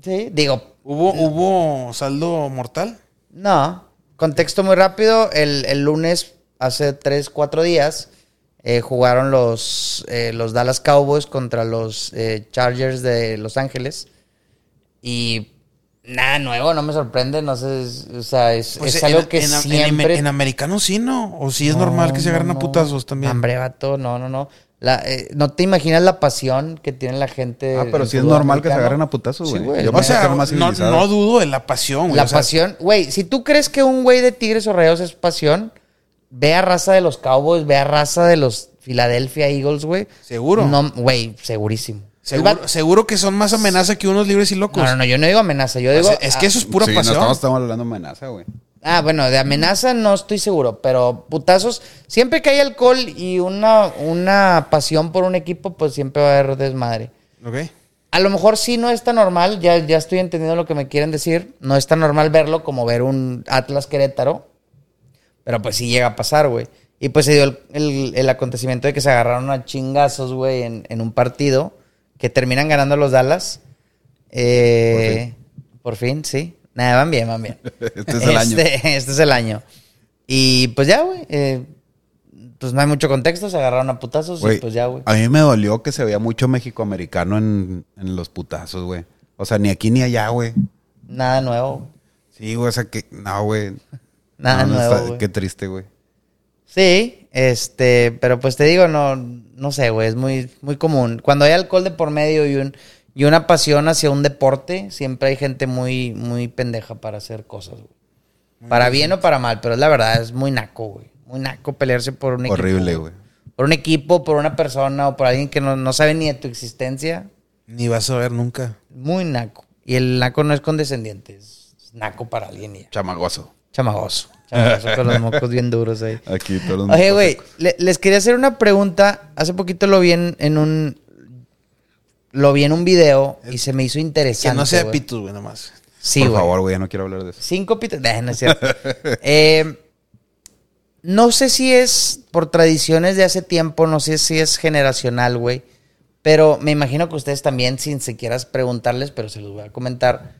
[SPEAKER 1] Sí, digo,
[SPEAKER 2] Ah, ¿Hubo, ¿Hubo saldo mortal?
[SPEAKER 1] No, contexto muy rápido. El, el lunes, hace 3, 4 días, eh, jugaron los, eh, los Dallas Cowboys contra los eh, Chargers de Los Ángeles. Y nada nuevo, no me sorprende. No sé, es- o sea, es,
[SPEAKER 2] Pues
[SPEAKER 1] es
[SPEAKER 2] en-
[SPEAKER 1] algo que
[SPEAKER 2] en, en-
[SPEAKER 1] siempre...
[SPEAKER 2] En, americano sí, ¿no? O sí es
[SPEAKER 1] No,
[SPEAKER 2] normal que se
[SPEAKER 1] no,
[SPEAKER 2] agarren a
[SPEAKER 1] no.
[SPEAKER 2] putazos también.
[SPEAKER 1] Hombre, vato, no, no, no. La, eh, no te imaginas la pasión que tiene la gente.
[SPEAKER 3] Ah, pero
[SPEAKER 1] en
[SPEAKER 3] sí es
[SPEAKER 1] fútbol
[SPEAKER 3] normal que se
[SPEAKER 1] Eh, americano.
[SPEAKER 3] agarren a putazos,
[SPEAKER 1] Sí,
[SPEAKER 3] güey.
[SPEAKER 1] güey.
[SPEAKER 3] Yo
[SPEAKER 1] O
[SPEAKER 2] O
[SPEAKER 3] pensé que
[SPEAKER 2] sea,
[SPEAKER 3] era más
[SPEAKER 2] no,
[SPEAKER 3] civilizado.
[SPEAKER 2] no dudo de la pasión, güey.
[SPEAKER 1] La
[SPEAKER 2] o sea,
[SPEAKER 1] pasión, güey, si tú crees que un güey de Tigres o Rayados es pasión, ve a raza de los Cowboys, ve a raza de los Philadelphia Eagles, güey.
[SPEAKER 2] Seguro.
[SPEAKER 1] No, güey, segurísimo. El
[SPEAKER 2] Seguro,
[SPEAKER 1] vato-
[SPEAKER 2] seguro que son más amenaza que unos libres y locos.
[SPEAKER 1] No, no, no, yo no digo amenaza, yo
[SPEAKER 2] O
[SPEAKER 1] digo...
[SPEAKER 2] sea, es que eso es pura
[SPEAKER 3] Sí, no
[SPEAKER 2] pasión.
[SPEAKER 3] estamos, estamos hablando de amenaza, güey.
[SPEAKER 1] Ah, bueno, de amenaza no estoy seguro, pero putazos. Siempre que hay alcohol y una, una pasión por un equipo, pues siempre va a haber desmadre.
[SPEAKER 2] Ok.
[SPEAKER 1] A lo mejor sí no es tan normal, ya, ya estoy entendiendo lo que me quieren decir. No es tan normal verlo como ver un Atlas Querétaro, pero pues sí llega a pasar, güey. Y pues se dio el, el- el acontecimiento de que se agarraron a chingazos, güey, en, en un partido que terminan ganando los Dallas. Eh, por, fin. sí. Nada, van bien, van bien.
[SPEAKER 3] Este es el año.
[SPEAKER 1] Este, este es el año. Y pues ya, güey. eh, pues no hay mucho contexto, se agarraron a putazos y
[SPEAKER 3] Güey,
[SPEAKER 1] pues ya, güey.
[SPEAKER 3] A mí me dolió que se veía mucho mexicoamericano en, en los putazos, güey. O sea, ni aquí ni allá, güey.
[SPEAKER 1] Nada nuevo.
[SPEAKER 3] Sí, güey, o sea, que. No, güey.
[SPEAKER 1] Nada
[SPEAKER 3] No, no
[SPEAKER 1] nuevo,
[SPEAKER 3] está-
[SPEAKER 1] güey.
[SPEAKER 3] Qué triste, güey.
[SPEAKER 1] Sí, este, pero pues te digo, no, no sé, güey, es muy, muy común. Cuando hay alcohol de por medio y, un, y una pasión hacia un deporte, siempre hay gente muy, muy pendeja para hacer cosas, güey. Para bien o para mal, pero es la verdad, es muy naco, güey. Muy naco pelearse por un
[SPEAKER 3] Horrible,
[SPEAKER 1] equipo.
[SPEAKER 3] güey.
[SPEAKER 1] Por un equipo, por una persona o por alguien que no, no sabe ni de tu existencia.
[SPEAKER 2] Ni vas a ver nunca.
[SPEAKER 1] Muy naco. Y el naco no es condescendiente, es naco para alguien y ya.
[SPEAKER 3] Chamagoso.
[SPEAKER 1] Chamagoso. Chamagoso con los mocos bien duros ahí.
[SPEAKER 3] Aquí todos los
[SPEAKER 1] Oye, güey, le- les quería hacer una pregunta. Hace poquito lo vi en, en un. Lo vi en un video y se me hizo interesante.
[SPEAKER 2] Que no sea
[SPEAKER 1] güey.
[SPEAKER 2] Pitus, güey, nomás.
[SPEAKER 1] Sí,
[SPEAKER 3] Por
[SPEAKER 1] güey.
[SPEAKER 3] favor, güey, ya no quiero hablar de eso.
[SPEAKER 1] Cinco pitos. Nah, no es cierto. Eh, no sé si es por tradiciones de hace tiempo, no sé si es generacional, güey. Pero me imagino que ustedes también, sin siquiera preguntarles, pero se los voy a comentar.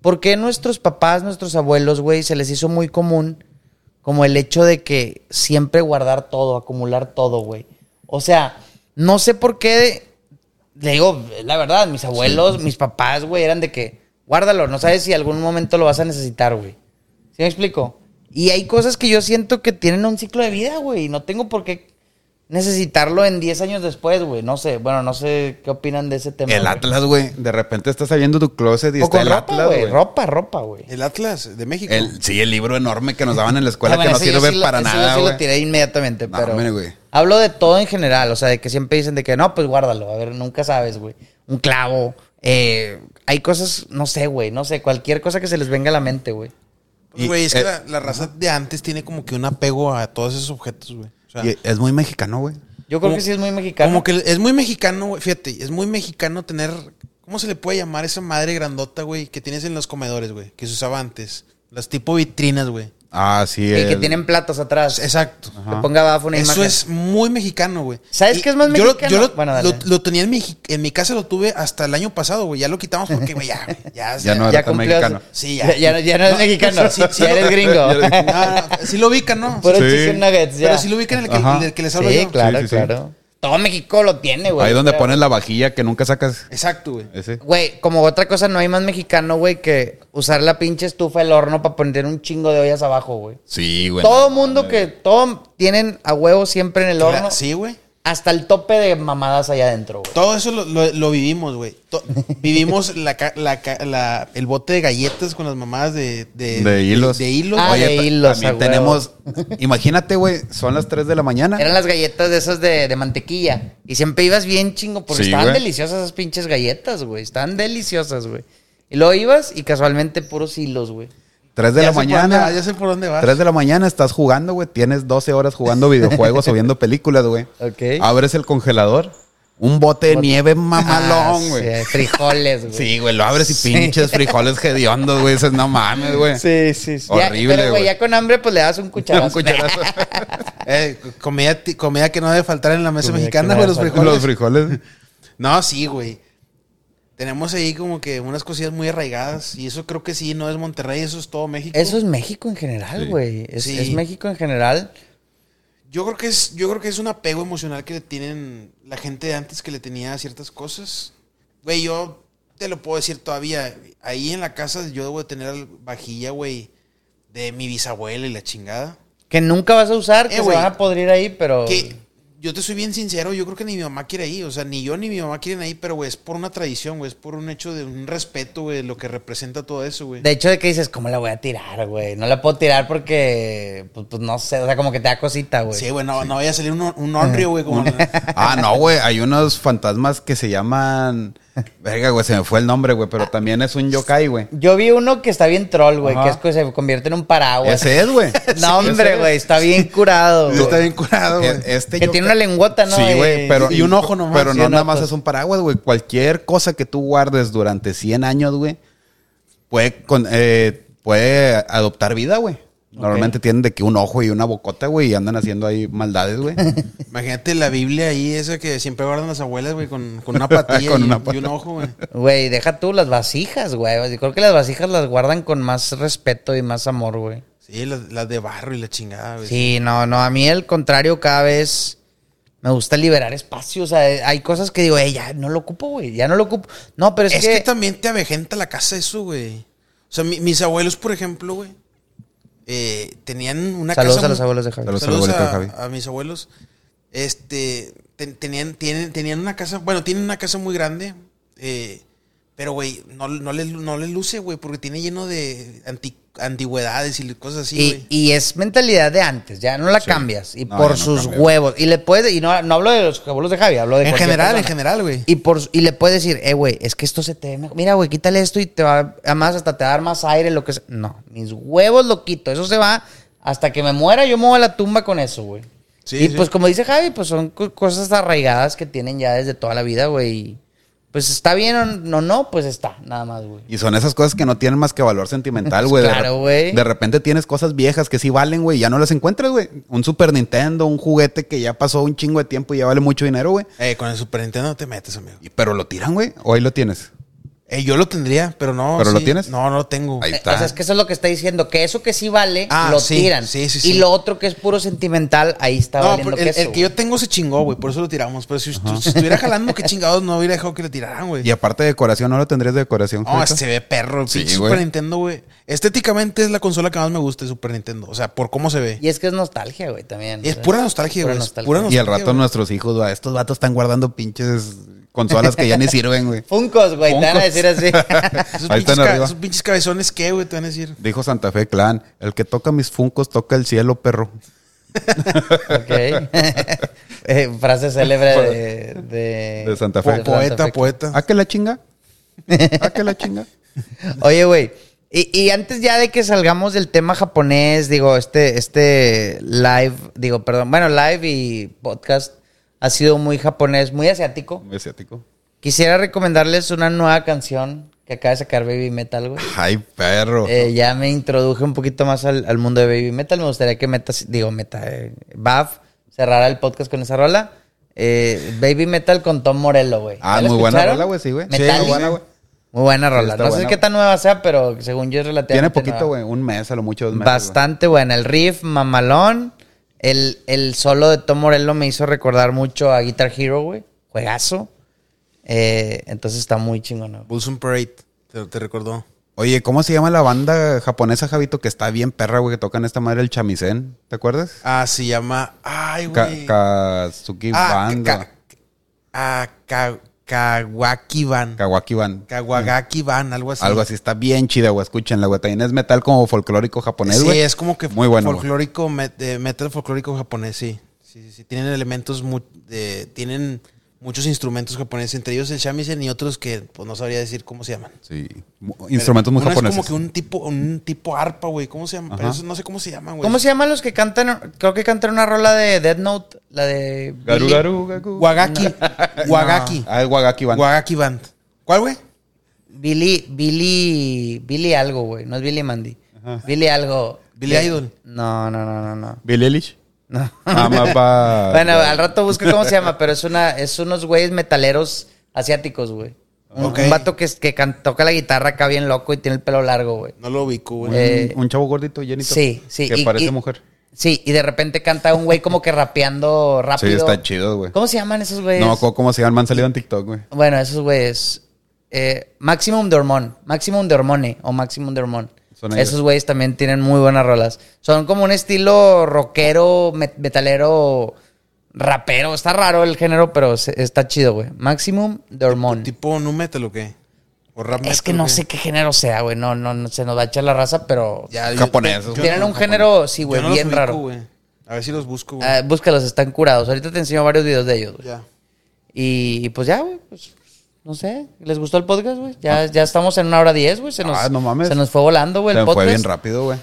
[SPEAKER 1] ¿Por qué nuestros papás, nuestros abuelos, güey, se les hizo muy común como el hecho de que siempre guardar todo, acumular todo, güey? O sea, no sé por qué le digo, es la verdad, mis abuelos, mis papás, güey, eran de que, guárdalo, no sabes si algún momento lo vas a necesitar, güey. ¿Sí me explico? Y hay cosas que yo siento que tienen un ciclo de vida, güey, y no tengo por qué necesitarlo en 10 años después, güey. No sé, bueno, no sé qué opinan de ese tema.
[SPEAKER 3] El
[SPEAKER 1] güey.
[SPEAKER 3] Atlas, güey. De repente estás saliendo tu closet y
[SPEAKER 1] Este O con
[SPEAKER 3] está el
[SPEAKER 1] ropa,
[SPEAKER 3] Atlas,
[SPEAKER 1] güey.
[SPEAKER 3] güey.
[SPEAKER 1] Ropa, ropa, güey.
[SPEAKER 2] El Atlas de México.
[SPEAKER 3] El- sí, el libro enorme que nos daban en la
[SPEAKER 1] Ah,
[SPEAKER 3] escuela
[SPEAKER 1] bueno,
[SPEAKER 3] que no
[SPEAKER 1] ese yo
[SPEAKER 3] sirve
[SPEAKER 1] sí lo-
[SPEAKER 3] para
[SPEAKER 1] ese
[SPEAKER 3] nada,
[SPEAKER 1] Yo sí
[SPEAKER 3] güey.
[SPEAKER 1] lo tiré inmediatamente,
[SPEAKER 3] No,
[SPEAKER 1] pero.
[SPEAKER 3] hombre, güey.
[SPEAKER 1] Hablo de todo en general, o sea, de que siempre dicen de que no, pues guárdalo, a ver, nunca sabes, güey. Un clavo, eh, hay cosas, no sé, güey, no sé, cualquier cosa que se les venga a la mente, güey.
[SPEAKER 2] Pues, Güey, es que
[SPEAKER 3] eh,
[SPEAKER 2] la, la raza de antes tiene como que un apego a todos esos objetos, güey. O sea,
[SPEAKER 3] Y es muy mexicano, güey.
[SPEAKER 1] Yo creo
[SPEAKER 2] Como-
[SPEAKER 1] que sí es muy mexicano.
[SPEAKER 2] como que es muy mexicano, güey. Fíjate, es muy mexicano tener. ¿Cómo se le puede llamar esa madre grandota, güey, que tienes en los comedores, güey? Que se usaba antes. Las tipo vitrinas, güey.
[SPEAKER 3] Ah, sí.
[SPEAKER 1] el que
[SPEAKER 3] el-
[SPEAKER 1] tienen platos atrás.
[SPEAKER 2] Exacto.
[SPEAKER 1] Que ponga abajo una
[SPEAKER 2] Eso
[SPEAKER 1] imagen.
[SPEAKER 2] es muy mexicano, güey.
[SPEAKER 1] ¿Sabes
[SPEAKER 2] Y
[SPEAKER 1] qué es más
[SPEAKER 2] yo lo-
[SPEAKER 1] mexicano?
[SPEAKER 2] Yo lo,
[SPEAKER 1] Bueno, dale.
[SPEAKER 2] lo, lo tenía en mi, en mi casa, lo tuve hasta el año pasado, güey. Ya lo quitamos porque, güey, ya, güey, ya,
[SPEAKER 3] Ya no
[SPEAKER 1] ya
[SPEAKER 3] era tan
[SPEAKER 1] cumplió.
[SPEAKER 3] mexicano.
[SPEAKER 2] Sí,
[SPEAKER 1] ya.
[SPEAKER 2] ya.
[SPEAKER 1] Ya, no- ya no eres mexicano,
[SPEAKER 2] sí, sí,
[SPEAKER 1] ya eres gringo.
[SPEAKER 2] No, no, sí lo ubican, ¿no?
[SPEAKER 1] Puro
[SPEAKER 3] Sí.
[SPEAKER 1] chicken nuggets, Pues, ya.
[SPEAKER 2] Pero sí lo ubican el que,
[SPEAKER 3] Ajá.
[SPEAKER 2] el que les hablo
[SPEAKER 1] Sí,
[SPEAKER 2] yo.
[SPEAKER 1] claro,
[SPEAKER 3] Sí, sí, sí.
[SPEAKER 1] claro. Todo México lo tiene, güey.
[SPEAKER 3] Ahí donde
[SPEAKER 1] Pero-
[SPEAKER 3] pones la vajilla que nunca sacas.
[SPEAKER 2] Exacto, güey.
[SPEAKER 3] Ese.
[SPEAKER 1] Güey, como otra cosa, no hay más mexicano, güey, que usar la pinche estufa del horno para poner un chingo de ollas abajo, güey.
[SPEAKER 3] Sí, güey.
[SPEAKER 1] todo mundo que, todo tienen a huevo siempre en el horno,
[SPEAKER 2] Sí, güey.
[SPEAKER 1] hasta el tope de mamadas allá adentro, güey.
[SPEAKER 2] Todo eso lo, lo- lo vivimos, güey. To- Vivimos la, ca- la ca- la- el bote de galletas con las mamás de... De,
[SPEAKER 3] De hilos.
[SPEAKER 2] De, hilos.
[SPEAKER 1] Ah,
[SPEAKER 2] güey.
[SPEAKER 1] de
[SPEAKER 3] ta-
[SPEAKER 1] hilos, a
[SPEAKER 3] También
[SPEAKER 1] huevo.
[SPEAKER 3] tenemos. Imagínate, güey, son las 3 de la mañana.
[SPEAKER 1] Eran las galletas de esas de, de mantequilla. Y siempre ibas bien chingo, porque
[SPEAKER 3] Sí,
[SPEAKER 1] estaban
[SPEAKER 3] güey.
[SPEAKER 1] deliciosas esas pinches galletas, güey. Estaban deliciosas, güey. Y luego ibas y casualmente puros hilos, güey.
[SPEAKER 3] 3 de
[SPEAKER 2] Ya sé
[SPEAKER 3] la
[SPEAKER 2] por dónde
[SPEAKER 3] mañana.
[SPEAKER 2] vas, ya sé por dónde vas.
[SPEAKER 3] 3 de la mañana estás jugando, güey. Tienes 12 horas jugando videojuegos o viendo películas, güey.
[SPEAKER 1] Ok.
[SPEAKER 3] Abres el congelador. Un bote de nieve Ah, mamalón,
[SPEAKER 1] Ah,
[SPEAKER 3] güey.
[SPEAKER 1] sí, frijoles, güey.
[SPEAKER 3] Sí, güey, lo abres y pinches frijoles hediondos, güey. Dices, no mames, güey.
[SPEAKER 1] Sí, sí, sí. Ya-
[SPEAKER 3] Horrible,
[SPEAKER 1] pero, güey,
[SPEAKER 3] güey.
[SPEAKER 1] ya con hambre, pues le das un cucharazo.
[SPEAKER 3] Un cucharazo.
[SPEAKER 2] Eh, comida, ti- comida que no debe faltar en la mesa
[SPEAKER 1] Comida que
[SPEAKER 2] mexicana,
[SPEAKER 1] no
[SPEAKER 2] güey,
[SPEAKER 1] debe
[SPEAKER 2] los
[SPEAKER 1] faltar.
[SPEAKER 2] frijoles.
[SPEAKER 3] Los frijoles.
[SPEAKER 2] No, sí, güey. Tenemos ahí como que unas cosillas muy arraigadas. Y eso creo que sí, no es Monterrey, eso es todo México.
[SPEAKER 1] Eso es México en general,
[SPEAKER 3] Sí.
[SPEAKER 1] güey. Es,
[SPEAKER 2] Sí.
[SPEAKER 1] es México en general.
[SPEAKER 2] Yo creo que es, yo creo que es un apego emocional que le tienen la gente de antes que le tenía a ciertas cosas. Güey, yo te lo puedo decir todavía. Ahí en la casa yo debo de tener al- vajilla, güey, de mi bisabuela y la chingada.
[SPEAKER 1] Que nunca vas a usar, que
[SPEAKER 2] Eh,
[SPEAKER 1] se
[SPEAKER 2] güey.
[SPEAKER 1] van a podrir ahí, pero.
[SPEAKER 2] Que yo te soy bien sincero, yo creo que ni mi mamá quiere ahí. O sea, ni yo ni mi mamá quieren ahí, pero güey, es por una tradición, güey, es por un hecho de un respeto, güey, lo que representa todo eso, güey.
[SPEAKER 1] De hecho, de que dices, ¿cómo la voy a tirar, güey? No la puedo tirar porque. Pues, pues, no sé, o sea, como que te da cosita, güey.
[SPEAKER 2] Sí, güey, no, no vaya a salir un, un Onryo, güey, como...
[SPEAKER 3] Ah, no, güey. Hay unos fantasmas que se llaman Verga, güey, se me fue el nombre, güey, pero también es un yokai, güey.
[SPEAKER 1] Yo vi uno que está bien troll, güey, que es que se convierte en un paraguas.
[SPEAKER 3] Ese es, güey.
[SPEAKER 1] No, hombre, güey, está bien curado. güey.
[SPEAKER 2] Está bien curado, güey.
[SPEAKER 3] E- Este
[SPEAKER 1] Que
[SPEAKER 3] yokai-
[SPEAKER 1] tiene una lengüota, ¿no?
[SPEAKER 3] Sí,
[SPEAKER 1] Eh,
[SPEAKER 3] güey, pero...
[SPEAKER 2] y un ojo nomás.
[SPEAKER 3] Pero
[SPEAKER 2] Sí,
[SPEAKER 3] no
[SPEAKER 1] un
[SPEAKER 3] nada
[SPEAKER 1] ojo.
[SPEAKER 3] más es un paraguas, güey. Cualquier cosa que tú guardes durante 100 años, güey, puede, con- eh, puede adoptar vida, güey. Normalmente tienen de que un ojo y una bocota, güey, y andan haciendo ahí maldades, güey.
[SPEAKER 2] Imagínate la Biblia ahí, esa que siempre guardan las abuelas, güey, con, con una patilla
[SPEAKER 3] Con
[SPEAKER 2] y,
[SPEAKER 3] una
[SPEAKER 2] y
[SPEAKER 3] pata.
[SPEAKER 2] un ojo, güey.
[SPEAKER 1] Güey, deja tú las vasijas, güey. Yo Creo que las vasijas las guardan con más respeto y más amor, güey.
[SPEAKER 2] Sí, las, las de barro y la chingada, güey.
[SPEAKER 1] Sí, no, no. A mí, al contrario, cada vez me gusta liberar espacio. O sea, eh, hay cosas que digo, eh, ya no lo ocupo, güey. Ya no lo ocupo. No, pero es,
[SPEAKER 2] Es,
[SPEAKER 1] que.
[SPEAKER 2] que... también te avejenta la casa eso, güey. O sea, mi- mis abuelos, por ejemplo, güey, eh, tenían una
[SPEAKER 1] Saludos
[SPEAKER 2] casa...
[SPEAKER 1] a los
[SPEAKER 2] mu-
[SPEAKER 1] abuelos de Javier.
[SPEAKER 3] Saludos. a los
[SPEAKER 2] Saludos
[SPEAKER 3] abuelitos
[SPEAKER 2] a,
[SPEAKER 3] de Javi.
[SPEAKER 2] a mis abuelos. Este, ten- tenían, tienen, tenían una casa, bueno, tienen una casa muy grande, eh, pero, güey, no, no, les, no les luce, güey, porque tiene lleno de anti- antigüedades y cosas así,
[SPEAKER 1] Y,
[SPEAKER 2] güey.
[SPEAKER 1] y es mentalidad de antes, ya no la cambias. Y
[SPEAKER 3] No,
[SPEAKER 1] por
[SPEAKER 3] ya no
[SPEAKER 1] sus
[SPEAKER 3] cambia.
[SPEAKER 1] huevos. Y le puedes. Y no, no hablo de los abuelos de Javi, hablo de.
[SPEAKER 2] En
[SPEAKER 1] cualquier
[SPEAKER 2] general, en
[SPEAKER 1] persona.
[SPEAKER 2] general, güey.
[SPEAKER 1] Y, por, su- y le puedes decir, eh, güey, es que esto se te ve mejor. Mira, güey, quítale esto y te va, además hasta te va a dar más aire, lo que sea. No, mis huevos lo quito. Eso se va hasta que me muera, yo me voy a la tumba con eso, güey.
[SPEAKER 2] Sí,
[SPEAKER 1] y
[SPEAKER 2] sí.
[SPEAKER 1] pues como dice Javi, pues son co- cosas arraigadas que tienen ya desde toda la vida, güey. Y, Pues está bien o no, no, pues está, nada más, güey.
[SPEAKER 3] Y son esas cosas que no tienen más que valor sentimental, güey. De
[SPEAKER 1] Claro,
[SPEAKER 3] rep-
[SPEAKER 1] güey.
[SPEAKER 3] De repente tienes cosas viejas que sí valen, güey, y ya no las encuentras, güey. Un Super Nintendo, un juguete que ya pasó un chingo de tiempo y ya vale mucho dinero, güey.
[SPEAKER 2] Eh, con el Super Nintendo no te metes, amigo.
[SPEAKER 3] Y- Pero lo tiran, güey. Hoy lo tienes.
[SPEAKER 2] Eh, yo lo tendría, pero no.
[SPEAKER 3] ¿Pero lo
[SPEAKER 2] sí.
[SPEAKER 3] tienes?
[SPEAKER 2] No, no lo tengo.
[SPEAKER 3] Ahí
[SPEAKER 1] Eh,
[SPEAKER 3] está.
[SPEAKER 1] O sea, es que eso es lo que está diciendo, que eso que sí vale,
[SPEAKER 2] Ah,
[SPEAKER 1] lo
[SPEAKER 2] sí,
[SPEAKER 1] tiran.
[SPEAKER 2] sí, sí,
[SPEAKER 1] Y
[SPEAKER 2] sí.
[SPEAKER 1] lo otro que es puro sentimental, ahí está
[SPEAKER 2] No,
[SPEAKER 1] valiendo
[SPEAKER 2] pero el,
[SPEAKER 1] queso,
[SPEAKER 2] el que
[SPEAKER 1] güey.
[SPEAKER 2] yo tengo se chingó, güey. Por eso lo tiramos. Pero si, si estuviera jalando, qué chingados no hubiera dejado que lo tiraran, güey.
[SPEAKER 3] Y aparte de decoración, no lo tendrías de decoración.
[SPEAKER 2] No,
[SPEAKER 3] Juanito?
[SPEAKER 2] este se ve perro. el
[SPEAKER 3] Sí,
[SPEAKER 2] pinche
[SPEAKER 3] güey.
[SPEAKER 2] Super Nintendo, güey. Estéticamente es la consola que más me gusta, el Super Nintendo. O sea, por cómo se ve.
[SPEAKER 1] Y es que es nostalgia, güey, también.
[SPEAKER 2] Es
[SPEAKER 1] O sea,
[SPEAKER 2] pura nostalgia, güey. es Pura
[SPEAKER 3] Y
[SPEAKER 2] nostalgia.
[SPEAKER 3] al rato
[SPEAKER 2] güey.
[SPEAKER 3] nuestros hijos, güey, estos vatos están guardando pinches consolas que ya ni sirven, güey.
[SPEAKER 1] Funcos, güey, te van a
[SPEAKER 3] Funkos.
[SPEAKER 1] decir así.
[SPEAKER 2] Esos, pinches
[SPEAKER 3] Ahí están
[SPEAKER 2] ca-
[SPEAKER 3] arriba.
[SPEAKER 2] esos pinches cabezones, ¿qué, güey? Te van a decir.
[SPEAKER 3] Dijo Santa Fe Clan, el que toca mis funcos toca el cielo, perro.
[SPEAKER 1] ok. Eh, frase célebre de, de,
[SPEAKER 3] De Santa
[SPEAKER 2] Po-
[SPEAKER 3] Fe.
[SPEAKER 2] poeta, poeta.
[SPEAKER 3] ¿A que la chinga? ¿A que la chinga?
[SPEAKER 1] Oye, güey. Y, y antes ya de que salgamos del tema japonés, digo, este, este live, digo, perdón, bueno, live y podcast ha sido muy japonés, muy asiático.
[SPEAKER 3] Muy asiático.
[SPEAKER 1] Quisiera recomendarles una nueva canción que acaba de sacar Baby Metal, güey.
[SPEAKER 3] Ay, perro.
[SPEAKER 1] Eh, ya me introduje un poquito más al, al mundo de Baby Metal. Me gustaría que Meta, digo, Meta, eh, Baf cerrara el podcast con esa rola. Eh, Baby Metal con Tom Morello, güey.
[SPEAKER 3] Ah,
[SPEAKER 1] ¿Ya la
[SPEAKER 3] muy buena
[SPEAKER 1] escucharon?
[SPEAKER 3] rola, güey, sí, güey. Sí,
[SPEAKER 1] Metallica.
[SPEAKER 3] muy buena, güey.
[SPEAKER 1] Muy buena rola.
[SPEAKER 3] Sí, está
[SPEAKER 1] no sé
[SPEAKER 3] buena,
[SPEAKER 1] qué
[SPEAKER 3] güey.
[SPEAKER 1] tan nueva sea, pero según yo es relativamente
[SPEAKER 3] Tiene poquito,
[SPEAKER 1] nueva.
[SPEAKER 3] güey, un mes, a lo mucho dos meses.
[SPEAKER 1] Bastante buena. El riff, mamalón. El, el solo de Tom Morello me hizo recordar mucho a Guitar Hero, güey. Juegazo. Eh, entonces está muy chingón.
[SPEAKER 2] Bulls Parade. Te, te recordó.
[SPEAKER 3] güey. Oye, ¿cómo se llama la banda japonesa, Javito, que está bien perra, güey, que tocan esta madre el chamisén? ¿Te acuerdas?
[SPEAKER 2] Ah, se llama. Ay,
[SPEAKER 3] Ka-
[SPEAKER 2] güey.
[SPEAKER 3] Kazuki
[SPEAKER 2] Ah,
[SPEAKER 3] Banda.
[SPEAKER 2] Ka- Ah, Ka- Kawaki Van.
[SPEAKER 3] Kawaki Band.
[SPEAKER 2] Kawagaki Van, algo así.
[SPEAKER 3] Algo así, está bien chida, güey. Escúchenla, güey. También es metal como folclórico japonés,
[SPEAKER 2] Sí,
[SPEAKER 3] güey.
[SPEAKER 2] es como que
[SPEAKER 3] Muy bueno, güey.
[SPEAKER 2] folclórico, met- eh, metal folclórico japonés, sí. Sí, sí, sí. Tienen elementos, mu- de- tienen muchos instrumentos japoneses, entre ellos el shamisen y otros que pues, no sabría decir cómo se llaman.
[SPEAKER 3] Sí. Mu- Instrumentos muy
[SPEAKER 2] Uno
[SPEAKER 3] japoneses.
[SPEAKER 2] Es como que un tipo, un tipo arpa, güey. ¿Cómo se llama? Pero eso no sé cómo se llama, güey.
[SPEAKER 1] ¿Cómo se llaman los que cantan? Creo que cantan una rola de Dead Note, la de...
[SPEAKER 3] Garu,
[SPEAKER 1] Billy.
[SPEAKER 3] garu, garu.
[SPEAKER 2] Wagaki. Wagaki.
[SPEAKER 3] Ah, el Wagaki Band.
[SPEAKER 2] Wagaki Band. ¿Cuál, güey?
[SPEAKER 1] Billy, Billy, Billy algo, güey. No es Billy Mandy. Billy algo.
[SPEAKER 2] Billy
[SPEAKER 1] Eh,
[SPEAKER 2] Idol.
[SPEAKER 1] No, no, no, no, no.
[SPEAKER 3] Billie Eilish.
[SPEAKER 1] No.
[SPEAKER 3] Ah, ma- va-
[SPEAKER 1] Bueno,
[SPEAKER 3] va-
[SPEAKER 1] al rato busco cómo se llama, pero es una, es unos güeyes metaleros asiáticos, güey. Un,
[SPEAKER 2] Ok.
[SPEAKER 1] un vato que, es- que can- toca la guitarra acá bien loco y tiene el pelo largo, güey.
[SPEAKER 2] No lo ubico, güey.
[SPEAKER 1] Eh,
[SPEAKER 3] un, un chavo gordito, llenito.
[SPEAKER 1] Sí, sí.
[SPEAKER 3] Que
[SPEAKER 1] y-
[SPEAKER 3] parece
[SPEAKER 1] y-
[SPEAKER 3] mujer.
[SPEAKER 1] Sí, y de repente canta un güey como que rapeando rápido.
[SPEAKER 3] Sí, está chido, güey.
[SPEAKER 1] ¿Cómo se llaman esos güeyes?
[SPEAKER 3] No, ¿cómo- ¿cómo se llaman? Me han salido en TikTok, güey.
[SPEAKER 1] Bueno, esos güeyes. Eh, Maximum de Hormón. Maximum de Hormone o Maximum de Hormón.
[SPEAKER 3] Son ellos.
[SPEAKER 1] Esos güeyes también tienen muy buenas rolas. Son como un estilo rockero, met- metalero, rapero. Está raro el género, pero se- está chido, güey. Maximum de Hormón.
[SPEAKER 2] ¿Tipo nu metal o qué? ¿O rap
[SPEAKER 1] Es
[SPEAKER 2] metal
[SPEAKER 1] que
[SPEAKER 2] o
[SPEAKER 1] no
[SPEAKER 2] qué?
[SPEAKER 1] sé qué género sea, güey. No, no, no, se nos va a echar la raza, pero
[SPEAKER 2] Ya, yo-
[SPEAKER 3] Japonés,
[SPEAKER 2] yo-
[SPEAKER 3] güey.
[SPEAKER 2] yo
[SPEAKER 1] tienen
[SPEAKER 2] no-
[SPEAKER 1] un género, sí, güey,
[SPEAKER 2] yo no los
[SPEAKER 1] bien
[SPEAKER 2] ubico,
[SPEAKER 1] raro.
[SPEAKER 2] güey. A ver si los busco, güey.
[SPEAKER 1] Ah, búscalos, están curados. Ahorita te enseño varios videos de ellos, güey.
[SPEAKER 2] Ya.
[SPEAKER 1] Y, y pues ya, güey. pues, No sé. ¿Les gustó el podcast, güey? Ya, ya estamos en una hora diez, güey. Se nos,
[SPEAKER 3] Ah, no mames.
[SPEAKER 1] Se nos fue volando, güey,
[SPEAKER 3] Se
[SPEAKER 1] el
[SPEAKER 3] me
[SPEAKER 1] podcast.
[SPEAKER 3] fue bien rápido, güey.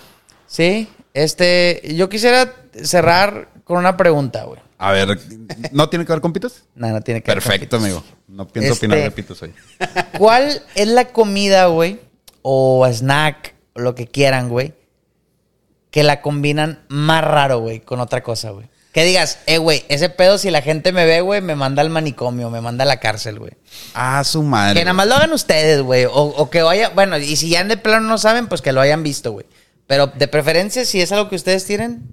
[SPEAKER 1] Sí. Este, yo quisiera cerrar con una pregunta, güey.
[SPEAKER 3] A ver, ¿no tiene que ver con pitos?
[SPEAKER 1] Nada, tiene que ver con
[SPEAKER 3] Perfecto,
[SPEAKER 1] pitos.
[SPEAKER 3] amigo. No pienso
[SPEAKER 1] Este-
[SPEAKER 3] opinar de pitos hoy.
[SPEAKER 1] ¿Cuál es la comida, güey? O snack, o lo que quieran, güey. Que la combinan más raro, güey, con otra cosa, güey. Que digas, eh, güey, ese pedo si la gente me ve, güey, me manda al manicomio, me manda a la cárcel, güey.
[SPEAKER 3] Ah, su madre.
[SPEAKER 1] Que nada más lo hagan ustedes, güey. O, o que vaya, bueno, y si ya de plano no saben, pues que lo hayan visto, güey. Pero de preferencia, si es algo que ustedes tienen,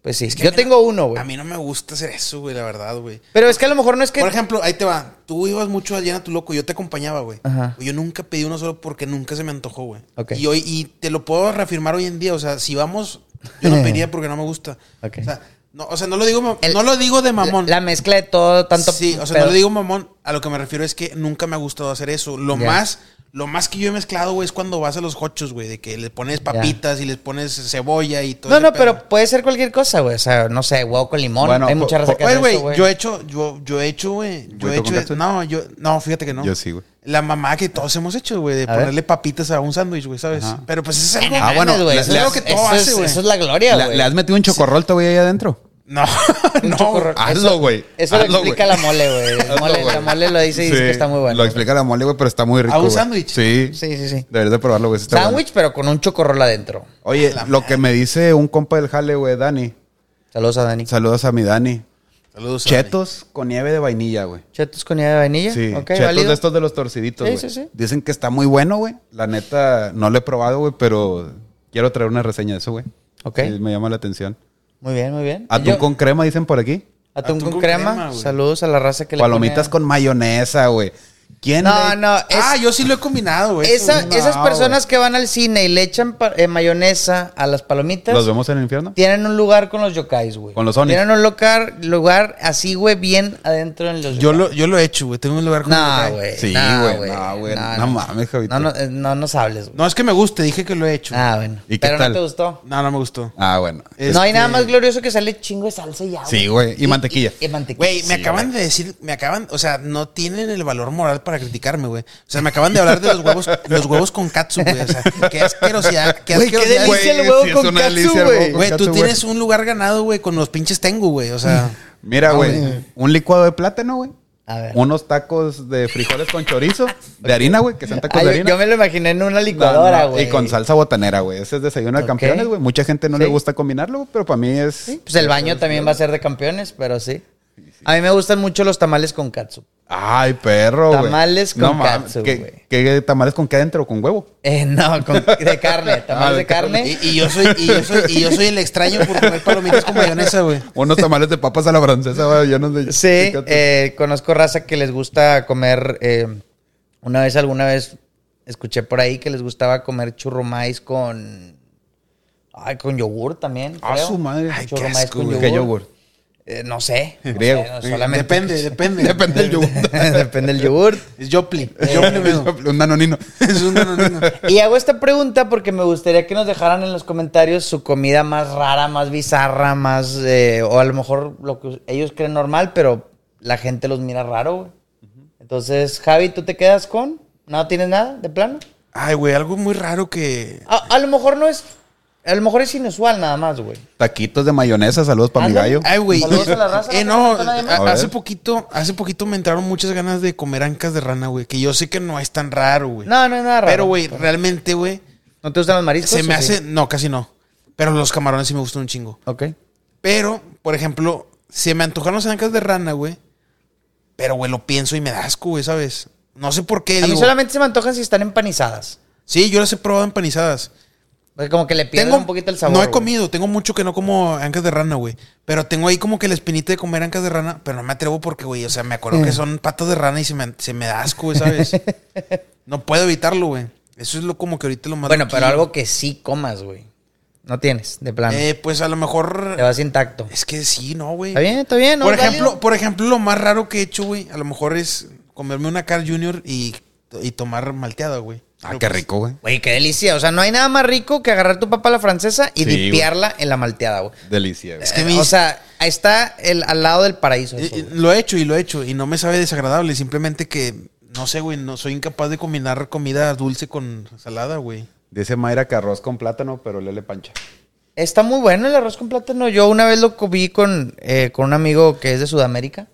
[SPEAKER 1] pues sí. Yo tengo uno, güey.
[SPEAKER 2] A mí no me gusta hacer eso, güey, la verdad, güey.
[SPEAKER 1] Pero es que a lo mejor no es que...
[SPEAKER 2] Por ejemplo, ahí te va. Tú ibas mucho a Llena tu Loco, yo te acompañaba, güey.
[SPEAKER 1] Ajá.
[SPEAKER 2] Yo nunca pedí uno solo porque nunca se me antojó, güey.
[SPEAKER 1] Ok.
[SPEAKER 2] Y hoy, y te lo puedo reafirmar hoy en día. O sea, si vamos, yo no pediría porque no me gusta.
[SPEAKER 1] Ok.
[SPEAKER 2] O sea, no, o sea, no lo digo,
[SPEAKER 1] El-
[SPEAKER 2] no lo digo de mamón.
[SPEAKER 1] La, la mezcla de todo, tanto...
[SPEAKER 2] Sí, o sea,
[SPEAKER 1] pedo.
[SPEAKER 2] no le digo mamón. A lo que me refiero es que nunca me ha gustado hacer eso. Lo
[SPEAKER 1] Ya.
[SPEAKER 2] más, lo más que yo he mezclado, güey, es cuando vas a los hochos, güey, de que le pones papitas y les pones cebolla y todo.
[SPEAKER 1] No,
[SPEAKER 2] ese
[SPEAKER 1] no,
[SPEAKER 2] pedo.
[SPEAKER 1] pero puede ser cualquier cosa, güey. O sea, no sé, huevo con limón.
[SPEAKER 3] Bueno,
[SPEAKER 1] Hay
[SPEAKER 3] po-
[SPEAKER 1] mucha raza que
[SPEAKER 2] Oye,
[SPEAKER 1] hace eso,
[SPEAKER 2] güey, yo he hecho, yo, yo he hecho, güey. Yo he
[SPEAKER 3] ¿Burrito
[SPEAKER 2] hecho.
[SPEAKER 3] con ketchup?
[SPEAKER 2] No, yo, no, fíjate que no.
[SPEAKER 3] Yo sí, güey.
[SPEAKER 2] La mamá que todos hemos hecho, güey, de
[SPEAKER 1] A ver.
[SPEAKER 2] ponerle papitas a un sándwich, güey, ¿sabes?
[SPEAKER 3] Ajá.
[SPEAKER 2] Pero pues es algo.
[SPEAKER 3] Ah, bueno,
[SPEAKER 1] güey.
[SPEAKER 3] le-
[SPEAKER 1] Eso,
[SPEAKER 3] le
[SPEAKER 1] es,
[SPEAKER 3] has-
[SPEAKER 1] eso
[SPEAKER 2] todo
[SPEAKER 1] es-
[SPEAKER 2] hace, güey.
[SPEAKER 1] eso es la gloria,
[SPEAKER 3] ¿Le,
[SPEAKER 1] güey.
[SPEAKER 3] le has metido un chocorrol güey ahí adentro?
[SPEAKER 2] No, no.
[SPEAKER 1] chocorro-
[SPEAKER 3] Hazlo, güey.
[SPEAKER 1] Eso
[SPEAKER 3] Hazlo,
[SPEAKER 1] lo explica
[SPEAKER 3] güey.
[SPEAKER 1] la mole, güey. La
[SPEAKER 3] Hazlo,
[SPEAKER 1] mole,
[SPEAKER 3] güey.
[SPEAKER 1] la mole lo dice y
[SPEAKER 3] Sí,
[SPEAKER 1] dice que está muy bueno.
[SPEAKER 3] Lo explica la mole, güey, pero está muy rico.
[SPEAKER 2] un
[SPEAKER 3] güey.
[SPEAKER 2] sándwich?
[SPEAKER 3] Sí.
[SPEAKER 1] Sí, sí, sí.
[SPEAKER 3] Deberías de probarlo, güey. sí está bueno.
[SPEAKER 1] Sándwich, pero con un chocorrol adentro.
[SPEAKER 3] Oye, lo que me dice un compa del jale, güey, Dani.
[SPEAKER 1] Saludos a Dani.
[SPEAKER 3] Saludos a mi Dani.
[SPEAKER 2] Saludos.
[SPEAKER 3] Chetos con nieve de vainilla, güey.
[SPEAKER 1] Chetos con nieve de vainilla.
[SPEAKER 3] Sí,
[SPEAKER 1] Ok,
[SPEAKER 3] chetos
[SPEAKER 1] válido.
[SPEAKER 3] de estos de los torciditos,
[SPEAKER 1] Sí,
[SPEAKER 3] güey.
[SPEAKER 1] sí, sí.
[SPEAKER 3] Dicen que está muy bueno, güey. La neta, no lo he probado, güey, pero quiero traer una reseña de eso, güey.
[SPEAKER 1] Ok.
[SPEAKER 3] Sí, me llama la atención.
[SPEAKER 1] Muy bien, muy bien.
[SPEAKER 3] Atún
[SPEAKER 1] Yo-
[SPEAKER 3] con crema, dicen por aquí.
[SPEAKER 1] atún con crema.
[SPEAKER 2] güey.
[SPEAKER 1] Saludos a la raza que le
[SPEAKER 3] Palomitas
[SPEAKER 1] pone-
[SPEAKER 3] con mayonesa, güey. ¿Quién?
[SPEAKER 1] No,
[SPEAKER 3] le-
[SPEAKER 1] no.
[SPEAKER 2] güey. Ah, yo pues, sí lo he combinado, güey.
[SPEAKER 1] esa-
[SPEAKER 3] no,
[SPEAKER 1] esas personas
[SPEAKER 3] güey.
[SPEAKER 1] que van al cine y le echan pa- eh, mayonesa a las palomitas.
[SPEAKER 3] ¿Los vemos en el infierno?
[SPEAKER 1] Tienen un lugar con los yokais, güey.
[SPEAKER 3] Con los onis.
[SPEAKER 1] Tienen un lugar, lugar así, güey, bien adentro en los
[SPEAKER 2] Yo lo, yo lo he hecho, güey. Tengo un lugar como
[SPEAKER 1] No,
[SPEAKER 2] que-
[SPEAKER 1] güey.
[SPEAKER 3] Sí,
[SPEAKER 1] no,
[SPEAKER 3] güey, no, güey, no mames, Javito.
[SPEAKER 1] No, no, eh, no nos hables, güey.
[SPEAKER 2] No, es que me gusta, dije que lo he hecho.
[SPEAKER 1] Ah, bueno.
[SPEAKER 3] ¿Y qué
[SPEAKER 1] Pero
[SPEAKER 3] tal?
[SPEAKER 1] no te gustó.
[SPEAKER 2] No, no me gustó.
[SPEAKER 3] Ah, bueno.
[SPEAKER 1] No hay
[SPEAKER 2] Este-
[SPEAKER 1] nada más glorioso que sale chingo de salsa y ya,
[SPEAKER 3] Sí, güey. Y mantequilla.
[SPEAKER 1] Y, y mantequilla.
[SPEAKER 2] Güey, me acaban de decir, me acaban, o sea, no tienen el valor moral para criticarme, güey. O sea, me acaban de hablar de los huevos, los huevos con katsu, güey. O sea, qué asquerosidad, qué
[SPEAKER 1] Güey, qué
[SPEAKER 2] asquerosidad.
[SPEAKER 1] delicia el
[SPEAKER 3] Güey,
[SPEAKER 1] huevo
[SPEAKER 3] sí es
[SPEAKER 1] con
[SPEAKER 3] una
[SPEAKER 1] katsu,
[SPEAKER 3] delicia el
[SPEAKER 1] güey.
[SPEAKER 3] huevo con
[SPEAKER 2] Güey, tú
[SPEAKER 3] katsu,
[SPEAKER 2] tienes un lugar ganado, güey, con los pinches tengu, güey. O sea,
[SPEAKER 3] Mira,
[SPEAKER 2] No,
[SPEAKER 3] güey.
[SPEAKER 2] güey.
[SPEAKER 3] un licuado de plátano, güey.
[SPEAKER 1] Ah, A ver.
[SPEAKER 3] Unos tacos de frijoles con chorizo. De harina, güey. Que sean tacos
[SPEAKER 1] Ay,
[SPEAKER 3] de
[SPEAKER 1] yo-
[SPEAKER 3] harina.
[SPEAKER 1] yo me lo imaginé en una
[SPEAKER 3] No,
[SPEAKER 1] licuadora,
[SPEAKER 3] no,
[SPEAKER 1] güey.
[SPEAKER 3] Y con salsa botanera, güey. Ese es desayuno de
[SPEAKER 1] Ok.
[SPEAKER 3] campeones, güey. Mucha gente no le
[SPEAKER 1] Sí.
[SPEAKER 3] gusta combinarlo, güey, pero para mí es.
[SPEAKER 1] Pues el baño también va a ser de campeones, pero sí. A mí me gustan mucho los tamales con katsu.
[SPEAKER 3] Ay, perro, güey.
[SPEAKER 1] Tamales con
[SPEAKER 3] mames,
[SPEAKER 1] katsu,
[SPEAKER 3] ¿qué-
[SPEAKER 1] güey.
[SPEAKER 3] ¿Qué tamales con qué adentro? ¿Con huevo?
[SPEAKER 1] Eh, no, con- de carne,
[SPEAKER 3] Ah,
[SPEAKER 1] tamales
[SPEAKER 3] de
[SPEAKER 1] de carne.
[SPEAKER 2] y, y yo soy, y yo soy, y yo soy el extraño por comer palomitas con mayonesa, güey.
[SPEAKER 3] Unos tamales de papas a la francesa, güey. Llenos de.
[SPEAKER 1] Sí,
[SPEAKER 3] chicote.
[SPEAKER 1] eh, conozco raza que les gusta comer. eh, una vez, alguna vez escuché por ahí que les gustaba comer churro maíz con. Ay, con yogur también.
[SPEAKER 3] Ah,
[SPEAKER 1] creo.
[SPEAKER 3] su madre.
[SPEAKER 1] Ay,
[SPEAKER 3] Ay,
[SPEAKER 1] churro
[SPEAKER 2] qué
[SPEAKER 1] maíz
[SPEAKER 2] asco,
[SPEAKER 1] con
[SPEAKER 2] güey.
[SPEAKER 1] yogur.
[SPEAKER 3] ¿Qué yogur?
[SPEAKER 1] Eh, no sé. no
[SPEAKER 3] Griego.
[SPEAKER 1] sé, no, solamente-
[SPEAKER 2] Depende, depende.
[SPEAKER 3] Depende del yogur.
[SPEAKER 1] Depende del yogur.
[SPEAKER 2] Es Joplin. Es Joplin, güey.
[SPEAKER 3] Un danonino.
[SPEAKER 2] Es un danonino.
[SPEAKER 1] Y hago esta pregunta porque me gustaría que nos dejaran en los comentarios su comida más rara, más bizarra, más. eh, o a lo mejor lo que ellos creen normal, pero la gente los mira raro, güey. Entonces, Javi, ¿tú te quedas con? ¿No tienes nada de plano?
[SPEAKER 2] Ay, güey, algo muy raro que.
[SPEAKER 1] A, a lo mejor no es. A lo mejor es inusual nada más, güey.
[SPEAKER 3] Taquitos de mayonesa. Saludos para mi
[SPEAKER 1] Ándale.
[SPEAKER 3] gallo.
[SPEAKER 2] Ay, güey.
[SPEAKER 1] Saludos a la raza,
[SPEAKER 2] Eh,
[SPEAKER 1] no
[SPEAKER 2] no,
[SPEAKER 1] te falta nadie más.
[SPEAKER 2] a-
[SPEAKER 3] A ver.
[SPEAKER 2] hace poquito, hace poquito me entraron muchas ganas de comer ancas de rana, güey. Que yo sé que no es tan raro, güey.
[SPEAKER 1] No, no es nada raro.
[SPEAKER 2] Pero, güey, realmente, güey,
[SPEAKER 1] ¿No te gustan los mariscos?
[SPEAKER 2] se me
[SPEAKER 1] ¿O sí?
[SPEAKER 2] hace. No, casi no. Pero los camarones sí me gustan un chingo.
[SPEAKER 1] Ok.
[SPEAKER 2] Pero, por ejemplo, se me antojaron las ancas de rana, güey. Pero, güey, lo pienso y me da asco, güey, ¿sabes? No sé por qué.
[SPEAKER 1] A mí
[SPEAKER 2] digo.
[SPEAKER 1] solamente se me antojan si están empanizadas.
[SPEAKER 2] Sí, yo las he probado empanizadas.
[SPEAKER 1] Porque como que le pierden un poquito el sabor.
[SPEAKER 2] No he
[SPEAKER 1] güey.
[SPEAKER 2] comido, tengo mucho que no como ancas de rana, güey. Pero tengo ahí como que la espinita de comer ancas de rana, pero no me atrevo porque, güey, o sea, me acuerdo que son patas de rana y se me, se me da asco, güey, ¿sabes? no puedo evitarlo, güey. Eso es lo como que ahorita lo más.
[SPEAKER 1] Bueno, pero
[SPEAKER 2] loquillo.
[SPEAKER 1] algo que sí comas, güey. No tienes, de plano.
[SPEAKER 2] Eh, pues a lo mejor.
[SPEAKER 1] Te vas intacto.
[SPEAKER 2] Es que sí, no, güey.
[SPEAKER 1] Está bien, está bien. ¿no?
[SPEAKER 2] Por
[SPEAKER 1] Es
[SPEAKER 2] ejemplo,
[SPEAKER 1] válido.
[SPEAKER 2] por ejemplo, lo más raro que he hecho, güey, a lo mejor es comerme una Carl Junior y, y tomar malteada, güey. pues,
[SPEAKER 3] Ah, qué rico, güey.
[SPEAKER 1] Güey, qué delicia. O sea, no hay nada más rico que agarrar tu papa a la francesa y
[SPEAKER 3] Sí,
[SPEAKER 1] dipearla en la malteada, güey.
[SPEAKER 3] Delicia, güey.
[SPEAKER 2] Es que
[SPEAKER 1] Eh,
[SPEAKER 2] mis-
[SPEAKER 1] O sea, ahí está el, al lado del paraíso.
[SPEAKER 2] Y-
[SPEAKER 1] eso,
[SPEAKER 2] y
[SPEAKER 1] güey.
[SPEAKER 2] Lo he hecho y lo he hecho y no me sabe desagradable, simplemente que No sé, güey, no soy incapaz de combinar comida dulce con salada, güey.
[SPEAKER 3] Dice Mayra que arroz con plátano, pero lele pancha.
[SPEAKER 1] Está muy bueno el arroz con plátano. Yo una vez lo comí con, eh, con un amigo que es de Sudamérica.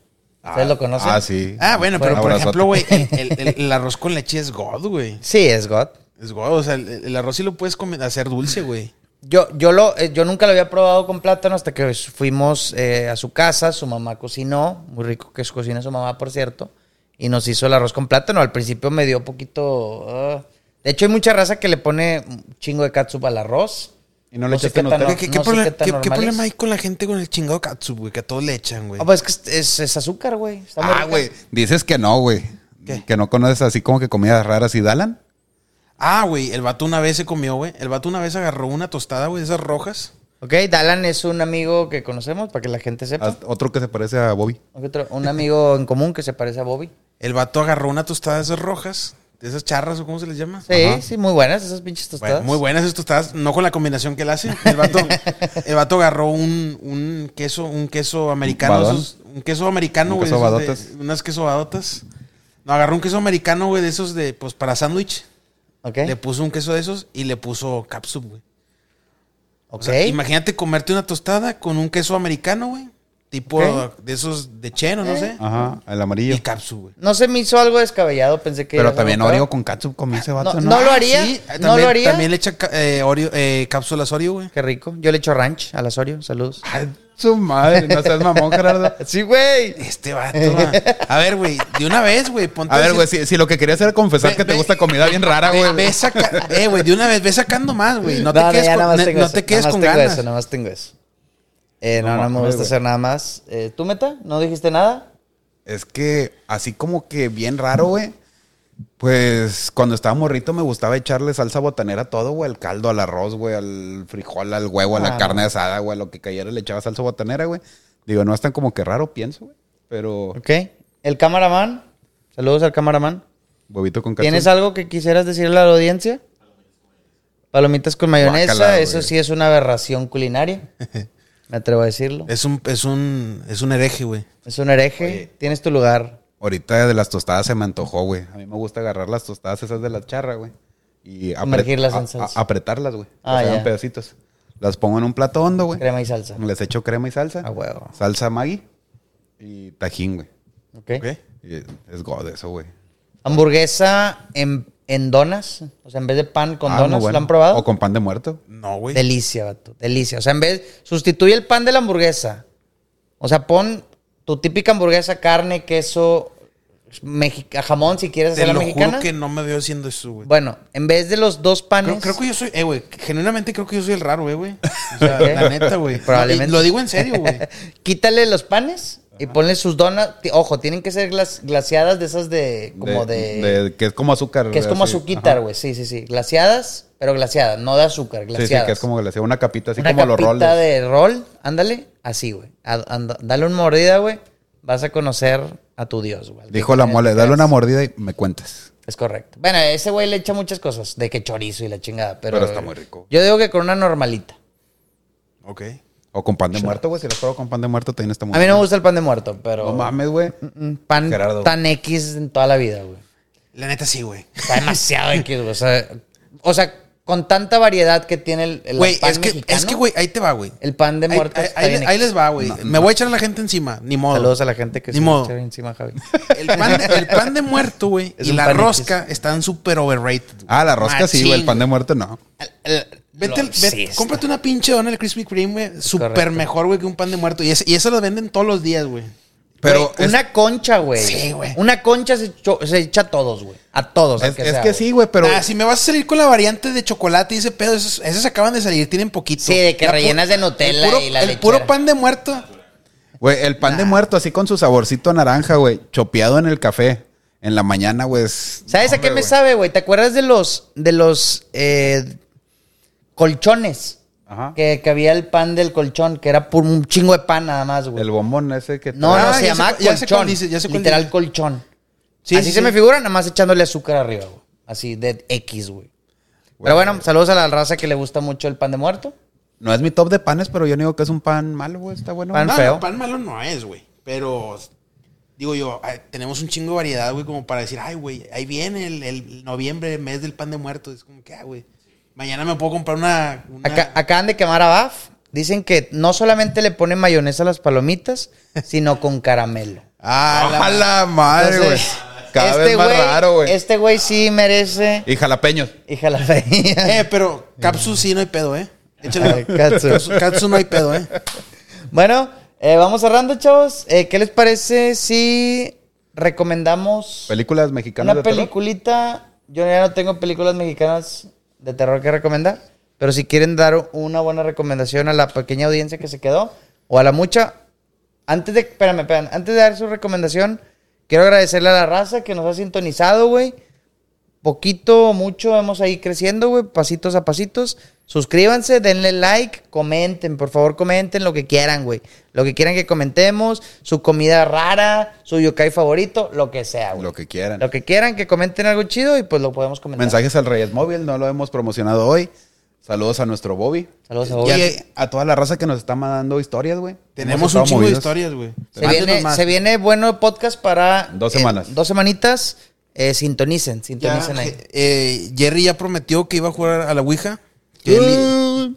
[SPEAKER 1] ¿Ustedes lo conocen?
[SPEAKER 3] Ah, sí.
[SPEAKER 2] Ah, bueno,
[SPEAKER 3] Un
[SPEAKER 2] pero por
[SPEAKER 3] abrazote.
[SPEAKER 2] ejemplo, güey, el, el- el- el arroz con leche es god, güey.
[SPEAKER 1] Sí, es God.
[SPEAKER 2] Es god, o sea, el, el arroz sí lo puedes comer- hacer dulce, güey.
[SPEAKER 1] Yo, yo, lo, eh, yo nunca lo había probado con plátano hasta que fuimos eh, a su casa, su mamá cocinó, muy rico que es- cocina su mamá, por cierto, y nos hizo el arroz con plátano. Al principio me dio poquito... ah. de hecho, hay mucha raza que le pone un chingo de catsup al arroz.
[SPEAKER 3] Y no le
[SPEAKER 1] sé
[SPEAKER 3] echaste
[SPEAKER 1] qué tan-
[SPEAKER 3] Nutella.
[SPEAKER 2] ¿Qué, qué-
[SPEAKER 1] no
[SPEAKER 2] qué
[SPEAKER 1] sé
[SPEAKER 2] problema-
[SPEAKER 1] qué tan
[SPEAKER 2] qué- qué
[SPEAKER 1] normal
[SPEAKER 2] problema
[SPEAKER 1] es.
[SPEAKER 2] hay con la gente con el chingado katsu, güey? Que a todos le echan, güey.
[SPEAKER 1] Ah, pues es que es, es azúcar, güey. Está muy
[SPEAKER 3] Ah,
[SPEAKER 1] rica.
[SPEAKER 3] güey. Dices que no, güey.
[SPEAKER 2] ¿Qué?
[SPEAKER 3] Que no conoces así como que comidas raras y Dalan.
[SPEAKER 2] Ah, güey, el vato una vez se comió, güey. El vato una vez agarró una tostada, güey, de esas rojas.
[SPEAKER 1] Ok, Dalan es un amigo que conocemos, para que la gente sepa.
[SPEAKER 3] Haz- Otro que se parece a Bobby.
[SPEAKER 1] Otro- un amigo en común que se parece a Bobby.
[SPEAKER 2] El vato agarró una tostada de esas rojas, de esas charras o cómo se les llama.
[SPEAKER 1] Sí,
[SPEAKER 3] Ajá.
[SPEAKER 1] sí, muy buenas esas pinches
[SPEAKER 2] Bueno,
[SPEAKER 1] tostadas.
[SPEAKER 2] muy buenas esas tostadas, no con la combinación que él hace. El vato, el vato agarró un, un queso, un queso americano,
[SPEAKER 3] Badón.
[SPEAKER 2] esos- un queso americano,
[SPEAKER 3] Un
[SPEAKER 2] güey.
[SPEAKER 3] queso
[SPEAKER 2] esos de-
[SPEAKER 3] badotas.
[SPEAKER 2] unas queso badotas. No, agarró un queso americano, güey, de esos de, pues, para sándwich.
[SPEAKER 1] Ok,
[SPEAKER 2] Le puso un queso de esos y le puso capsup, güey.
[SPEAKER 1] ok.
[SPEAKER 2] O sea, imagínate comerte una tostada con un queso americano, güey. Tipo
[SPEAKER 1] Ok. Ah,
[SPEAKER 2] de esos de cheno, no sé.
[SPEAKER 3] Ajá, el
[SPEAKER 2] Y
[SPEAKER 3] amarillo.
[SPEAKER 2] capsup, güey.
[SPEAKER 1] No se me hizo algo descabellado, pensé que...
[SPEAKER 3] Pero
[SPEAKER 1] era
[SPEAKER 3] también
[SPEAKER 1] algo
[SPEAKER 3] Oreo
[SPEAKER 1] peor.
[SPEAKER 3] con katsup comí ese vato,
[SPEAKER 1] no,
[SPEAKER 3] ¿no?
[SPEAKER 1] lo haría,
[SPEAKER 2] Sí,
[SPEAKER 1] no
[SPEAKER 2] también-
[SPEAKER 1] lo haría.
[SPEAKER 2] También le echa ca- eh, Oreo, eh, cápsulas Oreo, güey.
[SPEAKER 1] Qué rico. Yo le echo ranch al Asorio, saludos.
[SPEAKER 3] Ay, su madre, no seas mamón, Gerardo.
[SPEAKER 1] Sí, güey.
[SPEAKER 2] Este vato, va. A ver, güey, de una vez, güey, ponte
[SPEAKER 3] A ver,
[SPEAKER 2] decir-
[SPEAKER 3] güey, si, si lo que querías era confesar
[SPEAKER 2] Ve-
[SPEAKER 3] que te
[SPEAKER 2] ve-
[SPEAKER 3] gusta comida bien rara,
[SPEAKER 2] Ve,
[SPEAKER 3] güey.
[SPEAKER 2] ve saca- eh, güey, de una vez, ve sacando más, güey. No, te quedes
[SPEAKER 1] ya
[SPEAKER 2] con,
[SPEAKER 1] nada más
[SPEAKER 2] ne-
[SPEAKER 1] tengo
[SPEAKER 2] no
[SPEAKER 1] eso,
[SPEAKER 2] te quedes
[SPEAKER 1] nada más
[SPEAKER 2] con
[SPEAKER 1] tengo
[SPEAKER 2] ganas.
[SPEAKER 1] Eso, nada más tengo eso. Eh,
[SPEAKER 3] No
[SPEAKER 1] no, no, me
[SPEAKER 3] mames,
[SPEAKER 1] gusta
[SPEAKER 3] güey.
[SPEAKER 1] hacer nada más. Eh, ¿Tú, Meta? ¿No dijiste nada?
[SPEAKER 3] Es que así como que bien raro, güey. Pues cuando estaba morrito me gustaba echarle salsa botanera a todo, güey. Al caldo, al arroz, güey, al frijol, al huevo, a la
[SPEAKER 1] Ah,
[SPEAKER 3] carne asada, güey. a Lo que cayera le echaba salsa botanera, güey. Digo, no es tan como que raro, pienso, güey. Pero
[SPEAKER 1] Ok. El camaraman. Saludos al camaraman.
[SPEAKER 3] huevito con
[SPEAKER 1] ¿Tienes
[SPEAKER 3] catsup.
[SPEAKER 1] algo que quisieras decirle a la audiencia? Palomitas con mayonesa,
[SPEAKER 3] Guácala, güey.
[SPEAKER 1] eso sí es una aberración culinaria. Me atrevo a decirlo.
[SPEAKER 2] Es un, es un, es un hereje, güey.
[SPEAKER 1] Es un hereje,
[SPEAKER 3] Oye.
[SPEAKER 1] tienes tu lugar.
[SPEAKER 3] Ahorita de las tostadas se me antojó, güey. A mí me gusta agarrar las tostadas esas de la charra, güey. Y apre-
[SPEAKER 1] Sumergirlas en
[SPEAKER 3] a-
[SPEAKER 1] salsa.
[SPEAKER 3] a- apretarlas, güey.
[SPEAKER 1] Ah,
[SPEAKER 3] o sea, en
[SPEAKER 1] ya.
[SPEAKER 3] pedacitos. Las pongo en un plato hondo, güey.
[SPEAKER 1] Crema y salsa. Ah,
[SPEAKER 3] Les echo crema y salsa.
[SPEAKER 1] A huevo.
[SPEAKER 3] Salsa Maggi y tajín, güey.
[SPEAKER 1] ¿ok?
[SPEAKER 2] ¿ok?
[SPEAKER 3] Y Es god eso, güey.
[SPEAKER 1] Hamburguesa en, en donas, o sea, en vez de pan con
[SPEAKER 3] Ah, muy
[SPEAKER 1] donas,
[SPEAKER 3] bueno.
[SPEAKER 1] ¿la han probado?
[SPEAKER 3] O con pan de muerto.
[SPEAKER 2] No, güey.
[SPEAKER 1] Delicia, vato, delicia. O sea, en vez, sustituye el pan de la hamburguesa. O sea, pon tu típica hamburguesa, carne, queso, mexica, jamón, si quieres
[SPEAKER 2] Te
[SPEAKER 1] hacer la
[SPEAKER 2] lo
[SPEAKER 1] mexicana.
[SPEAKER 2] juro que no me veo haciendo eso, güey.
[SPEAKER 1] Bueno, en vez de los dos panes...
[SPEAKER 2] Creo, creo que yo soy, eh, güey, genuinamente creo que yo soy el raro, eh, güey. O sea,
[SPEAKER 1] ¿Por qué?
[SPEAKER 2] la neta, güey.
[SPEAKER 1] Probablemente.
[SPEAKER 2] Lo, lo digo en serio, güey.
[SPEAKER 1] Quítale los panes y ponle sus donas. Ti- Ojo, tienen que ser glas- glaseadas de esas de. como de.
[SPEAKER 3] de- Que es como azúcar.
[SPEAKER 1] que es como
[SPEAKER 3] así.
[SPEAKER 1] azuquitar,
[SPEAKER 3] Ajá.
[SPEAKER 1] güey. Sí, sí, sí. Glaseadas, pero glaseadas, no de azúcar,
[SPEAKER 3] Sí,
[SPEAKER 1] glaseadas.
[SPEAKER 3] sí, que es como que le hacía una capita, así
[SPEAKER 1] Una
[SPEAKER 3] como los
[SPEAKER 1] capita
[SPEAKER 3] roles.
[SPEAKER 1] de rol, ándale, así, güey. A- anda- Dale una mordida, güey. Vas a conocer a tu Dios, güey. al que
[SPEAKER 3] Dijo la
[SPEAKER 1] creas
[SPEAKER 3] mole,
[SPEAKER 1] que
[SPEAKER 3] dale
[SPEAKER 1] creas".
[SPEAKER 3] una mordida y me cuentas.
[SPEAKER 1] Es correcto. Bueno, ese güey le echa muchas cosas, de que chorizo y la chingada, pero.
[SPEAKER 3] Pero está muy rico.
[SPEAKER 1] Yo digo que con una normalita.
[SPEAKER 2] Ok.
[SPEAKER 3] O con pan de muerto, güey. Si lo pruebo con pan de muerto, también está muy
[SPEAKER 1] A mí no
[SPEAKER 3] bueno.
[SPEAKER 1] me gusta el pan de muerto, pero.
[SPEAKER 3] No mames, güey.
[SPEAKER 1] Mm, Pan
[SPEAKER 3] Gerardo.
[SPEAKER 1] tan X en toda la vida, güey.
[SPEAKER 2] La neta sí, güey.
[SPEAKER 1] Está demasiado X, güey. O sea, o sea, con tanta variedad que tiene el, el
[SPEAKER 2] Güey,
[SPEAKER 1] pan
[SPEAKER 2] es que,
[SPEAKER 1] mexicano,
[SPEAKER 2] es que, güey, ahí te va, güey.
[SPEAKER 1] el pan de
[SPEAKER 2] Ahí-
[SPEAKER 1] muertos
[SPEAKER 2] ahí,
[SPEAKER 1] está
[SPEAKER 2] ahí
[SPEAKER 1] bien
[SPEAKER 2] le- ahí
[SPEAKER 1] X.
[SPEAKER 2] les va, güey. Me voy a echar a la gente encima, ni modo.
[SPEAKER 1] Saludos a la gente que
[SPEAKER 2] Ni
[SPEAKER 1] se
[SPEAKER 2] modo.
[SPEAKER 1] echa encima, Javi.
[SPEAKER 2] El pan, de- el pan de muerto, güey,
[SPEAKER 1] Es
[SPEAKER 2] y
[SPEAKER 1] un
[SPEAKER 2] la
[SPEAKER 1] pan
[SPEAKER 2] rosca están súper overrated. güey.
[SPEAKER 3] Ah, la rosca sí, güey. El pan de muerto no.
[SPEAKER 2] Vete, al-
[SPEAKER 1] Lo-
[SPEAKER 2] vete-
[SPEAKER 1] sí está.
[SPEAKER 2] cómprate una pinche dona del Krispy Kreme, güey. Súper
[SPEAKER 1] correcto.
[SPEAKER 2] mejor, güey, que un pan de muerto. Y, ese- y eso lo venden todos los días, güey.
[SPEAKER 3] Pero
[SPEAKER 1] Güey,
[SPEAKER 3] es,
[SPEAKER 1] una concha, güey.
[SPEAKER 2] Sí, güey.
[SPEAKER 1] Una concha se, cho- se echa a todos, güey. A todos. al
[SPEAKER 3] es- es
[SPEAKER 1] sea,
[SPEAKER 3] que sí, güey, pero.
[SPEAKER 2] ah, si me vas a salir con la variante de chocolate y ese pedo, esos, esos acaban de salir, tienen poquito.
[SPEAKER 1] Sí, de que
[SPEAKER 2] La pu-
[SPEAKER 1] rellenas de Nutella
[SPEAKER 2] el puro,
[SPEAKER 1] y la
[SPEAKER 2] El
[SPEAKER 1] lechera.
[SPEAKER 2] puro pan de muerto.
[SPEAKER 3] Güey, el pan de muerto así con su saborcito a naranja, güey, chopeado en el café. En la mañana, güey. es-
[SPEAKER 1] ¿Sabes a
[SPEAKER 3] Hombre,
[SPEAKER 1] qué me
[SPEAKER 3] güey.
[SPEAKER 1] sabe, güey? ¿Te acuerdas de los, de los eh, colchones?
[SPEAKER 2] Ah.
[SPEAKER 3] Ajá.
[SPEAKER 1] Que, que había el pan del colchón, que era por un chingo de pan nada más, güey.
[SPEAKER 3] El bombón ese que
[SPEAKER 1] No,
[SPEAKER 3] trae.
[SPEAKER 1] no,
[SPEAKER 2] Ah,
[SPEAKER 1] se
[SPEAKER 2] ya
[SPEAKER 1] llamaba
[SPEAKER 2] sé cu- ya sé cuál
[SPEAKER 1] colchón.
[SPEAKER 2] dices, ya sé cuál
[SPEAKER 1] literal
[SPEAKER 2] dices.
[SPEAKER 1] colchón.
[SPEAKER 2] Sí,
[SPEAKER 1] Así
[SPEAKER 2] sí,
[SPEAKER 1] se me
[SPEAKER 2] sí.
[SPEAKER 1] figura, nada más echándole azúcar arriba, güey. Así de X, güey. Pero bueno, saludos a la raza que le gusta mucho el pan de muerto.
[SPEAKER 3] No es mi top de panes, pero yo no digo que es un pan malo, güey. Está bueno.
[SPEAKER 1] Pan
[SPEAKER 2] No,
[SPEAKER 1] feo.
[SPEAKER 2] no, pan malo no es, güey. Pero digo yo, ay, tenemos un chingo de variedad, güey, como para decir, ay, güey, ahí viene el, el noviembre, mes del pan de muertos. Es como que, ah, güey, mañana me puedo comprar una. una-
[SPEAKER 1] Acá, acaban de quemar a Baf. Dicen que no solamente le ponen mayonesa a las palomitas, sino con caramelo.
[SPEAKER 3] Ah, la, madre, güey.
[SPEAKER 1] Entonces,
[SPEAKER 3] Cada vez más raro, güey.
[SPEAKER 1] Este güey sí merece.
[SPEAKER 3] Y jalapeños.
[SPEAKER 1] Hija la fe.
[SPEAKER 2] Eh, pero Capsu sí no hay pedo, ¿eh? Échale.
[SPEAKER 1] Ay, Capsu.
[SPEAKER 2] Capsu- Capsu no hay pedo, ¿eh?
[SPEAKER 1] bueno, eh, vamos cerrando, chavos. Eh, ¿Qué les parece si recomendamos
[SPEAKER 3] Películas mexicanas
[SPEAKER 1] una
[SPEAKER 3] de terror.
[SPEAKER 1] peliculita? Yo ya no tengo películas mexicanas de terror que recomendar, pero si quieren dar una buena recomendación a la pequeña audiencia que se quedó o a la mucha, antes de, espérame, espérame, antes de dar su recomendación, quiero agradecerle a la raza que nos ha sintonizado, güey. poquito o mucho vamos ahí creciendo, güey, pasitos a pasitos. Suscríbanse, denle like, comenten, por favor, comenten lo que quieran, güey. Lo que quieran que comentemos, su comida rara, su yokai favorito, lo que sea, güey.
[SPEAKER 3] Lo que quieran.
[SPEAKER 1] Lo que quieran, que comenten algo chido y pues lo podemos comentar.
[SPEAKER 3] Mensajes al Reyes Móvil, no lo hemos promocionado hoy. Saludos a nuestro Bobby.
[SPEAKER 1] Saludos a
[SPEAKER 3] Y
[SPEAKER 1] vos.
[SPEAKER 2] Ya-
[SPEAKER 3] a, a toda la raza que nos está mandando historias, güey. Hemos
[SPEAKER 2] Tenemos
[SPEAKER 3] estado
[SPEAKER 2] un chingo de
[SPEAKER 3] movidos.
[SPEAKER 2] historias, güey.
[SPEAKER 1] Se
[SPEAKER 2] Mándenos
[SPEAKER 1] viene,
[SPEAKER 2] más.
[SPEAKER 1] se viene bueno podcast para...
[SPEAKER 3] Dos
[SPEAKER 1] eh,
[SPEAKER 3] semanas.
[SPEAKER 1] dos semanitas. Eh, sintonicen,
[SPEAKER 2] Ya,
[SPEAKER 1] sintonicen ahí.
[SPEAKER 2] eh, Jerry ya prometió que iba a jugar a la Ouija. Que, él-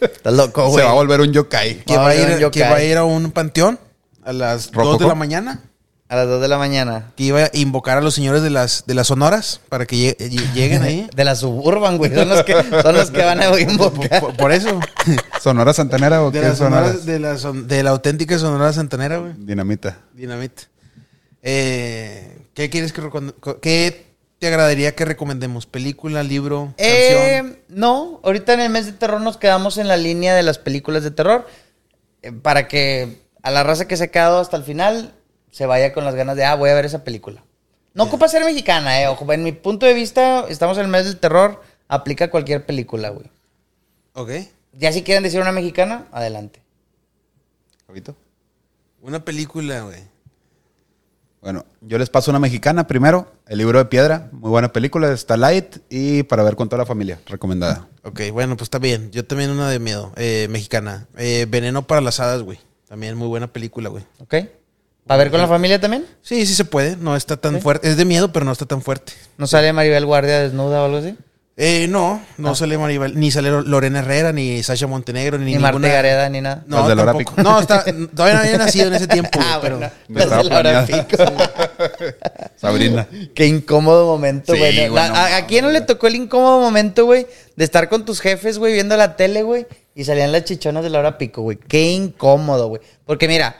[SPEAKER 1] Estás loco,
[SPEAKER 3] Se va a volver un yokai.
[SPEAKER 2] que va, a
[SPEAKER 1] Ah, yo
[SPEAKER 2] ir, que
[SPEAKER 1] caí.
[SPEAKER 2] va a ir a un panteón a las 2 de
[SPEAKER 3] ¿Rococó?
[SPEAKER 2] la mañana.
[SPEAKER 1] A las 2 de la mañana.
[SPEAKER 2] Que iba a invocar a los señores de las, de las sonoras para que lle- lle- lleguen ahí.
[SPEAKER 1] De la suburban, güey. Son los que, son los que van a invocar.
[SPEAKER 2] Por, por eso.
[SPEAKER 3] ¿Sonora Santanera o
[SPEAKER 2] De
[SPEAKER 3] qué
[SPEAKER 2] las
[SPEAKER 3] es Sonora?
[SPEAKER 2] sonoras, de la, son- de la auténtica sonora santanera, güey.
[SPEAKER 3] Dinamita.
[SPEAKER 2] Dinamita. Eh, ¿Qué quieres que recom- qué te agradaría que recomendemos? ¿Película, libro,
[SPEAKER 1] Eh,
[SPEAKER 2] canción?
[SPEAKER 1] no, ahorita en el mes de terror nos quedamos en la línea de las películas de terror eh, para que a la raza que se ha quedado hasta el final se vaya con las ganas de, ah, voy a ver esa película. No ocupa ser mexicana, eh. Ojo, en mi punto de vista, estamos en el mes del terror, aplica cualquier película, güey.
[SPEAKER 2] Ok.
[SPEAKER 1] Ya si quieren decir una mexicana, adelante.
[SPEAKER 3] Javito.
[SPEAKER 2] Una película, güey.
[SPEAKER 3] Bueno, yo les paso una mexicana primero. El libro de piedra. Muy buena película. Está light y para ver con toda la familia. Recomendada.
[SPEAKER 2] Ok, bueno, pues está bien. Yo también una de miedo, eh, mexicana. Eh, Veneno para las hadas, güey. También muy buena película, güey.
[SPEAKER 1] ¿Ok? ¿Para ver con la familia también?
[SPEAKER 2] Sí, sí se puede. No está tan fuerte. Es de miedo, pero no está tan fuerte.
[SPEAKER 1] ¿No sale Maribel Guardia desnuda o algo así?
[SPEAKER 2] Eh, no, no sale Maribel, ni sale Lorena Herrera, ni Sasha Montenegro, ni,
[SPEAKER 1] Ah. Ni,
[SPEAKER 2] ninguna-
[SPEAKER 1] Marta Gareda ni nada.
[SPEAKER 2] No,
[SPEAKER 3] Las de Laura
[SPEAKER 2] tampoco.
[SPEAKER 3] Pico.
[SPEAKER 2] No, está, todavía no había nacido en ese tiempo. güey,
[SPEAKER 1] Ah,
[SPEAKER 2] pero-
[SPEAKER 1] bueno.
[SPEAKER 3] Me estaba
[SPEAKER 1] Las de Laura
[SPEAKER 3] planeando.
[SPEAKER 1] Pico.
[SPEAKER 3] Sabrina.
[SPEAKER 1] Qué incómodo momento,
[SPEAKER 3] Sí,
[SPEAKER 1] güey.
[SPEAKER 3] güey,
[SPEAKER 1] La-
[SPEAKER 3] no
[SPEAKER 1] a, ¿a quién no le tocó el incómodo momento, güey? De estar con tus jefes, güey, viendo la tele, güey, y salían las chichonas de la hora pico, güey. Qué incómodo, güey. Porque mira,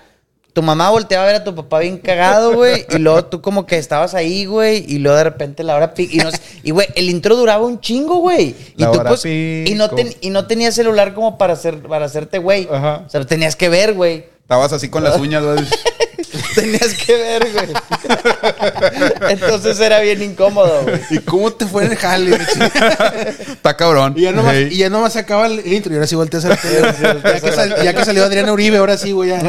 [SPEAKER 1] tu mamá volteaba a ver a tu papá bien cagado, güey, y luego tú como que estabas ahí, güey, y luego de repente la hora pico. Y, no sé- y, güey, el intro duraba un chingo, güey. Y
[SPEAKER 3] La
[SPEAKER 1] tú,
[SPEAKER 3] hora
[SPEAKER 1] pues, y no,
[SPEAKER 3] pico.
[SPEAKER 1] ten- y no tenías celular como para, hacer, para hacerte, güey.
[SPEAKER 3] Ajá.
[SPEAKER 1] O sea, tenías que ver, güey.
[SPEAKER 3] Estabas así con las uñas, güey.
[SPEAKER 1] Tenías que ver, güey. Entonces era bien incómodo, güey.
[SPEAKER 2] ¿Y cómo te fue en el jale? güey?
[SPEAKER 3] Está cabrón.
[SPEAKER 2] Y ya nomás,
[SPEAKER 3] Ey.
[SPEAKER 2] y ya nomás se acaba el intro y ahora sí volteas al tele. ya, que sal- ya que salió Adriana Uribe, ahora sí, güey. ya.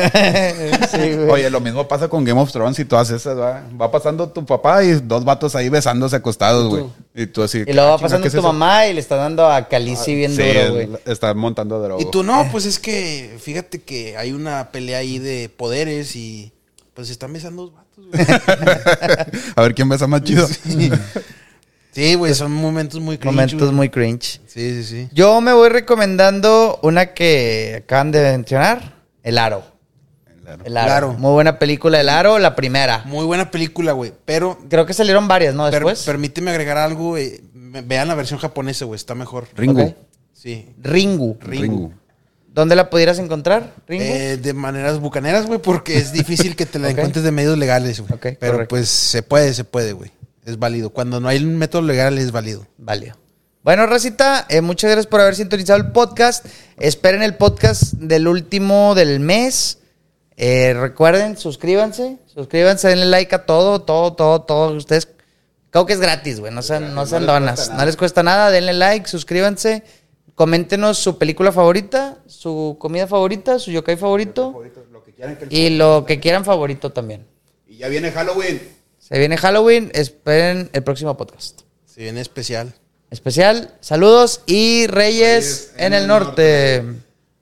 [SPEAKER 1] Sí, güey.
[SPEAKER 3] Oye, lo mismo pasa con Game of Thrones y todas esas, ¿va? Va pasando tu papá y dos vatos ahí besándose acostados, güey. Y tú así.
[SPEAKER 1] Y luego va
[SPEAKER 3] "Ah, chinga,
[SPEAKER 1] pasando
[SPEAKER 3] ¿qué
[SPEAKER 1] tu
[SPEAKER 3] es eso?"
[SPEAKER 1] mamá y le está dando a Calici bien
[SPEAKER 3] Sí,
[SPEAKER 1] duro, güey.
[SPEAKER 3] está montando droga.
[SPEAKER 2] Y tú no, pues es que fíjate que hay una pelea ahí de poderes y pues se están besando los vatos, güey.
[SPEAKER 3] A ver quién besa más chido.
[SPEAKER 2] Sí, güey, son momentos muy cringe,
[SPEAKER 1] Momentos
[SPEAKER 2] güey.
[SPEAKER 1] muy cringe.
[SPEAKER 2] Sí, sí, sí.
[SPEAKER 1] Yo me voy recomendando una que acaban de mencionar, El Aro. El Aro.
[SPEAKER 2] El Aro.
[SPEAKER 1] Muy buena película, El Aro, la primera.
[SPEAKER 2] Muy buena película, güey. Pero
[SPEAKER 1] Creo que salieron varias, ¿no?
[SPEAKER 2] per-
[SPEAKER 1] Después.
[SPEAKER 2] permíteme agregar algo, güey. Me- Vean la versión japonesa, güey, está mejor.
[SPEAKER 3] Ringu.
[SPEAKER 1] Ok.
[SPEAKER 2] Sí.
[SPEAKER 1] Ringu.
[SPEAKER 2] Ringu.
[SPEAKER 3] Ringu.
[SPEAKER 1] ¿Dónde la pudieras encontrar, Ringu?
[SPEAKER 2] Eh, de maneras bucaneras, güey, porque es difícil que te la
[SPEAKER 1] Ok.
[SPEAKER 2] encuentres de medios legales, güey.
[SPEAKER 1] Ok,
[SPEAKER 2] Pero
[SPEAKER 1] correcto.
[SPEAKER 2] pues se puede, se puede, güey. Es válido. Cuando no hay un método legal es válido.
[SPEAKER 1] Valió. Bueno, Racita, eh, muchas gracias por haber sintonizado el podcast. Esperen el podcast del último del mes. Eh, recuerden, suscríbanse. Suscríbanse, denle like a todo, todo, todo, todo. Ustedes, creo que es gratis, güey. No sean, no sean donas. No les cuesta nada. Denle like, suscríbanse. Coméntenos su película favorita, su comida favorita, su yokai favorito. Y lo que quieran favorito también.
[SPEAKER 3] Y ya viene Halloween.
[SPEAKER 1] Se viene Halloween. Esperen el próximo podcast
[SPEAKER 2] Si bien especial.
[SPEAKER 1] especial. Saludos y Reyes, en, el norte.